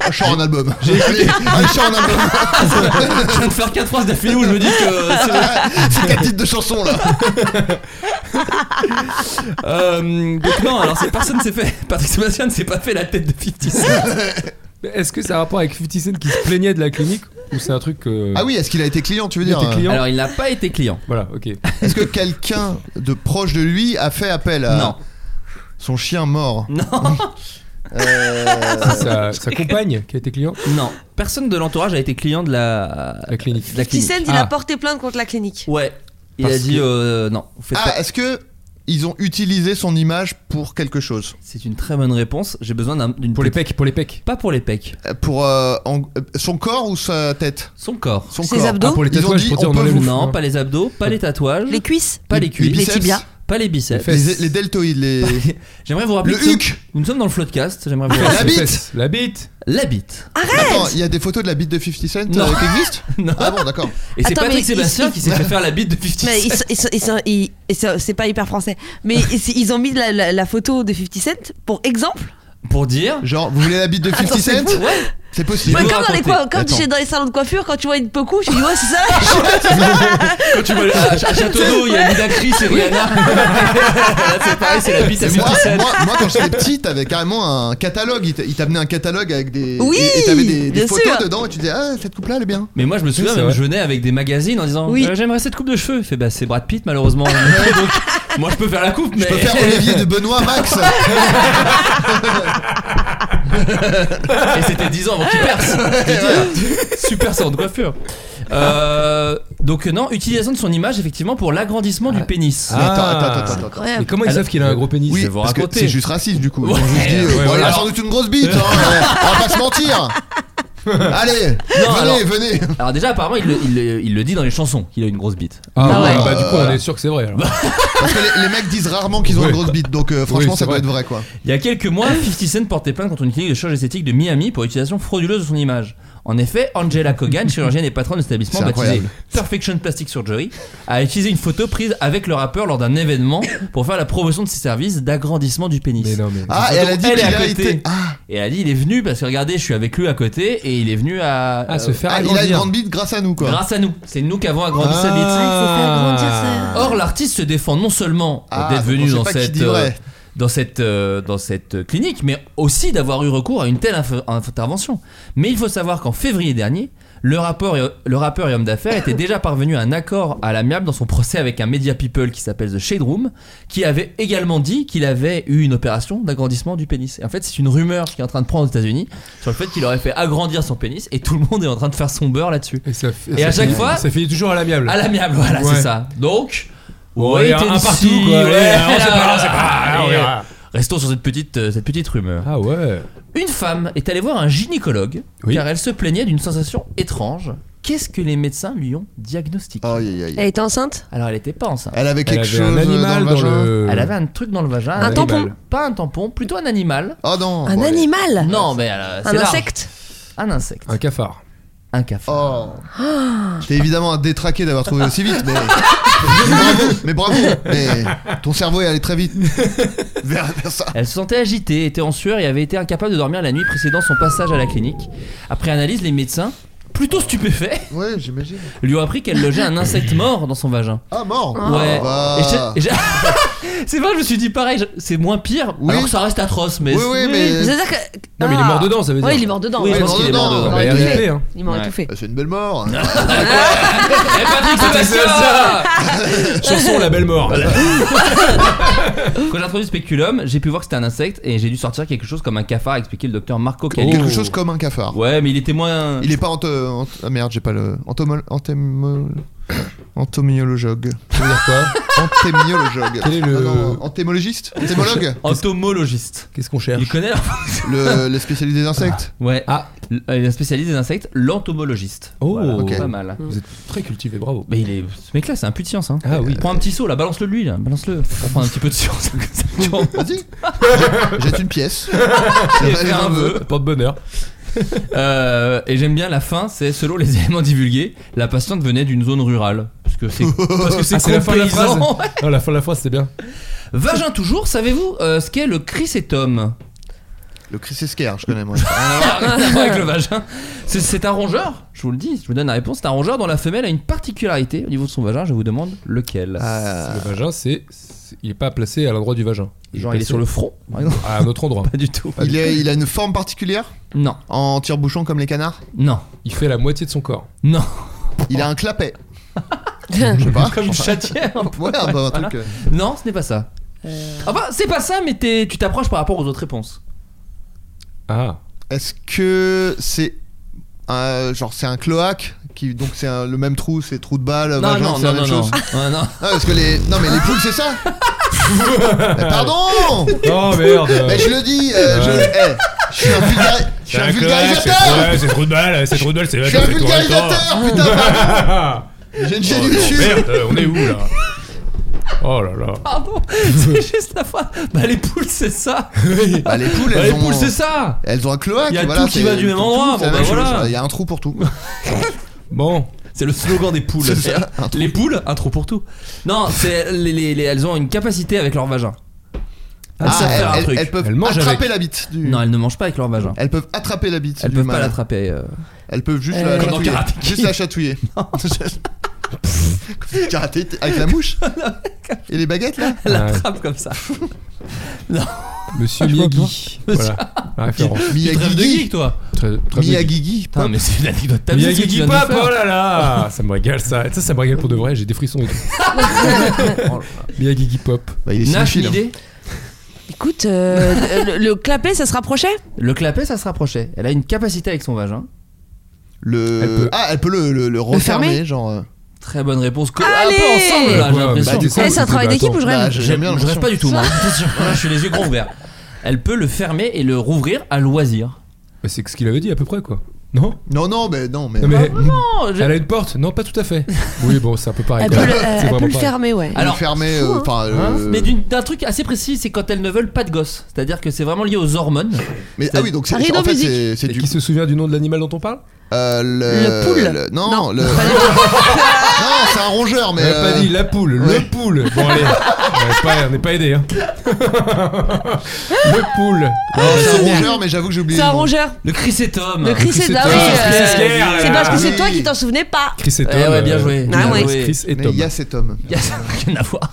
Ah, je sors un album. Allez, allez, je sors un album.
Je viens de faire 4 phrases d'affilée où je me dis que euh, c'est bon.
C'est quatre titres de chansons là.
Euh, donc non, alors cette personne s'est fait. Patrick Sébastien ne s'est pas fait la tête de 50 *laughs* Cent.
Est-ce que ça a rapport avec 50 Cent qui se plaignait de la clinique ou c'est un truc que.
Ah oui, est-ce qu'il a été client, tu veux dire euh,
Il était client.
Alors il n'a pas été client.
Voilà, ok.
Est-ce que quelqu'un de proche de lui a fait appel à
Non.
son chien mort
Non.
Euh,
C'est sa, sa compagne qui a été client
Non. Personne de l'entourage a été client de la,
La clinique.
de la clinique.
Tissend, il a
Ah.
porté plainte contre la clinique.
Ouais. Il
Parce
a dit
que-
euh, non. Vous faites
Ah,
pas-
est-ce que ils ont utilisé son image pour quelque chose
C'est une très bonne réponse. J'ai besoin d'un- d'une.
Pour les
petite-
pecs, pour les pecs.
Pas pour les pecs.
Euh, Pour euh, en- euh, son corps ou sa tête
Son corps.
Son
Ses
corps.
abdos
Ah, pour les
Ils ont
tatouages,
dit,
pour dire
on
on
peut
enlève
vous-
le-
Non, pas les abdos, pas les tatouages,
Les cuisses
pas les cuisses,
biceps,
tibias.
pas les biceps.
Les
les, les deltoïdes, les.
*laughs*
J'aimerais vous rappeler
Le
que nous sommes-
huc.
nous sommes dans le floodcast. J'aimerais vous
La
rappeler
bite.
fesses. La bite
la bite.
Attends, il y a des photos de la bite de 50 Cent
Non.
euh, qui existent
Non.
Ah bon, d'accord.
Et c'est
Attends, mais
Patrick
il-
Sébastien
il-
qui s'est fait faire la bite de 50
Mais
Cent.
ils sont- ils sont- ils sont- ils- ils sont- c'est pas hyper français. Mais ils, ils ont mis la, la- la photo de 50 Cent pour exemple.
Pour dire.
Genre, vous voulez la bite de 50
Attends, c'est
Cent
fou.
Ouais.
C'est
Je
possible.
Ouais,
vais
comme,
vous
dans les,
raconter.
coins- comme tu
Attends.
sais, dans les salons de coiffure, quand tu vois une pecou, tu dis ouais, c'est ça.
*coughs* Quand tu vois à, à Château d'Eau, il y a Nida Chris et Rihanna. *laughs* Là, c'est pareil, c'est la bite à
Et Moi,
50 Cent.
moi, moi, quand j'étais petit, t'avais carrément un catalogue. Il t'a- il t'amenait un catalogue avec des.
Oui,
et- Et t'avais des, des
bien
photos
sûr.
dedans et tu disais, ah, cette coupe-là, elle est bien.
Mais moi, je me souviens,
Oui, c'est
même,
vrai.
je venais avec des magazines en disant
Oui.
Euh, J'aimerais cette coupe de cheveux. Il fait Bah, c'est Brad Pitt, *laughs* malheureusement. Donc, moi, je peux faire la coupe, mais.
Je peux faire Olivier de Benoît
*laughs*
Max.
*laughs* Et c'était 10 ans avant qu'il *laughs* perce. Super centre de coiffure. Euh, donc, non, utilisation de son image, effectivement, pour l'agrandissement du pénis.
Mais attends, attends, attends, attends.
Et
Incroyable.
Ah. comment ils
Alors-
savent qu'il a un gros pénis
Oui,
vais vous
parce que
raconter.
c'est juste raciste du coup. Ils
Ouais,
ont juste dit, euh,
ouais,
bon, il
voilà.
a sans doute une grosse bite. hein, euh, on va pas se mentir. Allez, venez,
alors-
venez.
Alors, déjà, apparemment, il le, il le- il le dit dans les chansons qu'il a une grosse bite.
Ah,
Ah
ouais.
ouais.
bah du coup on est sûr que c'est vrai alors.
Parce que les, les mecs disent rarement qu'ils ont
Oui.
une grosse bite, donc euh, franchement,
Oui,
ça
c'est
doit
vrai.
être vrai quoi.
Il y a quelques
*coughs*
mois, 50 Cent portait plainte contre une clinique de chirurgie esthétique de Miami pour utilisation frauduleuse de son image. En effet, Angela
*coughs*
Kogan, chirurgienne et patronne de l'établissement
C'est
baptisé
incroyable.
Perfection Plastic Surgery, a utilisé une photo prise avec le rappeur lors d'un
*coughs*
événement pour faire la promotion de ses services d'agrandissement du pénis.
Mais non mais.
Ah,
Donc,
et elle a dit
elle
qu'il
est à
a
côté.
été. Ah,
Et elle a dit il est venu parce que regardez, je suis avec lui à côté et il est venu à, euh,
Ah, hein. se faire
ah, il a une
agrandir.
grande bite grâce à nous quoi.
grâce à nous. C'est nous qui avons agrandi sa bite.
Ah.
Or, l'artiste se défend non seulement
Ah,
d'être
donc
venu
on sait
dans
pas qui
cette,
dit vrai.
euh, dans, cette, euh, dans cette clinique, mais aussi d'avoir eu recours à une telle inf- intervention. Mais il faut savoir qu'en février dernier, le rappeur, et, le rappeur et homme d'affaires était déjà parvenu à un accord à l'amiable dans son procès avec un media people qui s'appelle The Shade Room, qui avait également dit qu'il avait eu une opération d'agrandissement du pénis. Et en fait, c'est une rumeur qui est en train de prendre aux États-Unis sur le fait qu'il aurait fait agrandir son pénis et tout le monde est en train de faire son beurre là-dessus.
Et, ça,
Et
ça
à chaque
finit-
fois-
ça finit toujours à l'amiable.
À l'amiable, voilà,
Ouais.
c'est ça. Donc,
Bon,
wait
allez, un,
and
un partout
see,
quoi. Allez,
ouais,
on sait pas,
voilà. *laughs*
on sait pas, Ah, on
Allez,
verra.
Restons sur cette petite, euh, cette petite rumeur.
Ah ouais.
Une femme est allée voir un gynécologue
Oui.
car elle se plaignait d'une sensation étrange. Qu'est-ce que les médecins lui ont diagnostiqué
Aïe, aïe, aïe.
Elle était enceinte
Alors elle était pas enceinte.
Elle avait
Elle
quelque
avait
chose
un
euh,
animal
dans le vagin.
Euh,
Elle avait un truc dans le vagin.
Un tampon.
animal. Pas un tampon, plutôt un animal.
Oh non.
Un
bon, allez.
animal
Non, mais euh, c'est
Un
large.
insecte
Un insecte.
Un cafard.
Un cafard.
Oh.
Ah.
T'es évidemment un détraqué d'avoir trouvé aussi vite, mais. mais bravo, mais bravo, mais ton cerveau est allé très vite vers, vers ça.
Elle se sentait agitée, était en sueur et avait été incapable de dormir la nuit précédant son passage à la clinique. Après analyse, les médecins, plutôt stupéfaits,
Ouais, j'imagine.
lui ont appris qu'elle logeait un insecte mort dans son vagin.
Ah, mort
Ouais.
Bah.
Et je- et je- *laughs* c'est vrai, je me suis dit pareil, je- c'est moins pire,
Oui.
alors que ça reste atroce, mais.
Oui, oui, Euh, mais.
C'est-à-dire que.
Non mais il est
Ah.
mort dedans ça veut dire.
Ouais, il est mort dedans.
Oui,
Ouais,
je pense
mort
qu'il est
dedans.
mort dedans.
Bah,
Ouais, tout
RIP,
fait.
hein.
Il m'aurait
Ouais.
tout fait.
Bah, C'est une belle mort.
Ah, Eh, Patrick
Ah,
Sébastien
Chanson la belle mort.
Quand j'ai introduit Speculum, j'ai pu voir que c'était un insecte et j'ai dû sortir quelque chose comme un cafard, expliquait le docteur Marco Cali.
Quelque chose comme un cafard.
Ouais, mais il était moins.
Il est pas ante. ant- ah merde, j'ai pas le. Entomol... entémo- Entomologue.
Ça veut dire quoi
Entémiologue.
Quel est le-
Ah non, entémologiste Entémologue
Entomologiste.
Qu'est-ce qu'on
Il
cherche
connaît la...
le, le spécialiste des insectes
Ouais.
Ah.
L- euh, un spécialiste des insectes, l'entomologiste.
Oh.
Voilà,
Ok.
pas mal.
Vous êtes très cultivé, bravo.
Mais il est. Ce mec là, c'est un puits de science. Hein.
Ah oui.
Prends un petit seau là, balance-le de lui là, balance-le. On prend un petit peu de
*laughs*
science. *laughs* comme ça, tu vois.
Vas-y Jette
*laughs*
une pièce.
Et
va, les
faire un
jambes.
vœu.
Porte bonheur.
Euh, et j'aime bien la fin, c'est selon les *laughs* éléments divulgués, la patiente venait d'une zone rurale. Parce que c'est. Parce que c'est
Ah, c'est la fin de la
paysan.
phrase. Non, la fin de la phrase, c'est bien.
*laughs* Vagin toujours, savez-vous euh, ce qu'est le chrysétome
Le chrysésker, je connais moi.
Ah, avec le vagin. C'est- C'est un rongeur, je vous le dis, je vous donne la réponse. C'est un rongeur dont la femelle a une particularité au niveau de son vagin, je vous demande lequel.
Ah.
Le vagin, c'est. c'est- Il est pas placé à l'endroit du vagin.
Genre, il est
placé-
sur le front, par exemple. *laughs*
À un autre endroit.
Pas du tout.
Il, est- il a une forme particulière
Non.
En tire-bouchon comme les canards
Non.
Il fait la moitié de son corps.
Non.
Il a
*laughs*
un clapet. je sais pas.
Comme une chatière.
Ouais, bah, un
Voilà.
truc. euh,
Non, ce n'est pas ça. Ah bah, c'est pas ça, mais t'es- tu t'approches par rapport aux autres réponses.
Ah.
Est-ce que c'est. un- genre, c'est un cloaque qui, Donc, c'est un- le même trou, c'est trou de balle,
non,
vagin,
non,
Euh, bah, c'est
non,
la
non,
même
non.
chose
*laughs* Ouais, non.
Ah, parce que les. Non, mais les poules,
*laughs*
c'est ça Mais Pardon
Oh merde
Mais je le dis euh, je... eh, je suis un, vulgari- je suis un vulgarisateur
C'est trop de balle, c'est trop de balle, c'est
Je suis un vulgarisateur,
*laughs*
putain Oh, pardon. J'ai une chaîne YouTube
Oh, euh, on est où là Oh là là.
*laughs*
Pardon, c'est juste la fois. Bah, les poules, c'est ça.
Bah, les poules,
Bah,
elles
les
ont.
poules, c'est ça.
Elles ont un cloaque,
Y a
voilà,
tout qui
c'est-
va du même
tout,
endroit,
c'est la
bon,
même
bah,
chose.
voilà.
Il y a un trou pour tout.
Bon.
C'est le slogan des poules.
C'est ça, un
les poules, un trou pour tout. Non, c'est les, les- les- elles ont une capacité avec leur vagin. Elles savent faire Ah, un
Ah, elles,
truc.
elles peuvent
Elles mangent
attraper
avec.
la bite. Du...
Non, elles ne mangent pas avec leur vagin.
Elles peuvent attraper la bite.
Elles
du
peuvent
mâle.
pas l'attraper. euh.
Elles peuvent juste
Euh,
la
comme dans
chatouiller.
Karate Kid.
Juste la chatouiller. Karaté avec
*laughs*
la mouche Et les baguettes là
*laughs* Elle l'attrape comme ça.
Monsieur Miyagi. Voilà. La référence.
Tu rêves de geek,
Miyagigi
toi
Très, très
Miyagigi
Putain, mais c'est une anecdote. T'as vu ce que tu
Miyagi
viens de
Pop,
faire
oh là là Ça me régale ça. Ça, ça me régale pour de vrai, j'ai des frissons et tout. Miyagi Pop.
Bah, *laughs* il est
Nash, une
cinéphile.
idée
Écoute, euh, le, le clapet, ça se rapprochait
Le clapet, ça se rapprochait. Elle a une capacité avec son vagin. hein.
Le...
Elle peut-
Ah, elle peut le, le, le refermer,
fermer
genre. euh,
Très bonne réponse. Que- Un
Allez
peu ensemble, là, j'ai
Ouais,
l'impression.
bah, du
Eh,
coup,
c'est un travail
bah,
d'équipe
attends.
ou je rêve
Bah, j'aime bien
je rêve
l'impression.
pas du tout, moi. Attention, je suis les yeux grands ouverts. Elle peut le fermer et le rouvrir à loisir.
Bah, C'est ce qu'il avait dit à peu près quoi. Non
Non, non, mais non, mais.
Ah
Non mais.
Oh, j'ai-
Elle a une porte Non, pas tout à
*laughs*
fait. Oui, bon, c'est un peu pareil.
Elle
quoi.
peut le, euh,
C'est
elle
vraiment
peut le
pareil.
fermer, ouais.
Alors,
Alors-
le fermer,
hein.
euh, enfin. euh,
Mais d'une- d'un truc assez précis, c'est quand elles ne veulent pas de gosses. C'est-à-dire que c'est vraiment lié aux hormones.
mais- ah oui, donc c'est
Rideau
en fait,
musique.
c'est- c'est
Et
du.
qui se souvient du nom de l'animal dont on parle
euh,
Le poule.
non,
Non. *laughs*
le. non, c'est un rongeur, mais.
On n'a pas
euh,
dit la poule,
ouais.
le poule. Bon allez, on n'est pas, on n'est pas aidé.
*laughs*
Hein. le poule.
non, c'est un rongeur, mais j'avoue que j'ai oublié.
C'est un
le nom.
rongeur.
Le chrysétome. Ah
Le Chris
Chris
est
est
là,
là,
oui,
Chris
euh,
est là,
C'est
là,
parce que
là.
c'est toi
Oui.
qui t'en souvenais pas.
Chris et Tom.
Eh ouais, bien
euh,
joué.
Ah ouais.
Chris et
Mais
Tom.
il y a cet homme.
Il *laughs* y a ça n'a rien à voir.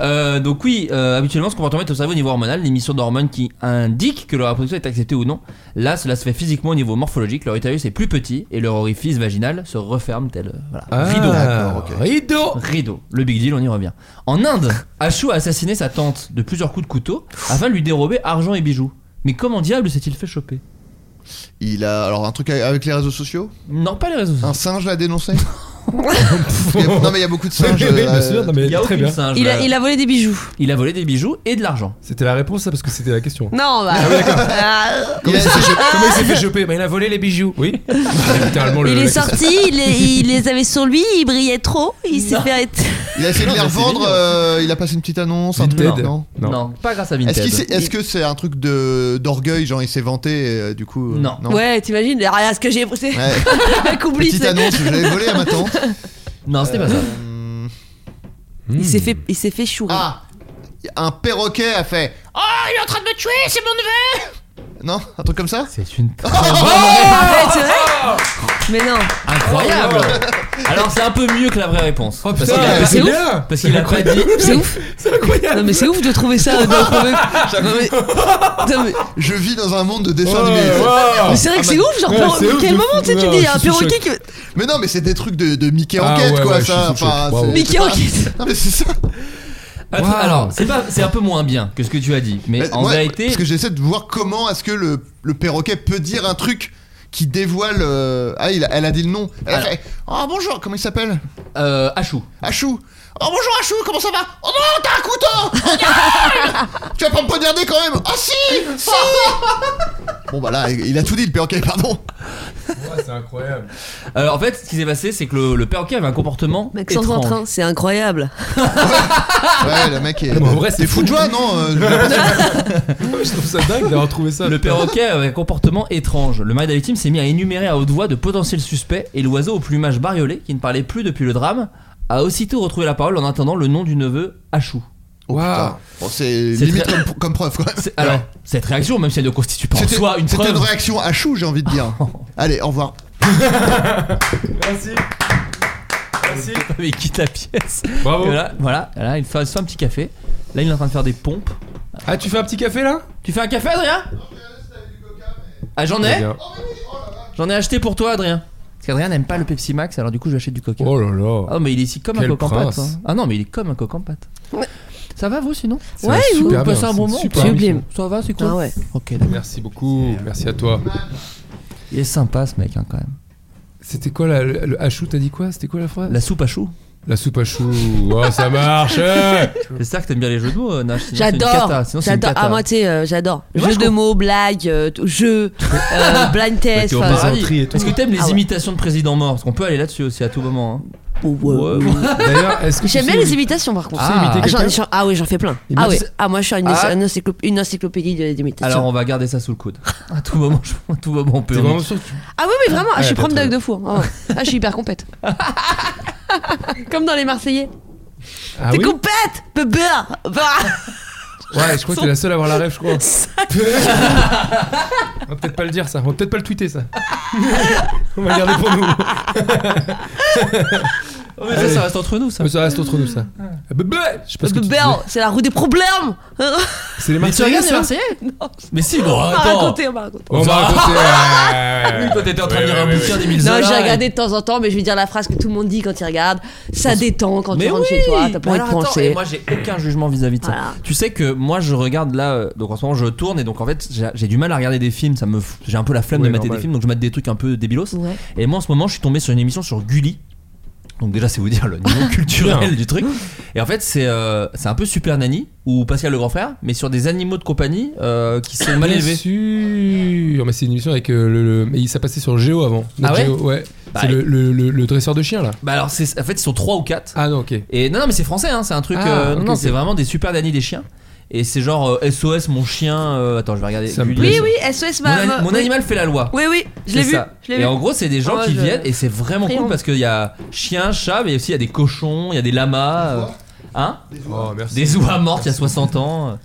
Euh, donc oui, euh, habituellement, ce qu'on va remettre au cerveau au niveau hormonal, l'émission d'hormones qui indique que leur reproduction est acceptée ou non. Là, cela se fait physiquement au niveau morphologique. Leur utérus est plus petit et leur orifice vaginal se referme tel euh, voilà,
Ah,
rideau.
d'accord, ok.
Rideau.
*laughs*
Rideau. Le big deal, on y revient. En Inde, Ashou a assassiné sa tante de plusieurs coups de couteau afin de lui dérober argent et bijoux. Mais comment diable s'est-il fait choper
Il a alors un truc avec les réseaux sociaux.
Non, pas les réseaux
Ah,
sociaux.
Un singe l'a dénoncé. Il y a-
*laughs*
non mais il y a beaucoup de
Oui,
singes.
oui, bien
euh,
sûr, non, mais
Il y a
très
aucune
bien.
singe,
Il
là.
a, il a volé des bijoux.
Il a volé des bijoux et de l'argent.
C'était la réponse, ça, parce que c'était la
*laughs*
question.
Non, bah. Ah,
il a-
Comment il s'est fait choper Bah, Il a volé les bijoux. Oui. C'est littéralement le.
il est
la question.
sorti, il, les- il les avait sur lui, il brillait trop, il s'est fait.
il a essayé de les
Non, mais c'est
revendre.
mignon.
euh, il a passé une petite annonce, un truc.
Vinted.
Non.
Non.
Non.
pas grâce à Vinted.
Est-ce qu'il s'est- est-ce que c'est un truc de d'orgueil, genre il s'est vanté et, euh, du coup euh,
Non.
Ouais, t'imagines, ah, regarde ce que j'ai poussé.
Ouais.
Mec, *laughs* oublie,
Petite
c'est-
annonce, je l'avais volé à ma tante.
Non, c'était pas
*laughs*
ça.
Hum,
Il s'est fait, il s'est fait chourer.
Ah, un perroquet a fait. Oh, il est en train de me tuer, c'est mon neveu. Non, un truc comme
*laughs*
ça.
C'est une
Oh
Oh. Ah, ouais, c'est vrai Mais non.
Incroyable Alors c'est un peu mieux que la vraie réponse.
Oh
parce qu'il a
putain,
pas-
c'est
ouf.
bien.
parce qu'il a pas dit.
C'est ouf.
C'est incroyable.
Non mais c'est ouf de trouver ça. De trouver... Non, mais... Non, mais...
Je vis dans un monde de
Ouais,
dessins animés.
mais
wow.
c'est vrai que c'est
bah,
ouf, genre
ouais,
pour-
c'est ouf
quel
de
moment
fou.
tu sais, tu
Non,
dis il y
je
a un
suis sous le
perroquet qui
Mais non, mais c'est des trucs de, de Mickey
Ah,
enquête
ouais,
quoi,
ouais, je
ça.
suis sous le
enfin,
choc. Bravo.
c'est-
Mickey enquête.
Non mais c'est ça.
Attends,
Wow.
Alors c'est pas, c'est un peu moins bien que ce que tu as dit, mais
Bah,
en
moi,
vérité,
Parce que j'essaie de voir comment est-ce que le, le perroquet peut dire un truc qui dévoile. euh, Ah, il a- elle a dit le nom. Elle a
Alors.
fait, Oh bonjour, comment il s'appelle
euh, Achou.
Achou. Oh bonjour Achou, comment ça va Oh non, t'as un couteau Oh, gueule Tu vas pas me poignarder quand même Oh si Si Bon bah là, il a tout dit le perroquet, pardon.
C'est incroyable.
Euh, en fait, ce qui s'est passé, c'est que le, le perroquet avait un comportement
Maxence
étrange.
Vautrin, c'est incroyable.
Ouais, le mec est.
Ah,
Mais en vrai, c'est
T'es fou de joie, non euh,
*laughs*
Je trouve ça dingue d'avoir trouvé ça.
Le perroquet avait un comportement étrange. Le mari de la victime s'est mis à énumérer à haute voix de potentiels suspects et l'oiseau au plumage bariolé, qui ne parlait plus depuis le drame, a aussitôt retrouvé la parole en attendant le nom du neveu Achou.
Oh, putain. Bon, c'est
C'est
limite
très-
comme, comme preuve quoi.
C'est- Alors, cette réaction, même si elle ne constitue pas en
C'était
soi une
c'était
preuve. *laughs*
une réaction à chou, j'ai envie de dire. Allez, au revoir.
Merci. Merci.
Mais quitte la pièce.
Ah
Bravo.
Et Voilà, voilà, voilà, il fait soit un petit café. Là, il est en train de faire des pompes.
Ah, tu fais un petit café là
Tu fais un café, Adrien Ah, j'en ai J'en ai acheté pour toi, Adrien. Parce qu'Adrien n'aime pas le Pepsi Max, alors du coup, j'achète du coca.
Oh là là.
Ah, mais il est ici comme un
Quel
coq en pâte.
prince.
hein. Ah non, mais il est comme un coq en pâte. Ça va, vous, sinon
Ça va Ouais, et vous super
Vous passez
bien,
un
c'est
bon
une
moment
super Sublime. mission.
Ça va, c'est cool
Ah ouais.
Ok, d'accord.
Merci beaucoup. Merci à toi.
Il est sympa, ce mec, hein, quand même.
C'était quoi la, le, le- à chou, T'as dit quoi C'était quoi la phrase
La soupe à choux.
La soupe à chou. Oh, ça
*laughs*
marche
J'espère que t'aimes bien les jeux de mots, euh, Nash. sinon c'est une
J'adore,
cata, sinon c'est une
j'adore.
cata.
Ah moi tu sais, euh, j'adore.
Mais moi,
Jeu
je
de
comp-
mots, blague, euh, tout- jeu,
*laughs*
euh, blind
Bah,
test.
t'es au
enfin,
paradis.
tri et tout.
Est-ce que t'aimes les
Ah ouais.
imitations de présidents morts Parce qu'on peut aller là-dessus aussi à tout moment. hein. Ouais.
Ah. D'ailleurs, est-ce que tu
J'aime
sais
bien les
où-
imitations par contre.
Tu sais imiter
Ah, j'en-
quelqu'un
j'en- ah oui, j'en fais plein.
Il
Ah
m'a-
oui, ah moi je suis une,
Ah.
une encyclop- une encyclopédie de- d'imitations.
Alors on va garder ça sous le coude. À tout moment, je- à tout moment on peut.
T'es
en-
vraiment sûr que tu-
Ah oui, mais vraiment, ah, je
Ouais,
suis prompte
t'as
d'œil
tout.
de fou. Ah, ouais. Ah, je suis hyper
*laughs*
compète. Comme dans les Marseillais.
Ah
T'es
oui
compète Bébé Bah.
*laughs*
Ouais, je crois que t'es la seule à avoir la rêve, je
*laughs*
crois. *laughs* On va peut-être pas le dire ça. On va peut-être pas le tweeter ça. *laughs* On va le garder pour nous.
Oh, mais ça, ça reste entre nous ça.
Mais ça reste entre nous ça. Ah, bah, bah, Je sais pas ce que tu
Bébé,
disais.
c'est la roue des problèmes *laughs*
C'est les
Mais tu
Marseillais
regardes les
ça
Marseillais Mais si, bon,
On va
attends.
raconter, on va raconter.
On m'a raconté.
Oui, toi t'étais en train de lire un bouquin d'Émile
Non,
Zola.
Hein, j'ai
et-
regardé de temps en temps, mais je vais dire la phrase que tout le monde dit quand il regarde. Ça détend quand
Mais
tu rentres
oui.
chez toi, t'as pas
Mais
envie de
alors, attends,
penser.
et Moi, j'ai aucun jugement vis-à-vis de ça.
Voilà.
Tu sais que moi, je regarde là. euh, Donc en ce moment, je tourne et donc en fait, j'ai- j'ai du mal à regarder des films. Ça me, f- j'ai un peu la flemme
Ouais,
de mater
normal.
des films, donc je mate des trucs un peu débilos.
Ouais.
Et moi en ce moment, je suis tombé sur une émission sur Gulli. Donc déjà, c'est vous dire
*laughs*
le niveau culturel du truc. Et en fait, c'est euh, c'est un peu Super Nanny ou Pascal le grand frère, mais sur des animaux de compagnie euh, qui
*coughs*
sont mal
Bien
élevés.
sûr, mais c'est une émission avec euh, le, le- mais ça passait sur Géo avant. Notre
Ah ouais
Géo, ouais.
Bah,
c'est le, le- le- le dresseur de chiens là.
Bah alors, c'est- en fait, ils sont trois ou quatre.
Ah non, ok.
Et non, non, mais c'est français, hein, c'est un truc.
Ah,
euh, non,
ok,
non,
ok.
c'est vraiment des super nannies des chiens. Et c'est genre euh, SOS, mon chien. euh, attends, je vais regarder.
Ça me
Gulli.
plaît,
Oui,
ça.
oui, SOS
Mon,
m'a.
an-
m'a-
mon
oui.
animal fait la loi.
Oui, oui, je l'ai
C'est
vu.
ça.
Je l'ai
et
vu.
en gros, c'est des gens
Oh,
qui
je-
viennent et c'est vraiment cool
Friand.
parce qu'il y a chien, chat, mais aussi il y a des cochons, il y a des lamas, euh, hein,
Oh, merci.
des oies mortes il y a 60 ans.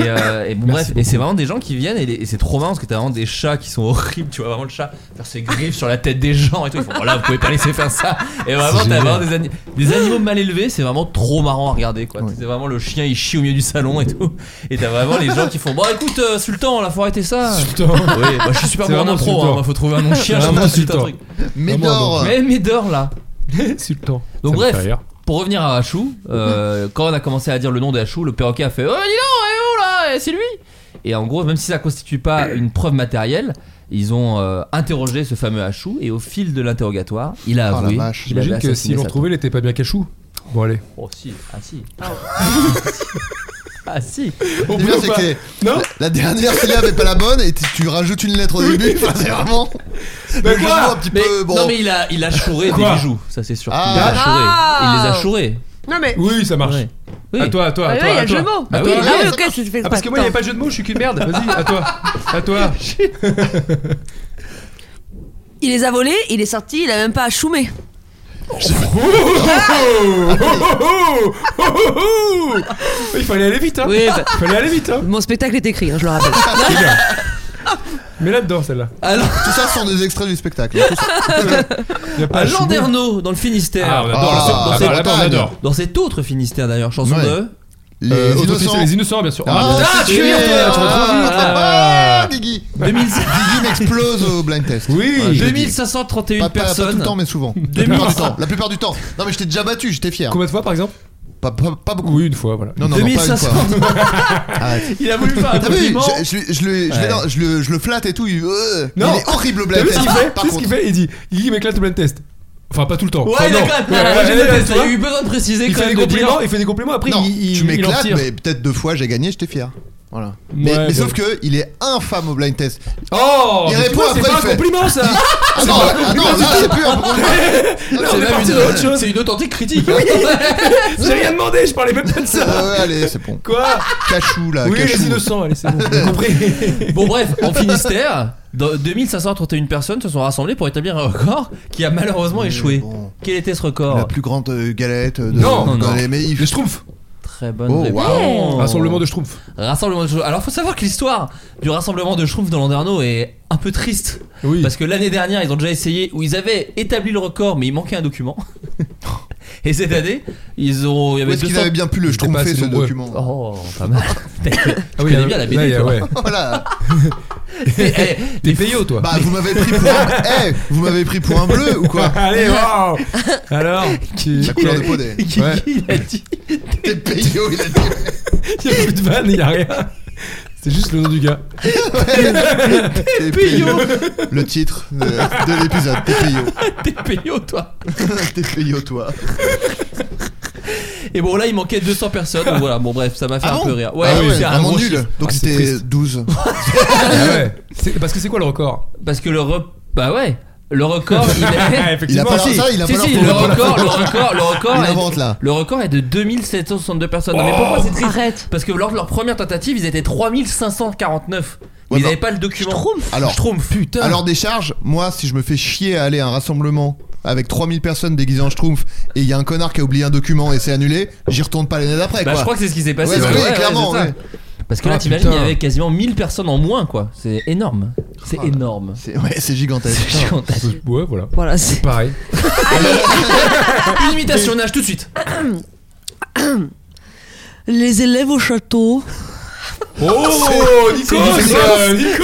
Et, euh, et bon, bref,
Merci
et c'est vraiment des gens qui viennent et, les- et c'est trop marrant parce que t'as vraiment des chats qui sont horribles, tu vois vraiment le chat faire ses griffes sur la tête des gens et tout. Ils font, oh là, vous pouvez pas laisser faire ça. Et vraiment,
C'est
t'as
génial.
vraiment des, ani- des animaux mal élevés, c'est vraiment trop marrant à regarder quoi.
Ouais.
C'est vraiment le chien il chie au milieu du salon et tout. Et t'as vraiment les gens qui font, bon écoute, euh, Sultan, là faut arrêter ça.
*laughs* Putain.
Oui, bah, je suis super
C'est
bon en
vraiment
impro,
Sultan.
hein, bah, faut trouver un nom de chien, je sais
Vraiment
pas, c'est un
Sultan.
truc.
Mais
Vraiment,
non
Mais Médor là.
Sultan.
Donc
Ça me
bref.
fait rire.
Pour revenir à Hachou,
*laughs*
euh, quand on a commencé à dire le nom de Hachou, le perroquet a fait Oh dis donc, eh oh là, eh, c'est lui Et en gros, même si ça constitue
*coughs*
pas une preuve matérielle, ils ont euh, interrogé ce fameux Hachou et au fil de l'interrogatoire, il a
Oh la
avoué.
vache.
qu'il
J'imagine
avait
que
assassiné
s'ils l'ont
sa
retrouvé, il était pas bien cachou. Bon allez.
tante. Oh si, ah si. ah si
On
Le pire, c'est que
Non
la- la dernière syllabe est pas la bonne et tu, tu rajoutes une lettre au début. Enfin, c'est vraiment.
Bah,
le jeu de
quoi
mots un petit
mais,
peu. Bon.
Non mais il a, il a chouré des
Quoi
bijoux, ça c'est sûr.
Ah.
Il, les a chourés.
Ah.
il les a chourés.
Non, mais.
Oui, ça marche.
Ouais. Oui.
À toi, à toi,
Ah
à
oui,
toi.
il y a
à
le
toi.
jeu de mots.
Ah
Ah
oui,
oui,
oui,
ok, c'est fait
Ah, parce que moi, il n'y a pas de jeu de mots, je suis qu'une merde. Vas-y, à toi. À
*laughs*
toi.
Il les a volés, il est sorti, il a même pas à choumer.
Oh, oh, oh, oh. Il fallait aller vite, hein.
Oui, bah,
Il fallait aller vite, hein.
mon spectacle est écrit, hein, je le rappelle. *laughs*
Mais là-dedans, celle-là.
Alors,
Tout ça sont des extraits du spectacle.
Euh,
Tout ça-
Il y a pas
à
de chou-
Landerneau, dans le Finistère.
Ah, on adore.
Ah,
là-bas.
dans
Ah,
ces
bah, là-bas, on
montagnes.
adore.
Dans cet autre Finistère d'ailleurs, chanson
Ouais. *laughs*
de.
Les
Euh, autre
innocents.
Finistère, les innocents, bien sûr.
Ah,
Ah,
putain,
si,
tu es,
si,
toi,
ah,
tu vas trop vite.
ah, Guigui.
2000
Guigui m'explose au blind
*laughs*
test.
Oui.
Ouais, je le dis.
2531
Pas, pas- pas
personnes.
tout le temps, mais souvent. La
2000.
plupart du temps. La plupart du temps. Non, mais je t'ai déjà battu, j'étais fier.
Combien de fois, par exemple
Pas, pas- pas beaucoup.
Oui, une fois, voilà.
Non, non, non, pas une
2500.
fois.
*laughs*
Arrête.
Il a voulu faire un
T'as vu
compliment.
je, je, je le- je
Ouais.
le- non, je le, je le flatte et tout. Il, euh,
Non.
il est horrible le
T'as
blind
vu ce
test.
qu'il fait
Par
Tu sais ce qu'il
contre.
fait Il dit Guigui m'éclate le blind test. Enfin, pas tout le temps.
Ouais,
Enfin,
il a
non.
quand
Ouais,
même. Moi, je
ouais,
déteste,
tu
Il
vois.
a eu besoin de préciser
Il
quand
fait des
même de dire.
compliments, il fait des compliments après
Non,
il, il-
tu
il en
m'éclates,
tire.
mais peut-être deux fois j'ai gagné, j'étais fier. Voilà. Mais,
Ouais,
mais
bon.
sauf que il est infâme au blind test.
Oh
Il
mais tu
répond
vois, C'est
après,
pas
il
un
fait- *laughs*
compliment ça
Ah non, là, ah non, là, c'est plus un
*laughs*
problème.
Là,
C'est
on est
même
parti
une-
dans autre chose.
C'est une authentique critique. hein.
J'ai rien demandé, je parlais même pas de ça
Euh, allez, c'est bon.
Quoi
Cachou là,
Oui,
cachou.
les innocents, allez, c'est bon, j'ai
*laughs*
compris
Bon bref, en Finistère, dans- 2531 personnes se sont rassemblées pour établir un record qui a malheureusement échoué.
bon.
Quel était ce
La
record
plus grande euh, galette de
Non,
non,
dans les- mais il-
Les schtroumpfs
très bonne
Oh, Ah
réponse.
wow. Ouais. Rassemblement de Schtroumpfs.
Rassemblement de Schtroumpfs. Alors, faut savoir que l'histoire du rassemblement de Schtroumpfs dans Landerneau est un peu triste. Parce que l'année dernière, ils ont déjà essayé, où ils avaient établi le record, mais il manquait un
*laughs*
document. Et cette année, ils ont. Il y avait
Est-ce qu'il
200
avait bien pu le schtroumpfer ce document
Oh, pas mal. T'as- tu
Ah oui,
connais
là,
bien la
là,
BD,
il y a-
toi.
ouais. *laughs* Voilà. *laughs*
T'es- *laughs* eh, t'es
payot, toi.
Bah, vous m'avez pris pour un. Eh, vous m'avez pris pour un bleu ou quoi
Allez, wow Alors, qui,
La couleur de peau des-
Ouais.
*laughs* Il a dit.
T'es payot, il a dit.
Il y a plus de vanne, il y a rien. C'est juste le nom du gars.
T'es payot. Le titre de, de l'épisode, t'es payot.
*laughs*
*laughs*
T'es payot, toi.
t'es payot, toi.
Et bon, là, il manquait 200 personnes. donc voilà, bon, bref, ça m'a fait
Ah
un
bon
peu rire. Ouais,
Ah ouais,
c'est un
vraiment
gros
nul.
chiffre.
Donc
Ah, c'est
c'était
triste. *laughs*
12.
Ah
Ah C'est- Parce que c'est quoi le record
Parce que le re- Bah ouais. Le record,
*laughs*
il
Ah,
est.
Il a pas l'air ça, il a
Si,
pas
si,
l'air
le
pour-
record, le record, le record.
Il
est-
invente, là.
Le record est de 2762 personnes. Non, mais
Oh.
pourquoi c'est triste
Arrête.
Parce que lors de leur première tentative, ils étaient 3549. Mais
Ouais,
ils
bah,
n'avaient pas le document. Schtroumpf.
Alors,
Schtroumpf, putain.
Alors des charges, moi si je me fais chier à aller à un rassemblement avec 3000 personnes déguisées en schtroumpf et il y a un connard qui a oublié un document et c'est annulé, j'y retourne pas l'année d'après
bah,
quoi.
je crois que c'est ce qui s'est passé.
Ouais,
parce
oui,
que- ouais, ouais,
clairement.
c'est ça.
ouais.
Parce que là,
Ah,
t'imagines, il y
putain.
avait quasiment 1000 personnes en moins, quoi. C'est énorme. C'est énorme.
C'est ouais, c'est gigantesque.
C'est gigantesque.
Ouais, voilà.
Voilà, c'est.
Pareil.
Une imitation nage tout de suite.
Les élèves au château.
Oh, Nico
*laughs* c'est-
Nico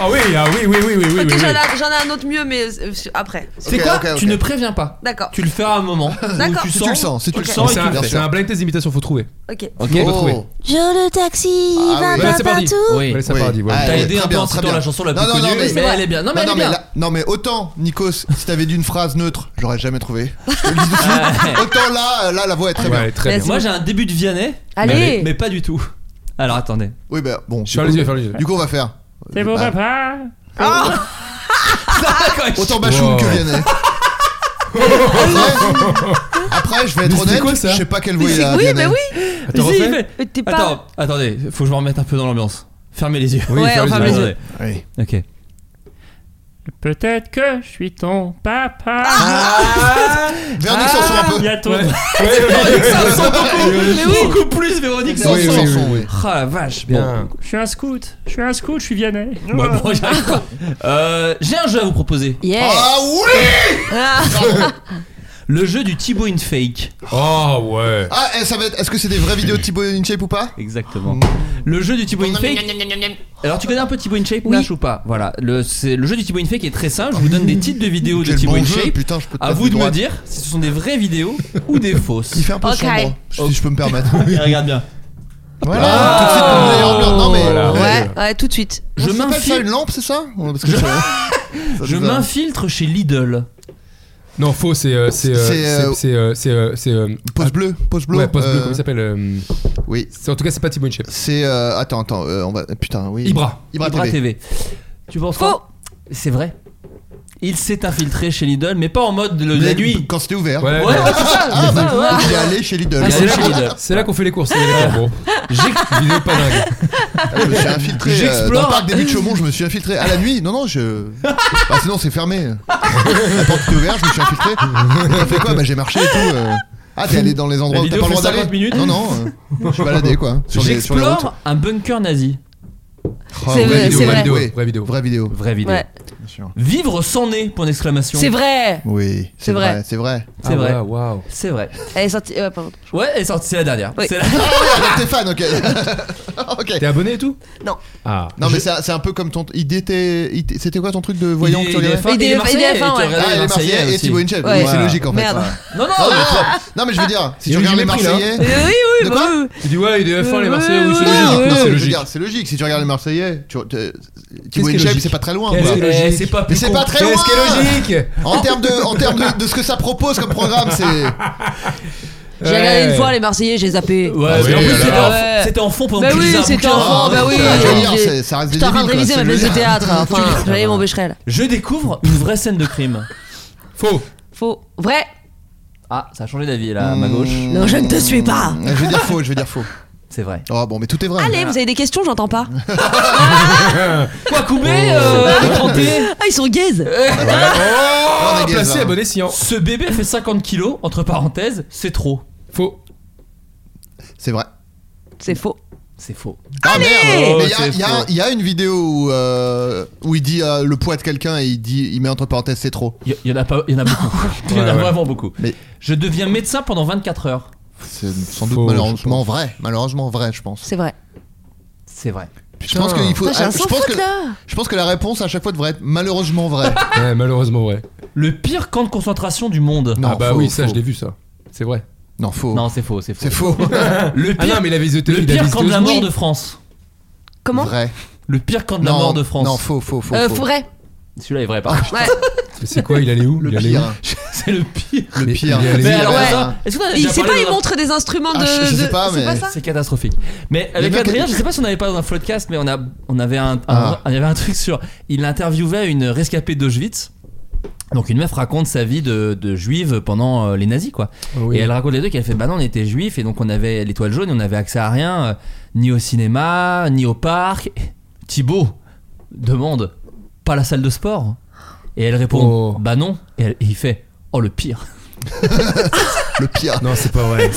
Ah oui, ah oui, oui, oui, oui, oui.
ok,
oui,
j'en
oui.
ai- j'en ai un autre mieux, mais euh, après.
C'est
Ok,
quoi
ok, ok.
Tu ne préviens pas.
D'accord.
Tu le fais à un
*laughs*
moment. où
D'accord.
Tu
Si
sens.
tu le sens, si tu le
Ok.
sens
sens,
et
C'est
tu
un,
le
bien
c'est
sûr.
un blind test imitation, faut trouver.
Ok.
Ok.
Faut
Oh.
trouver.
Je le taxi
Ah va oui.
Ouais, c'est parti.
Oui.
Ouais, c'est
Oui.
parti, voilà.
Ah,
T'as
ouais,
aidé
très
un peu
bien,
en
très
citant
bien.
la chanson la
Non,
plus
non, non,
connue,
mais-
mais elle est bien. Non, mais elle est bien.
là- non, mais autant, Nikos, si t'avais dit une phrase neutre, j'aurais
*laughs*
jamais trouvé. Je te le dis tout de suite. autant là, euh, là, la voix est très bien.
Ouais, très bien.
Moi j'ai un début de Vianney,
Allez.
mais pas du tout. Alors attendez.
Oui, bah bon.
Je vais faire les yeux, je vais faire les yeux.
Du coup, on va faire. Bah,
C'est
bon,
mon papa
Ah,
Autant Bachoum
Wow.
que Vianney. Après- Après, je vais
Mais
être
c'est
honnête,
quoi, ça
je sais pas quelle voix il a.
Oui,
Vianney.
mais oui
Attends,
Si,
refais.
mais-
Mais T'es pas.
Attends, attendez, faut que je me remette un peu dans l'ambiance. Fermez les yeux.
Oui,
Ouais,
faire
on ferme
les
les
yeux.
yeux.
Attendez.
Oui.
Ok.
Peut-être que je suis ton papa.
Véronique
Ah.
Sanson
Ah,
un peu.
Il y a ton.
Véronique Sanson beaucoup, *laughs* mais beaucoup plus Véronique Sanson.
oui, oui, oui, oui.
Oh,
Ah la vache,
Bien.
bon.
Je suis un scout. Je suis un scout, je suis Vianney.
Bah,
*laughs*
bon, j'arrive pas. Euh, J'ai un jeu à vous proposer.
Yeah
Ah oui
Le jeu du Thibaut in Fake.
Oh, ouais.
Ah, eh, ça va être. Est-ce que c'est des vraies vidéos de Thibaut InShape ou pas
Exactement. Le jeu du Thibaut in Fake. Alors tu connais un peu Thibaut InShape Nash ou pas Voilà, le, c'est, le jeu du Thibaut InShape est très simple, je vous donne des titres de vidéos de
Quel
Thibaut
bon
InShape.
jeu, putain, je peux te
à
taper
vous de me
droite.
dire si ce sont des vraies vidéos ou des fausses.
*laughs* Il fait un peu
Ok.
sombre, si je peux me permettre.
Et regarde bien.
Voilà, tout de suite, vous avez l'ambiance. Non, mais.
Voilà.
euh,
Ouais, ouais, tout de suite.
Je
c'est pas ça une
m'infiltre,
lampe, c'est ça Ouais, Parce que ça- ça
je
nous a-
m'infiltre chez Lidl.
Non, faux, c'est. euh, C'est. euh,
C'est, euh,
C'est. C'est. euh, C'est. euh, c'est, euh,
Pose
ah,
bleue, pose bleue.
Ouais, post bleu,
euh,
comment il s'appelle euh,
Oui.
c'est- En tout cas, c'est pas Thibaut Inchep.
C'est. euh, Attends, attends, euh, on va. Putain, oui.
Ibra.
Ibra
Ibra
TV.
TV. Tu penses
Faux
quoi C'est vrai. Il s'est infiltré chez Lidl, mais pas en mode le, la
Mais
nuit.
Quand c'était ouvert.
Ouais,
Ouais,
ouais.
ouais, c'est *laughs* ça.
Ah,
c'est ça,
bah,
ouais.
il est allé chez Lidl.
Il est allé
Ah,
chez
*laughs*
Lidl.
C'est là qu'on fait les courses. les gars, bon.
J'ai-
Vidéo pas dingue.
Je me suis infiltré. euh,
J'explore.
Dans le parc des Buttes Chaumont, je me suis infiltré. À la nuit Non, non, je. Bah, sinon, c'est fermé. La porte était ouverte, je me suis infiltré. Et T'as fait quoi Bah, j'ai marché et tout. euh. Ah, t'es allé dans les endroits
La
où t'as
vidéo
pas le droit
fait 50
d'aller
minutes.
Non, non. euh, Je suis baladé, quoi. Sur les, sur les routes.
J'explore un bunker nazi.
Oh,
C'est vrai,
vidéo,
c'est vrai.
vidéo,
Ouais, vraie vidéo.
Vraie vidéo.
Vraie vidéo.
Ouais,
Vivre sans nez, point d'exclamation.
c'est vrai
Oui, c'est
vrai.
vrai, c'est vrai.
C'est
Ah,
vrai.
ouais, Waouh.
C'est vrai.
Elle est sortie. Ouais, pardon.
Ouais, elle est sortie, c'est la dernière.
Oui.
C'est la-
Ah oui, alors t'es fan, ok. ok. *laughs*
T'es abonné et tout
Non.
Ah.
Non, mais c'est un- c'est un peu comme ton. Il était. il était- C'était quoi ton truc de voyant
Il
que
est-
tu
il est
regardais
F1, il est
IDF,
Marseillais,
IDF,
et tu regardes les
ouais.
Ah, les Marseillais
Marseillais
et Thibaut
aussi.
Inchep.
Ouais.
Oui, c'est logique en fait.
Merde.
Ouais.
Non, non,
Non, mais,
mais-
non, mais je veux dire, si
Ah Il
tu
y a eu
regardes les
du mépris, là.
Marseillais.
Oui, oui,
De
oui,
quoi
bah oui.
Tu dis ouais, il est F1, les Marseillais, oui, c'est logique.
Ouais,
Non,
Non,
je
c'est
veux
logique.
dire, c'est logique. Si tu regardes les Marseillais, tu, tu- Thibaut
qui est
Inchep,
logique
c'est pas très loin.
Qu'est-ce
quoi.
qui est logique
Eh, c'est pas
Mais
plus
c'est
con.
pas très loin.
Qu'est-ce qui est logique
En termes de, en termes de, de ce que ça propose comme programme, c'est.
J'ai regardé une fois les Marseillais, j'ai zappé.
Ouais,
Ah
mais en
oui,
plus,
alors.
c'était en- c'était en fond pendant
Bah
que tu
oui,
lisais un
c'était
bouquin.
enfant, bah oui.
Ah, je veux
j'ai-
dire,
j'ai-
c'est- ça reste des
J'étais en train de
débiles,
réviser
quoi,
ma
c'est
pièce de
logique.
théâtre. hein. Enfin, j'allais m'embêcher là.
*laughs* Je découvre une vraie scène de crime.
*laughs*
Faux.
Faux. Vrai
Ah, ça a changé d'avis là, à ma gauche.
Non, je ne te suis
Ah.
pas.
Je vais dire faux, je vais dire faux.
C'est vrai.
Oh bon, mais tout est vrai.
Allez, vous avez des questions,
*laughs*
j'entends pas.
Quoi, Koubé euh, *laughs* le 31?
Ah, ils sont gays
Oh, on est gaze,
Placé
hein.
à bon escient.
Ce bébé fait 50 kilos, entre parenthèses, c'est trop.
Faux.
C'est vrai.
C'est faux.
C'est faux.
Ah
Allez
merde
Oh,
Mais il y a-
c'est
il y, a-
faux.
il y a une vidéo où, euh, où il dit euh, le poids de quelqu'un et il dit il met entre parenthèses c'est trop.
Il y, en a pas, il y en a beaucoup. *laughs* Il y en a
Ouais, ouais.
vraiment beaucoup.
Mais-
Je deviens médecin pendant 24 heures.
C'est sans doute
Faux, je
malheureusement
pense.
vrai. Malheureusement vrai, je pense.
C'est vrai.
C'est vrai.
Je pense qu'il faut. euh,
Putain, j'ai un
je
sans
pense
faute,
que
là.
je pense que la réponse à chaque fois devrait être malheureusement vrai.
Ouais, malheureusement, vrai.
Le pire camp de concentration du monde.
Non,
ah bah
faux,
oui, ça,
faux.
je l'ai vu, ça. C'est vrai.
Non faux.
Non, c'est faux, c'est faux.
C'est
*laughs*
faux.
Le pire,
Ah non, mais il avait été
le
il a
pire
visité
camp de la
Auschwitz.
mort de France.
Comment
vrai.
Le pire camp de la
Non,
mort de France.
Non faux faux faux.
Euh,
faux.
Vrai.
Celui-là est vrai, *laughs* par contre.
Ouais.
Mais c'est quoi Il allait où
Le
Il allait
pire.
où
C'est le pire.
Le
Mais
pire.
il est allé-
Mais alors,
ouais.
attends, est-ce qu'on a
Il
déjà
sait
parlé
pas, il
dans un-
montre des instruments de.
Ah, je- je sais
de-
pas,
c'est
mais-
ça
C'est catastrophique. Mais avec
bien
Adrien,
quelques-
je sais pas si on avait pas dans un podcast, mais on a, on avait un, un-
Ah.
on avait un truc sur. Il interviewait une rescapée d'Auschwitz. Donc une meuf raconte sa vie de, de juive pendant euh, les nazis quoi.
Ah Oui.
Et elle raconte les trucs, elle fait bah non on était juif et donc on avait l'étoile jaune et on avait accès à rien, euh, ni au cinéma, ni au parc. Thibaut demande pas la salle de sport Et elle répond
Oh.
bah non et, elle- et il fait oh le pire.
Le
*laughs*
pire.
Non, c'est pas
*laughs*
vrai.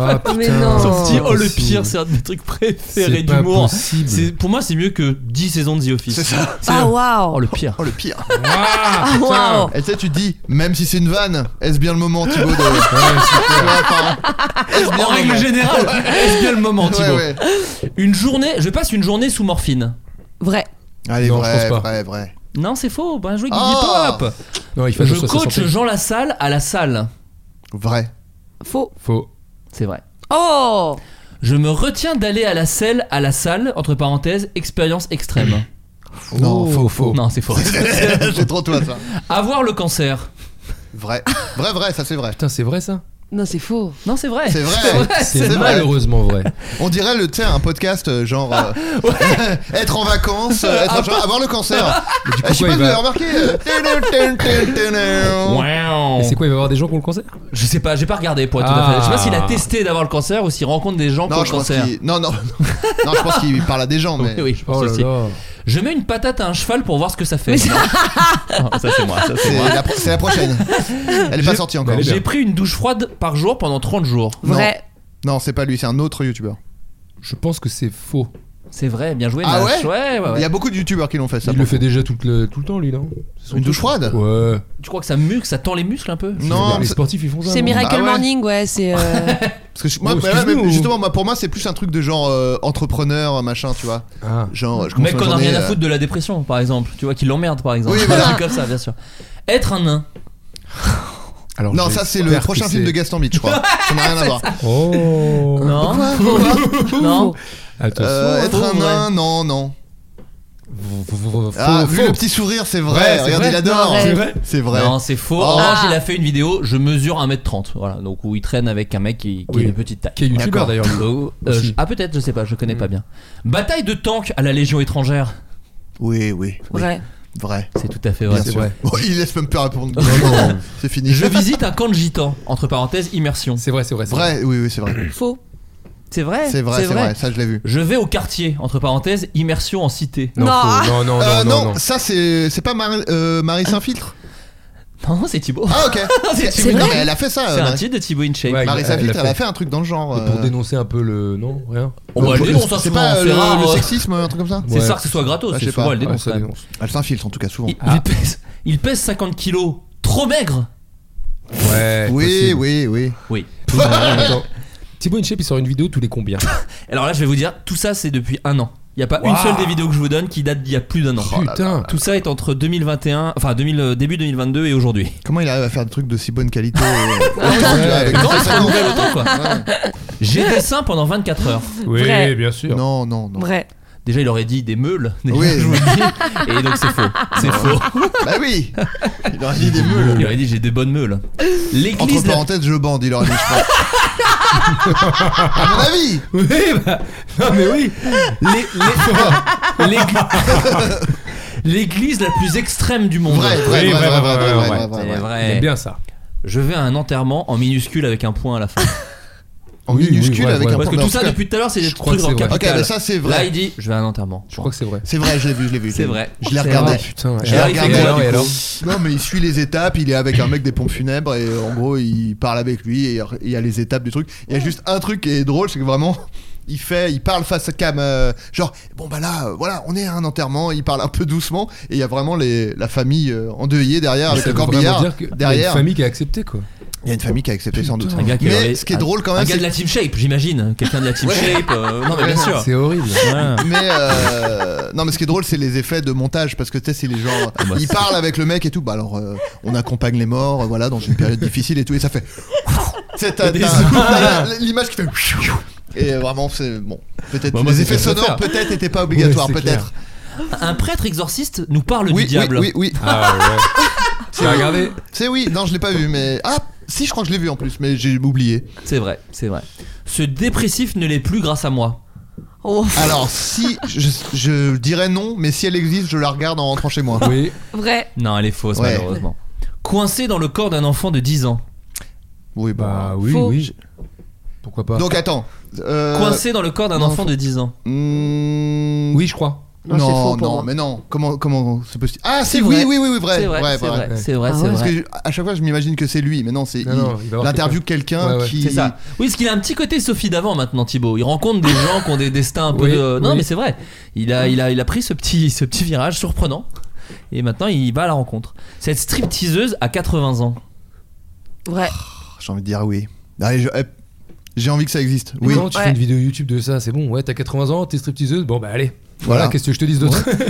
Ah, putain.
Mais non.
Son
Oh,
petit *laughs* oh le
possible.
pire c'est un de mes trucs préférés
C'est pas
d'humour.
possible.
C'est- Pour moi c'est mieux que 10 saisons de The Office.
C'est ça.
Ah
Oh
waouh.
le pire.
Oh le pire.
Ah,
Ah waouh.
Et tu sais, tu te dis, même si c'est une vanne, est-ce bien le moment, Thibaut, de.
*laughs*
est
En règle générale, *laughs* est-ce bien le moment Thibaut
Ouais, ouais.
Une journée, je passe une journée sous morphine.
Vrai.
Allez,
Non, je
vrai,
pense pas.
vrai, vrai.
Non, c'est faux. Ben joué Guigui
Ah
Pop.
Non, il fait
Je
attention à sa
coach
santé.
Jean Lassalle à la salle.
Vrai.
Faux.
Faux.
C'est vrai.
Oh.
Je me retiens d'aller à la selle à la salle, entre parenthèses, expérience extrême. Oh.
Non,
*laughs*
faux, *laughs*
faux.
Non, c'est faux.
c'est trop toi, ça.
Avoir le cancer.
Vrai. Vrai, vrai, ça c'est vrai.
Putain, c'est vrai ça
Non, c'est faux.
Non, c'est vrai.
C'est vrai.
C'est
C'est
vrai.
vrai.
malheureusement vrai.
On dirait le, tu sais, un podcast euh, genre. euh, *laughs* être en vacances, euh, être en- genre, avoir le cancer. Euh, Je
coup,
sais
quoi,
pas
il
si vous euh, avez
va-
remarqué. euh, tadam, tadam, tadam.
Wow.
Et c'est quoi, il va y avoir des gens qui ont le cancer
Je sais pas, j'ai pas regardé pour être tout à fait. Je sais pas s'il a testé d'avoir le cancer ou s'il rencontre des gens qui ont
Non,
le
je pense
cancer.
qu'il. Non, non. Non, je pense qu'il parle à des gens, mais.
*laughs* Oui, oui, je pense
Oh là
aussi.
là.
Je mets une patate à un cheval pour voir ce que ça fait. Non, ça c'est moi, ça c'est
C'est
moi.
la, pro- c'est la prochaine.
*laughs*
Elle est pas
Bah,
sortie encore.
J'ai pris une douche froide par jour pendant 30 jours.
Non.
Vrai.
Non, c'est pas lui, c'est un autre youtubeur.
Je pense que c'est faux.
C'est vrai, bien joué.
Ah
Nash.
ouais
ouais,
Il y
ouais.
a beaucoup de youtubeurs qui l'ont fait ça.
il
pour
le
le
fait déjà tout le, tout le temps, lui, non C'est son
Une douche
truc.
froide
Ouais.
Tu crois que ça mue, que ça tend les muscles un peu
coup. Non,
les
c'est-
sportifs, ils font ça.
C'est
non
Miracle
Bah ouais.
Morning, ouais,
*laughs*
c'est. euh,
parce que je- moi,
Oh,
mais là,
excuse-nous,
mais
ou-
justement, moi, pour moi, c'est plus un truc de genre euh, entrepreneur, machin, tu vois.
Ah.
Genre, je
Mec
commence ma
qu'on a rien
journée,
à
euh,
foutre de la dépression, par exemple. Tu vois, qui l'emmerde, par exemple. *laughs*
Oui,
Un
voilà.
truc comme ça, bien sûr. Être un nain.
Alors,
euh, Non, ça c'est le
j'espère
prochain
que
film de
c'est-
Gaston Beach, je
*laughs*
crois. Ça n'a rien à voir.
Oh
Hein,
Non. *laughs* non.
Attention.
Euh, être
faux,
un
vrai.
nain, non, non.
Faux,
ah,
faux.
vu le petit sourire, c'est
Ouais,
vrai.
c'est
Regarde,
vrai.
il adore.
Non, C'est
vrai.
C'est vrai.
Non, c'est faux.
Oh.
Orange,
Ah.
il a fait une vidéo, je mesure 1m30. Voilà, donc où il traîne avec un mec qui, qui
Oui.
est de petite taille.
Qui est
D'accord.
youtubeur, d'ailleurs, lui.
Donc, euh,
Aussi.
je- ah, peut-être, je sais pas, je connais
Mm.
pas bien. Bataille de tank à la Légion étrangère.
Oui, oui, oui.
Vrai.
Vrai.
C'est tout à fait vrai.
Bien
c'est
sûr.
vrai.
Oh, il laisse même pas répondre.
Non, non.
*laughs* c'est fini.
Je visite un camp de gitans, entre parenthèses, immersion.
C'est vrai, c'est vrai. c'est vrai.
Vrai, oui, oui, c'est vrai.
Faux.
C'est vrai
C'est vrai, c'est vrai. Ça, je l'ai vu.
Je vais au quartier, entre parenthèses, immersion en cité.
Non,
Non.
faux. non, non, non,
Euh,
non, non.
ça c'est c'est pas Marie, euh, Marie Saint-Filtre
Non, *laughs* c'est Thibaut.
Ah *laughs* ok.
c'est
C'est
non
vrai
mais elle a fait ça.
C'est
euh,
un
Marie-
titre de Thibaut InShape.
Ouais,
Marie
Elle- elle
Saint-Filtre,
l'a
elle a
fait.
fait un truc dans le genre.
Et Pour
euh,
dénoncer un peu le. Non, rien.
On va
le-
le dénoncer,
c'est
c'est
pas
bon,
euh,
c'est rare,
le, le
euh.
sexisme, un truc comme ça.
C'est
Ouais.
ça que ce soit gratos,
Ah, je
c'est
sais
souvent
pas.
elle
Ouais,
dénonce.
ça
quand même.
dénonce.
Elle s'infiltre en tout cas souvent. Ah.
il, il pèse, il pèse 50 kilos, trop maigre
Ouais.
Oui, *laughs*
possible.
oui, oui.
Oui.
Attends. Thibaut InShape, il sort une vidéo tous les combien
Alors là, je vais vous dire, tout ça c'est depuis un an. Il n'y a pas une seule des vidéos que je vous donne qui date d'il y a plus d'un an.
Putain.
Tout ça est entre 2021, enfin 2000, euh, début 2022 et aujourd'hui.
Comment il arrive à faire des trucs de si bonne qualité euh, avec
Quand il se *laughs*
50 ans
renouvelle autant quoi J'ai des seins pendant 24 heures.
Oui,
Vrai.
bien sûr.
Non, non, non.
Vrai.
Déjà, il aurait dit des meules. *laughs* déjà,
Oui.
je vous le dis. Et donc c'est faux. C'est faux.
Bah oui Il aurait
*laughs*
dit des meules.
Il aurait dit j'ai des bonnes meules. L'église.
Entre
de la-
parenthèses, je bande, il aurait dit, je pense.
*laughs*
à mon avis
Oui, bah. Non, mais oui.
Les- les- l'égl- *laughs* L'église la plus extrême du monde.
Vrai, vrai,
Oui,
vrai, vrai, vrai, vrai, vrai,
ouais, ouais.
vrai,
C'est
vrai.
vrai.
J'aime bien ça.
Je vais à un enterrement en minuscule avec un point à la fin.
en
Oui, oui,
minuscule
ouais,
avec
ouais.
un
Parce
point
que
vers-
tout ça,
en cas,
depuis tout à l'heure, c'est des
je crois
trucs
que
en
c'est vrai.
capital.
Ok, mais ça c'est vrai.
Là, il dit Je vais à un enterrement.
Je crois que c'est vrai.
C'est vrai, je l'ai vu, je l'ai vu. je
C'est
l'ai vu.
vrai.
Je l'ai
C'est
regardé.
vrai. Putain, ouais.
je l'ai
Et alors, il
regardé.
fait quoi,
du
et
coup Non, mais il suit les étapes. Il est avec un mec des pompes funèbres et en gros, il parle avec lui et il y a les étapes du truc. Il y a juste un truc qui est drôle, c'est que vraiment. Il fait, il parle face à cam, euh, genre bon bah là, euh, voilà, on est à un enterrement. Il parle un peu doucement et il y a vraiment les, la famille euh, endeuillée derrière,
Mais
avec
ça
le
veut vraiment
corbillard
dire que- Il y a
derrière.
une famille qui a accepté quoi.
Il y a une famille qui a accepté sans doute.
Un gars qui
mais
aurait-
ce qui est
un-
drôle quand même,
Un gars
c'est
de la team shape, j'imagine. Quelqu'un de la team shape. euh,
Ah,
Non, mais bien sûr.
C'est horrible.
Ouais.
*laughs* mais euh, non mais ce qui est drôle c'est les effets de montage parce que tu sais c'est les gens
bah,
ils
c'est-
parlent avec le mec et tout bah alors euh, on accompagne les morts euh, voilà dans une période difficile et tout et ça fait *laughs* c'est t'as-
Des
t'as-
zooms.
t'as la- l'image qui fait et vraiment c'est bon peut-être
Bon, Bah, moi,
les
c'est
effets
ce que je
sonores
préfère.
peut-être étaient pas obligatoires
Ouais, c'est
peut-être
Un prêtre exorciste nous parle
oui,
du diable.
oui oui oui
Ah
*laughs*
ouais. Tu as regardé
c'est oui non je l'ai pas vu mais ah si je crois que je l'ai vu en plus mais j'ai oublié
C'est vrai, c'est vrai. Ce dépressif ne l'est plus grâce à moi.
Oh,
alors si je, je dirais non mais si elle existe je la regarde en rentrant chez moi
Oui.
vrai.
Non, elle est fausse,
Ouais.
malheureusement. Coincé dans le corps d'un enfant de 10 ans.
oui bah
Bah oui,
Faux.
oui. Pourquoi pas
donc attends euh,
Coincé dans le corps d'un
non,
enfant
faut-
de 10 ans.
hmm,
Oui, je crois.
Non,
Non, c'est faux
non,
pour moi.
mais non. Comment, comment c'est possible Ah, si,
C'est
oui,
vrai.
oui, oui, oui, vrai,
C'est vrai,
vrai,
c'est
vrai.
vrai, c'est vrai,
Ah
c'est
ouais.
Parce que
vrai.
je- à chaque fois, je m'imagine que c'est lui, mais non, c'est
Non,
il-
non, il va y avoir
l'interview de quelqu'un
Ouais, ouais.
qui.
C'est ça. Oui, parce qu'il a un petit côté Sophie d'avant maintenant, Thibaut. Il rencontre des gens qui ont des destins un peu
Oui,
de. Non,
oui.
mais c'est vrai. Il a, il a, il a pris ce petit, ce petit virage surprenant. Et maintenant, il va à la rencontre. Cette stripteaseuse à 80 ans.
Vrai.
Ah, J'ai envie de dire oui. Allez, je- eh, J'ai envie que ça existe.
Oui.
Oui.
Comment tu
Ouais.
fais une vidéo YouTube de ça C'est bon, ouais, t'as 80 ans, t'es stripteaseuse, bon bah allez. Voilà,
Voilà.
qu'est-ce que je te dise d'autre C'est ça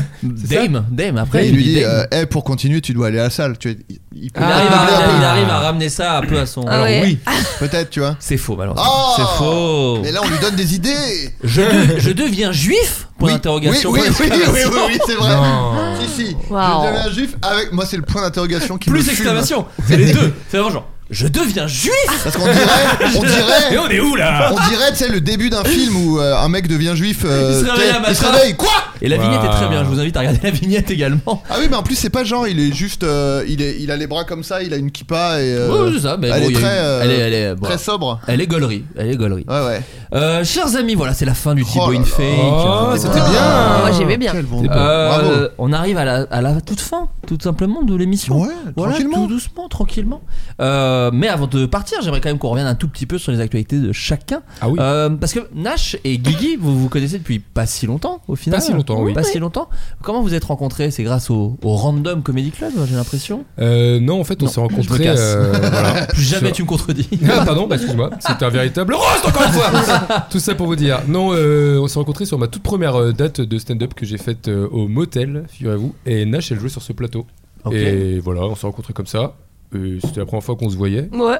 Dame, Dame, après.
Après, il lui
dit
dit,
Dame.
euh, eh, pour continuer, tu dois aller à la salle. Tu, il, il peut
il,
Ah,
arrive
meubler un
à,
peu,
il arrive à ramener ça un peu à son.
Ah
Alors,
ouais.
oui.
peut-être, tu vois.
C'est faux, malheureusement.
Oh
c'est faux.
Mais là, on lui donne des idées.
Je, de- je deviens juif Point
oui.
d'interrogation.
Oui, oui,
Point
oui, oui, oui,
d'exclamation.
oui, c'est vrai.
Non.
Si, si.
Waouh.
Je deviens un juif avec. Moi, c'est le point d'interrogation qui me
Plus
fume.
exclamation. C'est les deux. C'est vraiment genre. Je deviens juif
Parce
*laughs*
qu'on dirait, Ah. on dirait,
Mais on est où là
On dirait, tu sais, le début d'un film où euh, un mec devient juif. euh,
Il se
tu sais,
réveille un matin.
il se réveille, quoi
Et la vignette est très
Waouh.
bien, je vous invite à regarder la vignette également.
Ah oui, mais en plus, c'est pas genre, il est juste. euh, il, est, il a les bras comme ça, il a une kippa et. euh,
Oui, c'est ça, mais
elle,
bon,
est
il y a
très,
une-
euh,
elle est- elle est- voilà.
très sobre.
Elle est gaulerie, elle est gaulerie.
Ouais, ouais.
Euh, chers amis, voilà, c'est la fin du
Oh
Thibaut
là
in
là.
Fake.
Oh,
Euh,
c'était
bien.
Ah, Moi, j'aimais bien.
Quel bon.
C'est
Euh,
euh, on arrive à la, à la toute fin, tout simplement, de l'émission.
Bravo. Ouais,
Voilà,
tranquillement.
tout doucement, tranquillement. Euh, mais avant de partir, j'aimerais quand même qu'on revienne un tout petit peu sur les actualités de chacun.
*laughs* Ah oui.
Euh, parce que Nash et
*laughs*
Guigui, vous vous connaissez depuis pas si longtemps, au final.
Pas si longtemps, oui.
Pas si longtemps. Comment vous êtes rencontrés C'est grâce au, au Random Comedy Club, j'ai l'impression.
Euh, non, en fait, on
Non,
s'est
je me
rencontrés.
casse.
euh,
*laughs*
voilà.
Plus jamais
Sur-
tu me contredis.
*laughs* Ah, pardon, bah, excuse-moi, c'était un véritable roast encore
*laughs*
une fois! Tout ça pour vous dire. Non, euh, on s'est rencontrés sur ma toute première euh, date de stand-up que j'ai faite euh, au motel, figurez-vous. Et Nash, elle jouait sur ce plateau.
Ok.
Et voilà, on s'est rencontrés comme ça. Et C'était la première fois qu'on se voyait.
Oh.
Ouais.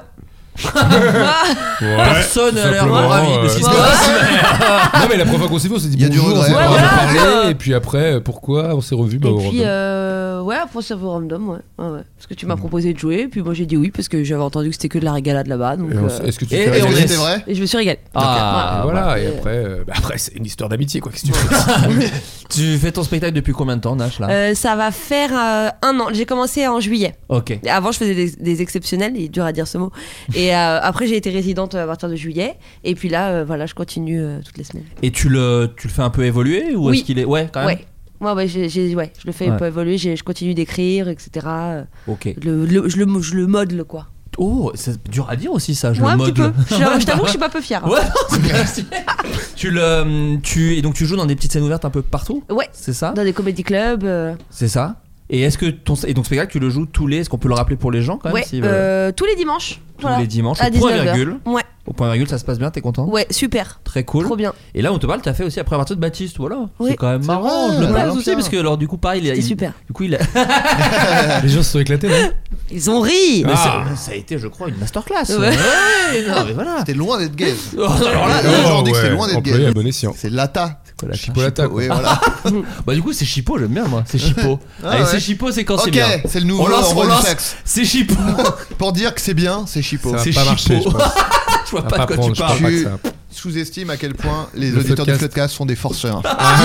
Ouais.
*laughs* Personne n'a l'air
Simplement,
ravi de ce qui se
euh,
passe.
Non mais la première fois qu'on s'est vu, on s'est dit
Il y a du
bonjour, on s'est
regret.
pas
Ouais,
parlé,
voilà.
et puis après euh, pourquoi on s'est revus bah,
Et
au
puis,
random.
euh, ouais, après, ça vaut random, ouais. Ouais, ouais. Parce que tu m'as proposé de jouer, puis moi j'ai dit oui, parce que j'avais entendu que c'était que de la régalade là-bas. Donc,
Et on
euh,
s- Est-ce que tu
et-
fais
et
est-ce
on
que
est-
c'était vrai
et je me suis régalée.
Ah,
Ah, voilà,
ouais.
et après, euh, bah, après c'est une histoire d'amitié quoi. Qu'est-ce que tu fais
Tu fais ton spectacle depuis combien de temps, Nash, là
Euh, ça va faire euh, un an. J'ai commencé en juillet.
Ok.
Et Avant, je faisais des, des exceptionnels, il est dur à dire ce
*laughs*
mot. Et euh, après, j'ai été résidente euh, à partir de juillet. Et puis là, euh, voilà, je continue euh, toutes les semaines.
Et tu le, tu le fais un peu évoluer ou
Oui.
est-ce qu'il est ouais quand même.
Ouais. Moi, ouais, j'ai- j'ai- ouais, je le fais
Ouais.
pas évoluer, j'ai- je continue d'écrire, etc. euh,
Ok.
le- le- je, le, je le modèle, quoi.
Oh, c'est dur à dire aussi ça. Je
Moi,
le
un
mode.
*laughs*
petit peu. Je, je t'avoue que je suis pas peu fière. hein.
Ouais. non, c'est pas facile. tu le, tu et donc tu joues dans des petites scènes ouvertes un peu partout.
Ouais.
C'est ça.
Dans des comédie clubs. euh,
C'est ça. Et est-ce que ton et donc spectacle tu le joues tous les est-ce qu'on peut le rappeler pour les gens quand même
ouais,
s'ils veulent
euh, tous les dimanches.
tous les dimanches
À
au point
19 heures.
virgule
Ouais,
au point virgule ça se passe bien t'es content
ouais, super.
très cool
Trop bien.
et là on te parle t'as fait aussi après partir de Baptiste voilà
Oui.
c'est quand même
C'est
marrant
vrai,
je le
ouais,
parle aussi
Jean-Pierre.
parce que alors du coup pareil il a-
C'était
il-
super.
du coup il a
Les gens se sont éclatés, non
Ils ont ri.
Mais
Ah.
ça, ça a été, je crois, une masterclass.
Ouais.
non, mais voilà.
C'était loin d'être gay.
Oh, alors là,
Les gens disent que c'est loin d'être
employé
gay.
à bon escient.
C'est lata.
c'est quoi la
Chipo la tape.
*laughs*
Oui, voilà.
Bah, du coup, c'est Chipo, j'aime bien, moi. C'est Chipo.
Ah
Allez,
ouais.
c'est Chipo, c'est quand c'est
Ok,
bien.
c'est le nouveau
On lance,
roi
on
du
lance.
sexe.
C'est Chipo.
*laughs*
Ah,
Pour dire que c'est bien, c'est chipot.
Ça va
C'est
pas marcher, je
Chipo.
pense. Ça
*laughs* Je vois
va
pas
pas
de quoi tu
prendre, je pense
parles.
pas que
Tu-
ça.
Sous-estime à quel point les
Le
auditeurs du
podcast.
podcast sont des forceurs.
Ah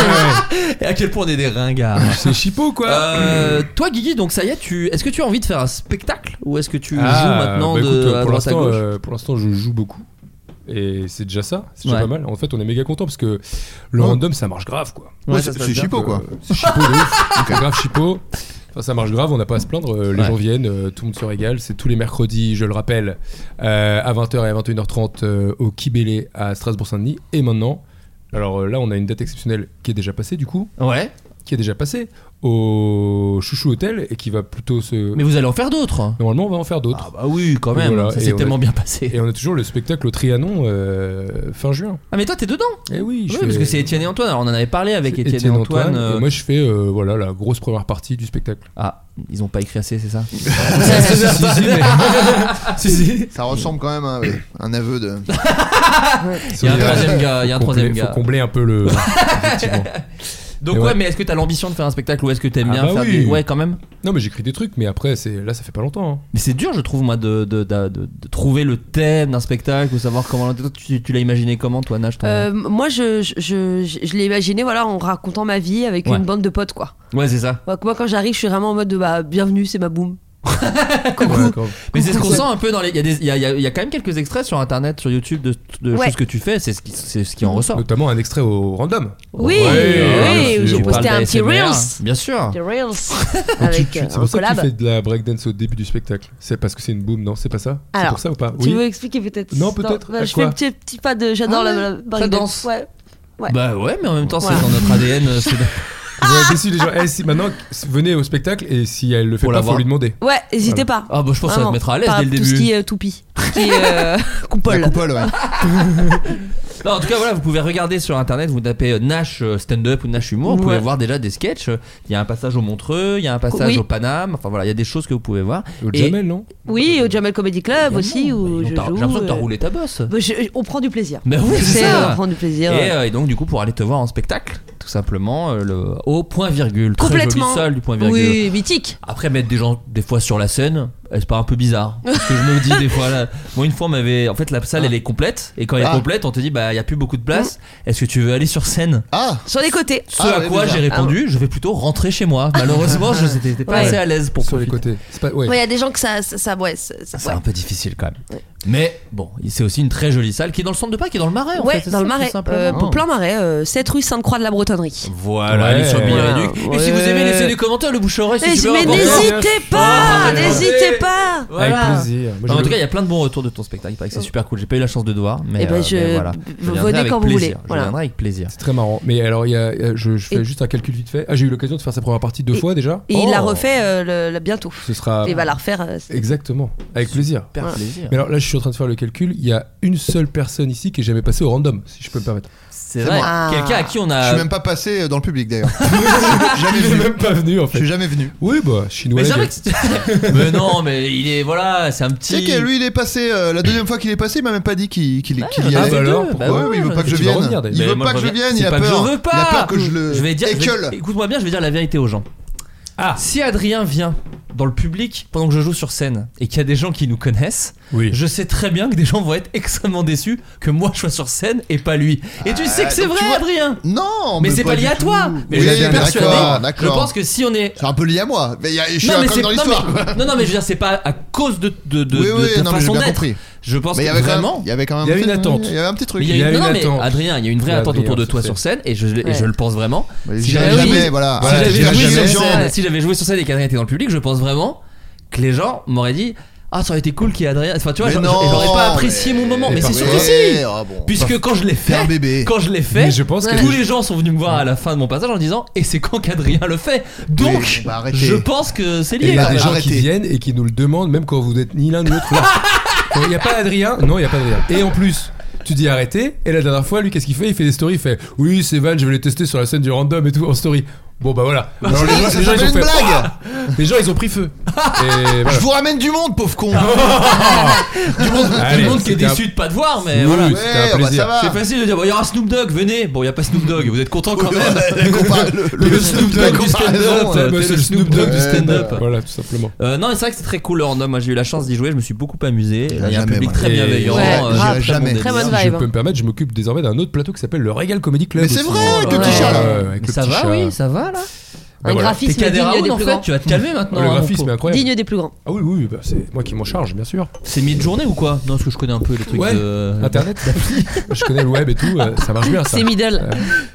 ouais,
Et à quel point on est des ringards.
*laughs* C'est chipot quoi
Euh, toi, Guigui, donc ça y est, tu... est-ce que tu as envie de faire un spectacle ou est-ce que tu joues
Ah,
maintenant
bah,
de
écoute,
à droite
pour
à
l'instant,
gauche
euh, pour l'instant, je joue beaucoup. Et c'est déjà ça, c'est déjà
Ouais.
pas mal. En fait, on est méga content parce que le
Ouais.
random ça marche grave quoi.
Ouais, Ouais, ça se c'est- passe c'est bien. chippo, quoi.
Euh, C'est chippo
*laughs*
de ouf. C'est grave chippo. Enfin, ça marche grave, on n'a pas à se plaindre. Euh, Les
Ouais.
gens viennent, euh, tout le monde se régale. C'est tous les mercredis, je le rappelle, euh, à 20h et à 21h30 euh, au Kibélé à Strasbourg-Saint-Denis. Et maintenant, alors euh, là, on a une date exceptionnelle qui est déjà passée du coup.
Ouais.
Qui est déjà passée au Chouchou Hôtel et qui va plutôt se.
Mais vous allez en faire d'autres
Normalement, on va en faire d'autres.
Ah bah oui, quand même, ça s'est
et on a-
tellement bien passé.
Et on a toujours le spectacle au Trianon euh, fin juin.
Ah mais toi t'es dedans
Eh oui, je
oui
fais-
parce que c'est Étienne et Antoine. Alors on en avait parlé avec Étienne,
Étienne
et Antoine. euh,
et moi je fais euh, voilà la grosse première partie du spectacle.
Ah, ils ont pas écrit assez,
*laughs*
c'est ça *laughs*
si, si, si,
mais- *laughs* Si, si.
Ça ressemble quand même à ouais, un aveu de.
Il y a un troisième gars, il y a un
Faut
troisième
combler-
gars.
Faut combler un
*laughs*
peu le. effectivement.
Donc
Et
ouais,
ouais.
mais est-ce que t'as l'ambition de faire un spectacle ou est-ce que t'aimes
Ah
bien
bah
faire
oui.
des... Ouais quand même.
Non mais j'écris des trucs, mais après c'est là ça fait pas longtemps. hein.
Mais c'est dur je trouve moi de, de, de- de- de trouver le thème d'un spectacle ou savoir comment... Toi, Tu, tu l'as imaginé comment toi Nage ton-
Euh, moi, je, je, je, je- je l'ai imaginé voilà, en racontant ma vie avec
Ouais.
une bande de potes, quoi.
Ouais c'est ça.
Moi, moi, quand j'arrive, je suis vraiment en mode de bah, bienvenue, c'est ma boum.
Mais c'est ce
*laughs*
qu'on
Ouais.
sent un peu dans les. Il y, a des- il y a- il y a- il y a quand même quelques extraits sur internet, sur YouTube de, de
Ouais.
choses que tu fais, c'est ce, qui- c'est ce qui en ressort. euh,
Notamment un extrait au random.
Oui, oui, où j'ai posté un petit Reels.
Bien sûr.
Des *laughs* Reels.
Mais tu-
avec
tu-
euh,
C'est
un
pour ça que
collab.
tu fais de la breakdance au début du spectacle. C'est parce que c'est une boom, non C'est pas ça C'est
Alors,
pour ça ou pas
Tu
Oui.
veux expliquer peut-être
Non, peut-être.
bah,
À
je
quoi
fais un petit, petit pas de. J'adore
Ah
la,
ouais,
la
ça
breakdance.
danse.
Ouais. ouais.
Bah ouais, mais en même temps,
Ouais.
c'est dans notre ADN. euh, c'est-
Vous avez déçu les gens. Eh, si, maintenant, si- venez au spectacle et si elle le fait
Faut la
pas, faut
voir.
lui demander.
Ouais, n'hésitez
Voilà.
pas.
Ah bah je pense que ça va
Vraiment.
te mettre à l'aise
Par
dès le
Tout ce qui
début.
est toupie. Tout ce qui est euh, *laughs* coupole.
La coupole, ouais.
Non, en tout cas, voilà, vous pouvez regarder sur internet, vous tapez euh, Nash euh, stand-up ou Nash humour, vous pouvez
Ouais.
voir déjà des sketchs. Il y a un passage au Montreux, il y a un passage
Oui.
au Paname, enfin voilà, il y a des choses que vous pouvez voir.
Au
Et-
Jamel, non
Oui, au Jamel Comedy Club aussi, où
Donc,
je
Bah, t'as- J'ai l'impression
joue.
que t'as
euh,
roulé ta bosse.
bah, je- on prend du plaisir.
Mais Bah oui, c'est
C'est,
ça.
euh, on prend du plaisir.
Et, euh, et donc du coup pour aller te voir en spectacle, tout simplement euh, le au point virgule, très
Complètement.
joli salle du point virgule.
Oui, mythique.
Après mettre des gens des fois sur la scène, euh, c'est pas un peu
*laughs*
bizarre Parce que je me dis des fois là, moi une fois on m'avait en fait la
Ah.
salle elle est complète et quand elle est
Ah.
complète on te dit bah il y a plus beaucoup de place,
Mm.
est-ce que tu veux aller sur scène
Ah
Sur les côtés.
Ce
Ah,
à
ouais,
quoi
déjà.
j'ai répondu, je vais plutôt rentrer chez moi. Malheureusement, je n'étais pas
*laughs* Ouais.
assez à l'aise pour
Sur les
profiter.
côtés. C'est pas. ouais.
Ouais, Il y a des gens que ça. ça, ça- ouais, ça- ça-
C'est
ouais.
un peu difficile quand même. Mais bon, c'est aussi une très jolie salle qui est dans le centre de Paris, qui est dans le Marais. en
Ouais,
fait, c'est
dans
ça,
le
tout
marais.
simplement.
euh, pour plein marais, euh, 7 rue Sainte-Croix de la Bretonnerie.
Voilà,
Ouais.
allez sur Billard et Duc.
Ouais.
Et si vous aimez, laissez des commentaires, le bouche à oreille, c'est
Mais,
super
mais
important.
n'hésitez pas,
Ah,
n'hésitez pas.
Voilà.
Ah, Avec plaisir. Moi,
Non,
j'ai-
en tout cas, il y a plein de bons retours de ton spectacle. Il paraît que c'est super cool. J'ai pas eu la chance de te voir, mais,
Oh. Eh ben,
euh,
je-
mais voilà.
v-
Je viendrai
venez
avec
quand vous
plaisir.
voulez.
Je
Voilà.
viendrai avec plaisir.
C'est très marrant. Mais alors, il y a- il y a- je, je fais
Et-
juste un calcul vite fait. Ah, j'ai eu l'occasion de faire sa première partie deux
Et-
fois déjà.
Et il
Oh. Ah.
la refait euh, le- le- bientôt.
Ce sera.
Et il va la refaire. euh, c'est-
Exactement. Avec plaisir.
Super plaisir.
Mais alors là, je suis en train de faire le calcul. Il y a une seule personne ici qui est jamais passée au random, si je peux me permettre.
C'est vrai.
moi.
Quelqu'un à qui on
Je
a.
suis même pas passé dans le public d'ailleurs. Je suis jamais
Il est
venu.
même pas venu en
Je suis
fait.
jamais venu.
Oui, bah, chinois.
Ah. Mais c'est
il
vrai
est-
que c'est- *laughs* mais non, mais il est voilà, c'est un
Tu sais
petit.
que lui il est passé, euh, la deuxième fois qu'il est passé, il m'a même pas dit qu'il qu'il- qu'il y
Ah,
allait.
bah alors,
bah
pourquoi
ouais,
Ouais, mais il veut
ouais,
pas que je
tu dois
vienne.
revenir, d'ailleurs.
Il
Mais
veut
moi,
pas que je
reviens.
vienne,
C'est
il a
pas que
peur.
Je veux pas.
Il a peur que je le
Je vais dire. je vais-
équeule.
Écoute-moi bien, je vais dire la vérité aux gens. Ah. Si Adrien vient dans le public pendant que je joue sur scène et qu'il y a des gens qui nous connaissent,
Oui.
je sais très bien que des gens vont être extrêmement déçus que moi je sois sur scène et pas lui. Et tu sais que c'est
Ah, donc
vrai,
tu vois-
Adrien.
Non,
Mais c'est pas,
du
lié à toi.
tout.
Mais
Oui,
je suis
d'accord,
persuadé. Je
d'accord.
pense que si on est
C'est un peu lié à moi. Mais il y a- je suis
non, mais
comme
c'est-
dans
non,
l'histoire.
mais- Non, non, mais je veux dire, c'est pas à cause de, de, de,
Oui,
de
oui,
ta
non, mais j'ai
façon
bien
d'être.
compris.
Je pense
Mais il y
que
avait quand
vraiment.
même- il y avait quand même
Il y a
un
une
petit-
attente.
Il y avait un petit truc.
Mais il y a
Il y
une,
a
non,
une
non, mais
attente.
Adrien, il y a une vraie
Il y a
attente
Adrien,
autour de toi
c'est
sur scène et je, et
Ouais.
je le pense vraiment.
Mais
Si
j'irai
j'avais
jamais,
joué-
voilà.
si
Voilà,
j'avais
j'irai
joué
jamais.
sur scène, si j'avais joué sur scène et qu'Adrien était dans le public, je pense vraiment que les gens m'auraient dit Ah, ça aurait été cool qu'il y ait Adrien. Enfin, tu vois,
Mais
j'aurais
non,
j'aurais pas apprécié mon moment, mais c'est sûr que si.
Ah bon.
Puisque quand je l'ai
T'es un
fait,
bébé.
quand je l'ai fait,
Mais je pense que-
tous les gens sont venus me voir à la fin de mon passage en disant Et c'est quand qu'Adrien le fait Donc,
Oui, bah, arrêtez.
je pense que c'est
Et
lié.
il y a
bah,
des gens
arrêtez.
qui viennent et qui nous le demandent, même quand vous n'êtes ni l'un ni l'autre là. Quand Il n'y a pas Adrien Non, il n'y a pas Adrien. Et en plus, tu dis arrêtez. Et la dernière fois, lui, qu'est-ce qu'il fait Il fait des stories. Il fait Oui, c'est Van, je vais les tester sur la scène du random et tout en story. Bon, bah voilà. Alors, les, gens,
Ça
les gens, ils ont
s'appelle une
fait,
blague.
Ouah Les gens, ils ont pris feu. Et voilà.
Je vous ramène du monde, pauvre con.
Du monde, du
Allez,
monde qui est
c'était un-
déçu de pas te voir, mais
Oui,
voilà.
oui,
Ouais,
c'était un
bah,
plaisir.
ça va.
C'est facile de dire, bon, il y aura Snoop Dogg, venez. Bon, il n'y a pas Snoop Dogg, vous êtes content quand même.
La compara- le- le-
Le Snoop Dogg du stand-up.
comparaison,
euh,
Ouais, bah,
t'es
c'est le Snoop Dogg du
Ouais,
stand-up.
bah.
Voilà, tout simplement.
*laughs* Euh, non, mais c'est vrai que c'est très cool le random. Moi, j'ai eu la chance d'y jouer, je me suis beaucoup amusé. Il y a un
Jamais,
public
moi.
très
Et-
bienveillant.
Ouais,
euh,
grave.
très
Jamais.
bon
Très
délire.
bonne
Si je
vibe.
peux me permettre, je m'occupe désormais d'un autre plateau qui s'appelle le Regal Comedy Club.
Mais c'est
aussi.
vrai, avec le
Ouais.
petit chat là.
Ouais, avec le
Ça
petit
va,
chat.
oui, ça va là.
Un graphisme
Tes Cadera
digne
Road,
des
en
plus
fait,
grands.
Tu vas te calmer maintenant.
Le
hein, mon
graphisme est
pauvre.
incroyable.
Digne des plus grands.
Ah oui, oui, bah, c'est moi qui m'en charge, bien sûr.
C'est mid journée ou quoi Non, parce que je connais un peu les trucs
Ouais, Ah,
de
*laughs*
Internet, d'appli. Je connais le web et tout, euh, ça marche bien ça.
C'est middle.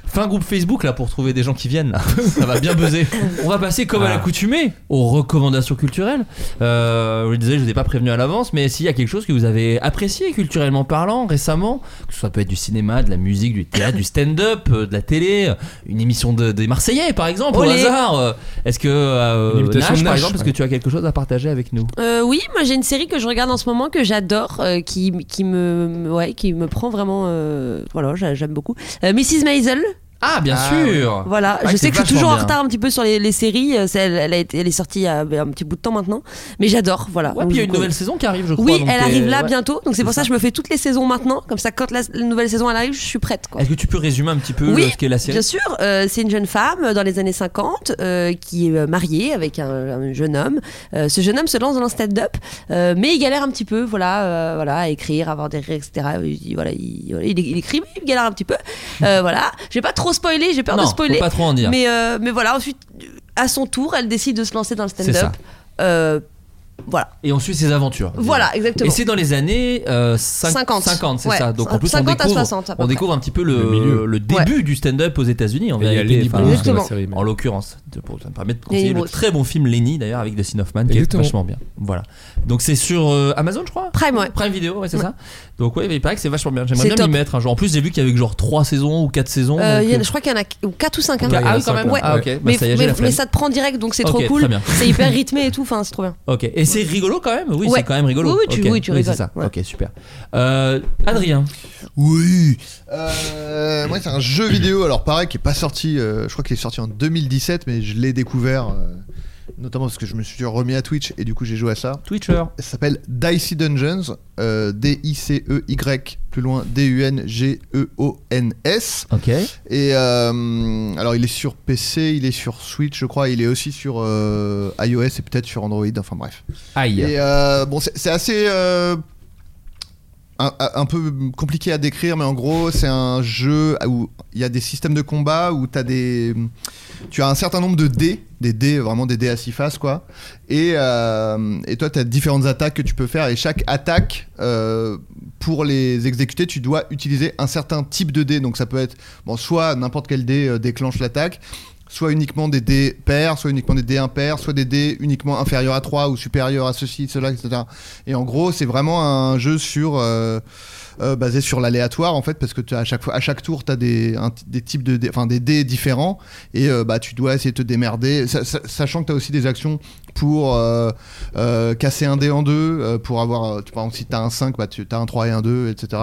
Fin groupe Facebook là pour trouver des gens qui viennent. là. *laughs* Ça va bien buzzer. Ah. On va passer comme à l'accoutumée aux recommandations culturelles. Euh, je le disais, je vous ai pas prévenu à l'avance, mais s'il y a quelque chose que vous avez apprécié culturellement parlant récemment, que ce soit peut être du cinéma, de la musique, du théâtre, du stand-up, euh, de la télé, une émission de- des Marseillais par exemple, au
Olé.
hasard. euh, Est-ce que euh,
Une imitation
Nash,
de
par
Nash,
exemple, est-ce
ouais.
que tu as quelque chose à partager avec nous
Euh, oui, moi j'ai une série que je regarde en ce moment que j'adore, euh, qui, qui, me, ouais, qui me prend vraiment. euh, voilà, j'a- j'aime beaucoup. Euh, Mrs. Maisel,
Ah, bien
Ah,
sûr.
Voilà,
Ah,
je
c'est
sais que je suis
vachement
toujours en
bien.
retard un petit peu sur les, les séries. euh, c'est- Elle, elle a été- elle est sortie il y a ben, un petit bout de temps maintenant, mais j'adore. Voilà.
Ouais,
Donc,
puis il y a
du
une
coup-
nouvelle saison qui arrive, je crois.
Oui,
donc,
elle
euh,
arrive là
ouais.
bientôt, donc c'est pour
ça.
ça que je me fais toutes les saisons maintenant. Comme ça, quand la, la nouvelle saison elle arrive, je suis prête. Quoi.
Est-ce que tu peux résumer un petit peu
Oui,
euh, ce qu'est la série
Bien sûr, euh, c'est une jeune femme euh, dans les années 50 euh, qui est euh, mariée avec un, un jeune homme. Euh, ce jeune homme se lance dans le stand-up, euh, mais il galère un petit peu, voilà, euh, voilà, à écrire, à avoir des rires, etc. Il, voilà, il, voilà, il- il écrit, mais il galère un petit peu. Euh, voilà, je vais pas trop spoiler, j'ai peur
Non,
de spoiler.
faut pas trop en dire.
Mais, euh, mais voilà, ensuite, à son tour, elle décide de se lancer dans le
C'est ça.
stand-up. Euh, voilà.
Et on suit ses aventures. disons.
Voilà, exactement.
Et c'est dans les années euh, cinq-
50.
50, c'est
Ouais,
ça. Donc en plus,
50 à
on, découvre,
60 à peu
on
près.
découvre un petit peu le,
Le milieu.
le début du stand-up aux États-Unis en
Et il y a
vérité.
Lenny
Enfin,
Bruce dans la
Exactement.
série. mais-
En l'occurrence, de- pour- ça me permet de
Lenny
conseiller le
Bruce.
très bon film Lenny d'ailleurs avec Dustin Hoffman qui
Exactement.
est vachement bien. Voilà. Donc c'est sur euh, Amazon, je crois.
Prime, ouais.
Prime Vidéo, ouais, c'est ça. Donc ouais, mais il paraît que c'est vachement bien. J'aimerais bien
C'est top.
m'y mettre un jour. En plus, j'ai vu qu'il y avait genre 3 saisons ou 4 saisons.
Euh,
donc,
il y en a-
euh,
je crois qu'il y en a 4 ou hein. 5.
Ouais, il y en a
ah oui, quand
cinq,
même.
ouais.
Ah ok.
Ouais.
Bah,
mais,
ça y est, j'ai
mais-
la flemme.
mais ça te prend direct, donc c'est
Ok,
trop
très
cool.
bien.
C'est
*laughs*
hyper rythmé et tout, enfin c'est trop bien.
Ok, et c'est rigolo quand même Oui,
Ouais.
c'est quand même rigolo.
Oui, oui, tu-
Ok.
oui, tu
c'est
rigoles.
ça.
Ouais.
Ok, super. Euh, Adrien,
Oui. Euh, moi, c'est un jeu vidéo. Alors, pareil, qui est pas sorti. euh, je crois qu'il est sorti en 2017, mais je l'ai découvert. euh, notamment parce que je me suis remis à Twitch et du coup j'ai joué à ça.
Twitcher.
Ça s'appelle Dicey Dungeons. euh, D-I-C-E-Y, plus loin E D-U-N-G-E-O-N-S.
Ok.
Et euh, alors, il est sur PC, il est sur Switch, je crois. Il est aussi sur euh, iOS et peut-être sur Android. Enfin, bref.
Aïe.
Et euh, bon, c'est c'est assez. euh, un, un peu compliqué à décrire, mais en gros, c'est un jeu où il y a des systèmes de combat où as des, tu as un certain nombre de dés, des dés, vraiment des dés à six faces, quoi. Et, euh, et toi, tu as différentes attaques que tu peux faire, et chaque attaque, euh, pour les exécuter, tu dois utiliser un certain type de dés. Donc ça peut être bon, soit n'importe quel dé euh, déclenche l'attaque, soit uniquement des dés pairs, soit uniquement des dés impairs, soit des dés uniquement inférieurs à 3 ou supérieurs à ceci, cela, etc. Et en gros, c'est vraiment un jeu sur euh, euh, basé sur l'aléatoire en fait, parce que t'as à chaque fois, à chaque tour, tu as des, un- des types de, dés- enfin des dés différents et euh, bah tu dois essayer de te démerder, sa- sa- sachant que tu as aussi des actions pour euh, euh, casser un dé en deux, euh, pour avoir, euh, tu- par exemple, si tu as un 5, bah tu as un 3 et un 2, etc.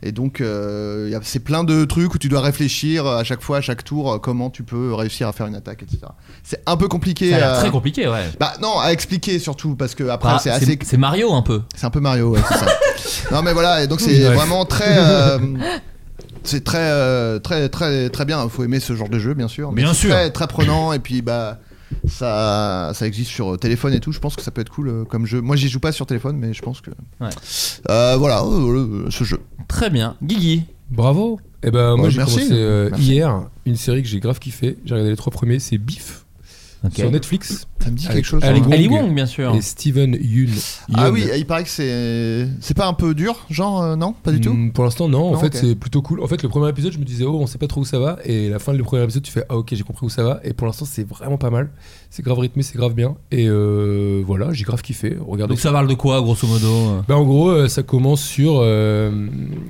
Et donc, euh, y a- c'est plein de trucs où tu dois réfléchir à chaque fois, à chaque tour, euh, comment tu peux réussir à faire une attaque, etc. C'est un peu compliqué.
Ça a l'air
à-
très compliqué, ouais.
Bah non, à expliquer surtout, parce que après,
Bah,
c'est assez.
c'est Mario un peu.
C'est un peu Mario, ouais, c'est ça.
*laughs*
non, mais voilà, et donc c'est
Ouais.
vraiment très.
*laughs*
euh, c'est très, euh, très, très, très bien. Il faut aimer ce genre de jeu, bien sûr. mais
Bien
c'est
sûr.
Très, très prenant, et puis bah. Ça, ça existe sur euh, téléphone et tout. Je pense que ça peut être cool euh, comme jeu. Moi, j'y joue pas sur téléphone, mais je pense que.
Ouais.
Euh, voilà, euh, euh, ce jeu.
Très bien. Guigui.
Bravo Eh ben moi
Ouais,
j'ai
merci.
commencé euh,
Merci.
hier une série que j'ai grave kiffé. J'ai regardé les trois premiers, c'est Beef sur Netflix.
Ça me dit
Avec
quelque chose.
Ali
hein.
Wong
Ali Wong, bien sûr.
Et Steven Yeun.
Ah
Yeun.
oui, il paraît que c'est c'est pas un peu dur, genre euh, non, pas du tout.
Mm, Pour l'instant, non. En
Non,
fait,
ok.
c'est plutôt cool. En fait, le premier épisode, je me disais, oh, on sait pas trop où ça va. Et la fin du premier épisode, tu fais, ah, ok, j'ai compris où ça va. Et pour l'instant, c'est vraiment pas mal. C'est grave rythmé, c'est grave bien. Et euh, voilà, j'ai grave kiffé. Regardez.
Donc ça parle de quoi, grosso modo
Bah, en gros, euh, ça commence sur euh,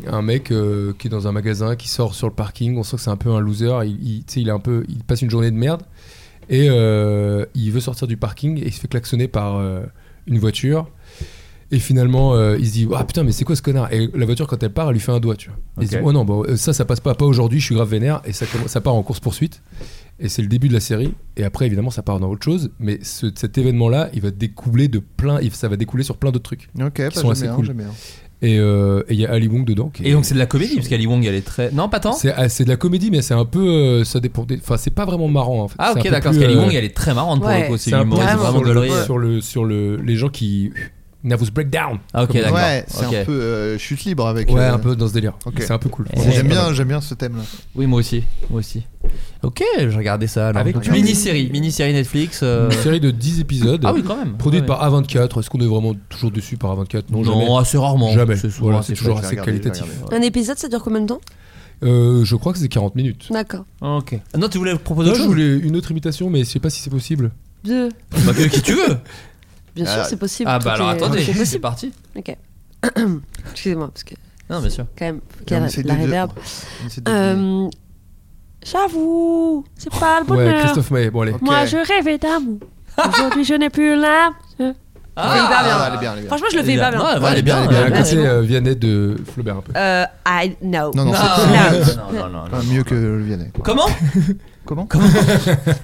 un mec euh, qui est dans un magasin, qui sort sur le parking. On sent que c'est un peu un loser. Il, il, tu sais, il est un peu, il passe une journée de merde. Et euh, il veut sortir du parking et il se fait klaxonner par euh, une voiture. Et finalement, euh, il se dit Ah putain, mais c'est quoi ce connard Et la voiture, quand elle part, elle lui fait un doigt, tu vois. Il se
Ok.
dit Oh non, bon, euh, ça, ça passe pas, pas aujourd'hui, je suis grave vénère. Et ça, commence- ça part en course-poursuite. Et c'est le début de la série. Et après, évidemment, ça part dans autre chose. Mais ce- cet événement-là, il va découler de plein. il- Ça va découler sur plein d'autres trucs.
Ok, bah,
sont
j'aime
assez
bien,
cool.
j'aime bien.
Et euh, et il y a Ali Wong dedans. qui est-
Et donc c'est de la comédie, parce qu'Ali Wong, elle est très. Non, pas tant
c'est ah, c'est de la comédie, mais c'est un peu. euh, ça dépend. des- Enfin, c'est pas vraiment marrant. En fait.
Ah,
C'est un
ok,
peu
d'accord.
plus,
Parce qu'Ali
euh,
Wong, elle est très marrante pour
Ouais.
le coup. C'est
C'est un peu
l'humour, c'est
Vraiment.
vraiment
sur
gaulerie.
le, sur le sur le les gens qui nervous breakdown.
Ah, ok,
Comme-
d'accord.
Ouais, c'est
Ok.
un peu euh, chute libre avec.
Ouais,
euh,
un peu dans ce délire.
Ok.
C'est un peu cool.
Et
J'aime
Ouais,
bien, j'aime bien ce thème-là.
Oui, moi aussi. Moi aussi. Ok, je regardais ça. alors.
Avec
Donc,
une-
mini-série, mini-série Netflix. euh,
Une série de 10 épisodes.
Ah oui, quand même.
Produite
Ouais.
par A24. Est-ce qu'on est vraiment toujours dessus par A24 Non,
Non,
jamais.
assez rarement.
Jamais.
C'est souvent
Voilà,
assez
c'est toujours
chouette,
assez
j'ai regardé, j'ai
qualitatif.
Un épisode, ça dure combien de temps
Euh, je crois que c'est 40 minutes.
D'accord.
Ok. Non, tu voulais proposer
Non,
autre
je
chose
voulais une autre imitation, mais je sais pas si c'est possible.
Deux.
Bah, que- qui tu veux
Bien sûr,
Ah.
c'est possible.
Ah bah
Tout
alors
est-
attendez,
tout
*laughs*
est
c'est
possible.
parti.
Ok. *coughs* Excusez-moi, parce que.
Non, bien sûr.
Quand même, faut qu'il y
Non, mais
ait la,
c'est
la
de-
réverb.
on essaie de
Euh, J'avoue, c'est pas le bonheur.
Ouais, Christophe Maé. Bon, allez.
Moi, je rêvais d'amour. Aujourd'hui, je n'ai plus
*laughs*
l'âme.
Ah,
Je le fais hyper
elle est bien, elle est bien.
Franchement, je le fais hyper bien.
Ouais, elle est bien,
Oh
Il y a
elle
un
est bien.
côté euh, Vianney de Flaubert un peu.
Euh, I know.
Non, non,
No.
c'est-
non, non, non,
Pas mieux que le Vianney. quoi.
Comment
Comment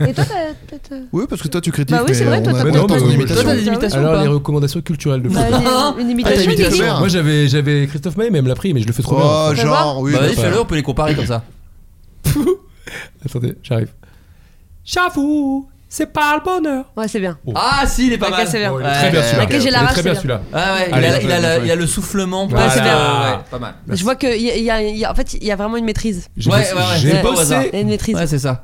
Et toi, t'as peut-être. euh,
Oui, parce que toi tu critiques.
Bah oui, c'est
mais
vrai, toi,
on
t'as
a
pas-
pas
t'as-
ton
t'as-
imitation.
t'as des imitations ou
Alors,
pas
les recommandations culturelles de Flaubert.
Bah, une- Une
Ah, t'as
imitation
imité
du
Flaubert
Moi, j'avais j'avais Christophe Maé, mais elle me l'a pris, mais je le fais trop bien.
Oh, genre, oui.
Bah
bah,
vas-y, fais-le, on peut les comparer comme ça.
Attendez, j'arrive.
J'avoue, c'est pas le bonheur.
Ouais, c'est bien.
Ah si, il est pas
Ok,
mal.
c'est bien.
Oh, il est
Ouais.
très bien
Ouais,
celui-là.
ok,
j'ai la
Il est
rage,
très bien
c'est
celui-là.
Ah ouais, il,
Allez,
a,
je
il a
vais-
le, il a le soufflement.
Voilà.
c'est bien.
ouais, pas mal.
Je vois qu'il y a, il y a- il y a- en fait, il y a vraiment une maîtrise.
J'ai
ouais,
bossé-
ouais, ouais,
j'ai
c'est pas au
bossé.
hasard.
Il y a une maîtrise.
Ouais, c'est ça.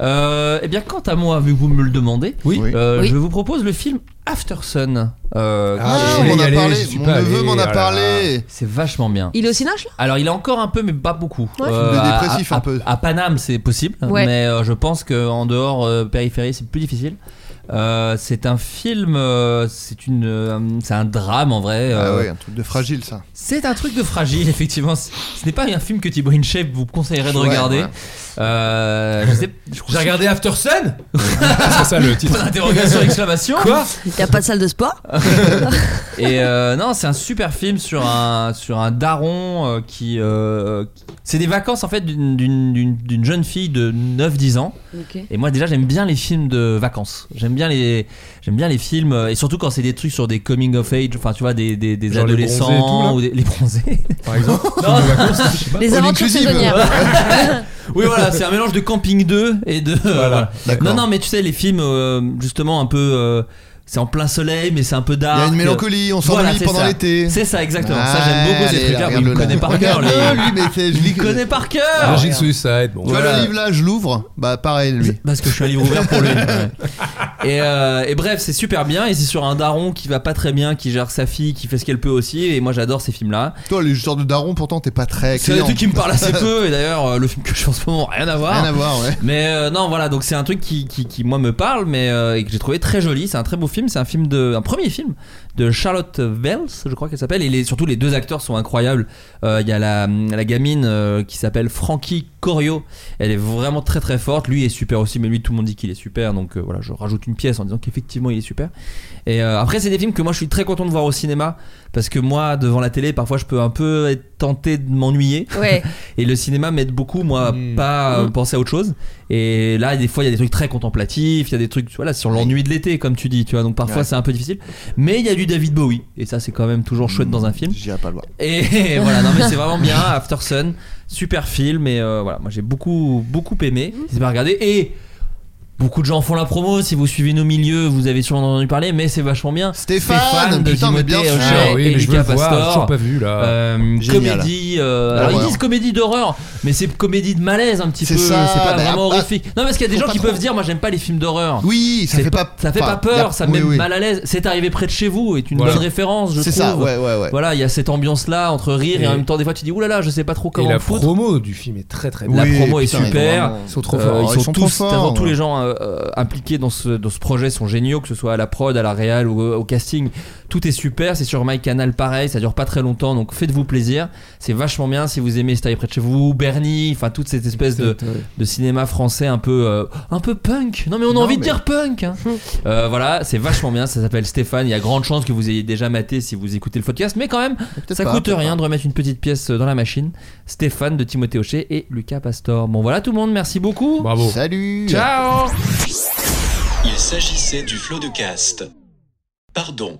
Euh, eh bien, quant à moi, vu que vous me le demandez,
Oui.
Oui.
euh,
Oui.
je vous propose le film After Sun. Euh,
Ah,
Ah,
on
j'y
m'en a
allais,
parlé.
j'y suis
Mon
pas
neveu
allé,
m'en
oh là
a
là.
parlé.
C'est vachement bien.
Il est au Cinoche, là
Alors, il est encore un peu, mais pas beaucoup. Euh,
Ouais.
Film de
à-
dépressif,
à,
un peu.
À Paname, c'est possible,
Ouais.
mais euh, je pense qu'en dehors euh, périphérie, c'est plus difficile. Euh, c'est un film, euh, c'est une, euh, c'est un drame en vrai.
Ah
euh,
ouais, un truc de fragile ça.
C'est un truc de fragile, *laughs* effectivement. C- Ce n'est pas un film que Thibaut Inchep vous conseillerait de
Ouais,
regarder.
ouais.
Euh, je sais- je crois-
J'ai regardé After Sun C'est ça
*laughs*
le titre.
Point d'interrogation, exclamation.
Quoi
Il n'y a pas de salle de sport
*laughs* Et euh, non, c'est un super film sur un sur un daron euh, qui. euh, qui- c'est des vacances en fait d'une- d'une d'une- d'une jeune fille de 9-10 ans.
Ok.
Et moi déjà j'aime bien les films de vacances. J'aime bien les j'aime bien les films euh, et surtout quand c'est des trucs sur des coming of age, enfin tu vois des des, des
Genre les
adolescents
bronzés et tout, là
ou des, les bronzés.
Par exemple,
Non.
film de vacances, je sais pas.
Les
All
aventures
inclusive.
saisonnières.
oui voilà, c'est un mélange de Camping 2 et de
Voilà,
d'accord.
Non non, mais tu sais les films euh, justement un peu euh, c'est en plein soleil mais c'est un peu
Il
dark.
y a une mélancolie, on s'ennuie
Voilà, c'est
pendant
ça.
l'été.
C'est ça exactement. ça j'aime
Ouais,
beaucoup ces
allez,
trucs là,
regarde
il
le
connaît
là.
par cœur les
Regarde-le, lui, mais c'est- je lis
Il
que-
connaît par cœur.
Magic Ah, Suicide. Bon,
Tu vois le livre là, je l'ouvre, bah pareil lui.
Parce que je suis un livre ouvert pour
*laughs*
lui. ouais. et, euh, et bref, c'est super bien. Et c'est sur un daron qui va pas très bien, qui gère sa fille, qui fait ce qu'elle peut aussi. Et moi, j'adore ces films-là.
Toi, les histoires de daron, pourtant t'es pas très.
C'est un
client.
truc qui me parle
*laughs*
assez peu. Et d'ailleurs, euh, le film que je fais en ce moment, rien à voir.
Rien à voir, ouais.
Mais euh, non, voilà, donc c'est un truc qui, qui, qui, moi me parle, mais euh, et que j'ai trouvé très joli. C'est un très beau film, c'est un film de, un premier film de Charlotte Wells, je crois qu'elle s'appelle. Et les, surtout les deux acteurs sont incroyables. Euh, Il y a la, la gamine euh, qui s'appelle Frankie Corio. Elle est vraiment très très forte. Lui est super aussi, mais lui tout le monde dit qu'il est super. Donc euh, voilà, je rajoute une pièce en disant qu'effectivement il est super. Et euh, après, c'est des films que moi je suis très content de voir au cinéma parce que moi devant la télé, parfois je peux un peu être tenté de m'ennuyer.
Ouais.
Et le cinéma m'aide beaucoup, moi, à
Mm.
pas euh, penser à autre chose. Et là, des fois, il y a des trucs très contemplatifs, il y a des trucs, voilà, sur l'ennui de l'été, comme tu dis, tu vois. Donc parfois,
Ouais.
c'est un peu difficile. Mais il y a du David Bowie, et ça, c'est quand même toujours chouette dans un film.
J'irai pas le voir.
Et *laughs* voilà, non, mais c'est vraiment bien. After Sun, super film. Et euh, voilà, moi, j'ai beaucoup, beaucoup aimé. C'est pas regardé. Et beaucoup de gens font la promo. Si vous suivez nos milieux, vous avez sûrement entendu parler, mais c'est vachement bien.
Stéphane,
de
putain, mais bien
Timothée
sûr.
Ocher
Ah oui,
et
mais je veux
Lucas
le voir,
Pastor.
j'ai toujours pas vu là.
Euh,
Génial.
comédie. euh,
D'horreur.
alors ils disent comédie d'horreur, mais c'est comédie de malaise un petit peu.
C'est
C'est
ça,
pas
bah,
vraiment
bah,
horrifique. Non, parce qu'il y a des
faut
gens
pas
qui
trop.
peuvent dire, moi j'aime pas les films d'horreur.
Ah. Oui, ça
C'est
fait pas.
ça fait
enfin,
pas
y
peur,
a-
ça
oui,
met
oui.
mal à l'aise. C'est arrivé près de chez vous est une
Voilà.
bonne référence, je
C'est
trouve.
ça, ouais, ouais, ouais.
Voilà, il y a cette ambiance là entre rire et,
Et-
en même temps des fois tu dis oulala, je sais pas trop
Et
comment
la
me foutre.
promo du film est très très
La
bien.
Oui,
promo est
putain, ils sont
super.
vraiment-
Ils sont trop
Euh,
forts.
Oh,
ils
ils
sont
sont
tous,
trop forts,
t'as- tous
ouais.
les gens euh, euh, impliqués dans ce, dans ce projet sont géniaux, que ce soit à la prod, à la réal ou euh, au casting. Tout est super, c'est sur MyCanal pareil, ça dure pas très longtemps, donc faites-vous plaisir. C'est vachement bien si vous aimez Stay près de chez vous, Bernie, enfin toute cette espèce Euh, de, de cinéma français un peu, euh, un peu punk. Non mais on a
Non,
envie de
mais-
dire punk.
*laughs*
hein. Euh, voilà, c'est vachement bien, ça s'appelle Stéphane, il y a grande chance que vous ayez déjà maté si vous écoutez le podcast, mais quand même,
Peut-être
ça
pas,
coûte
peut-être
rien
pas.
de remettre une petite pièce euh, dans la machine. Stéphane de Timothée Hochet et Lucas Pastor. Bon voilà tout le monde, merci beaucoup.
Bravo.
Salut.
Ciao
Il s'agissait du flot de cast. Pardon.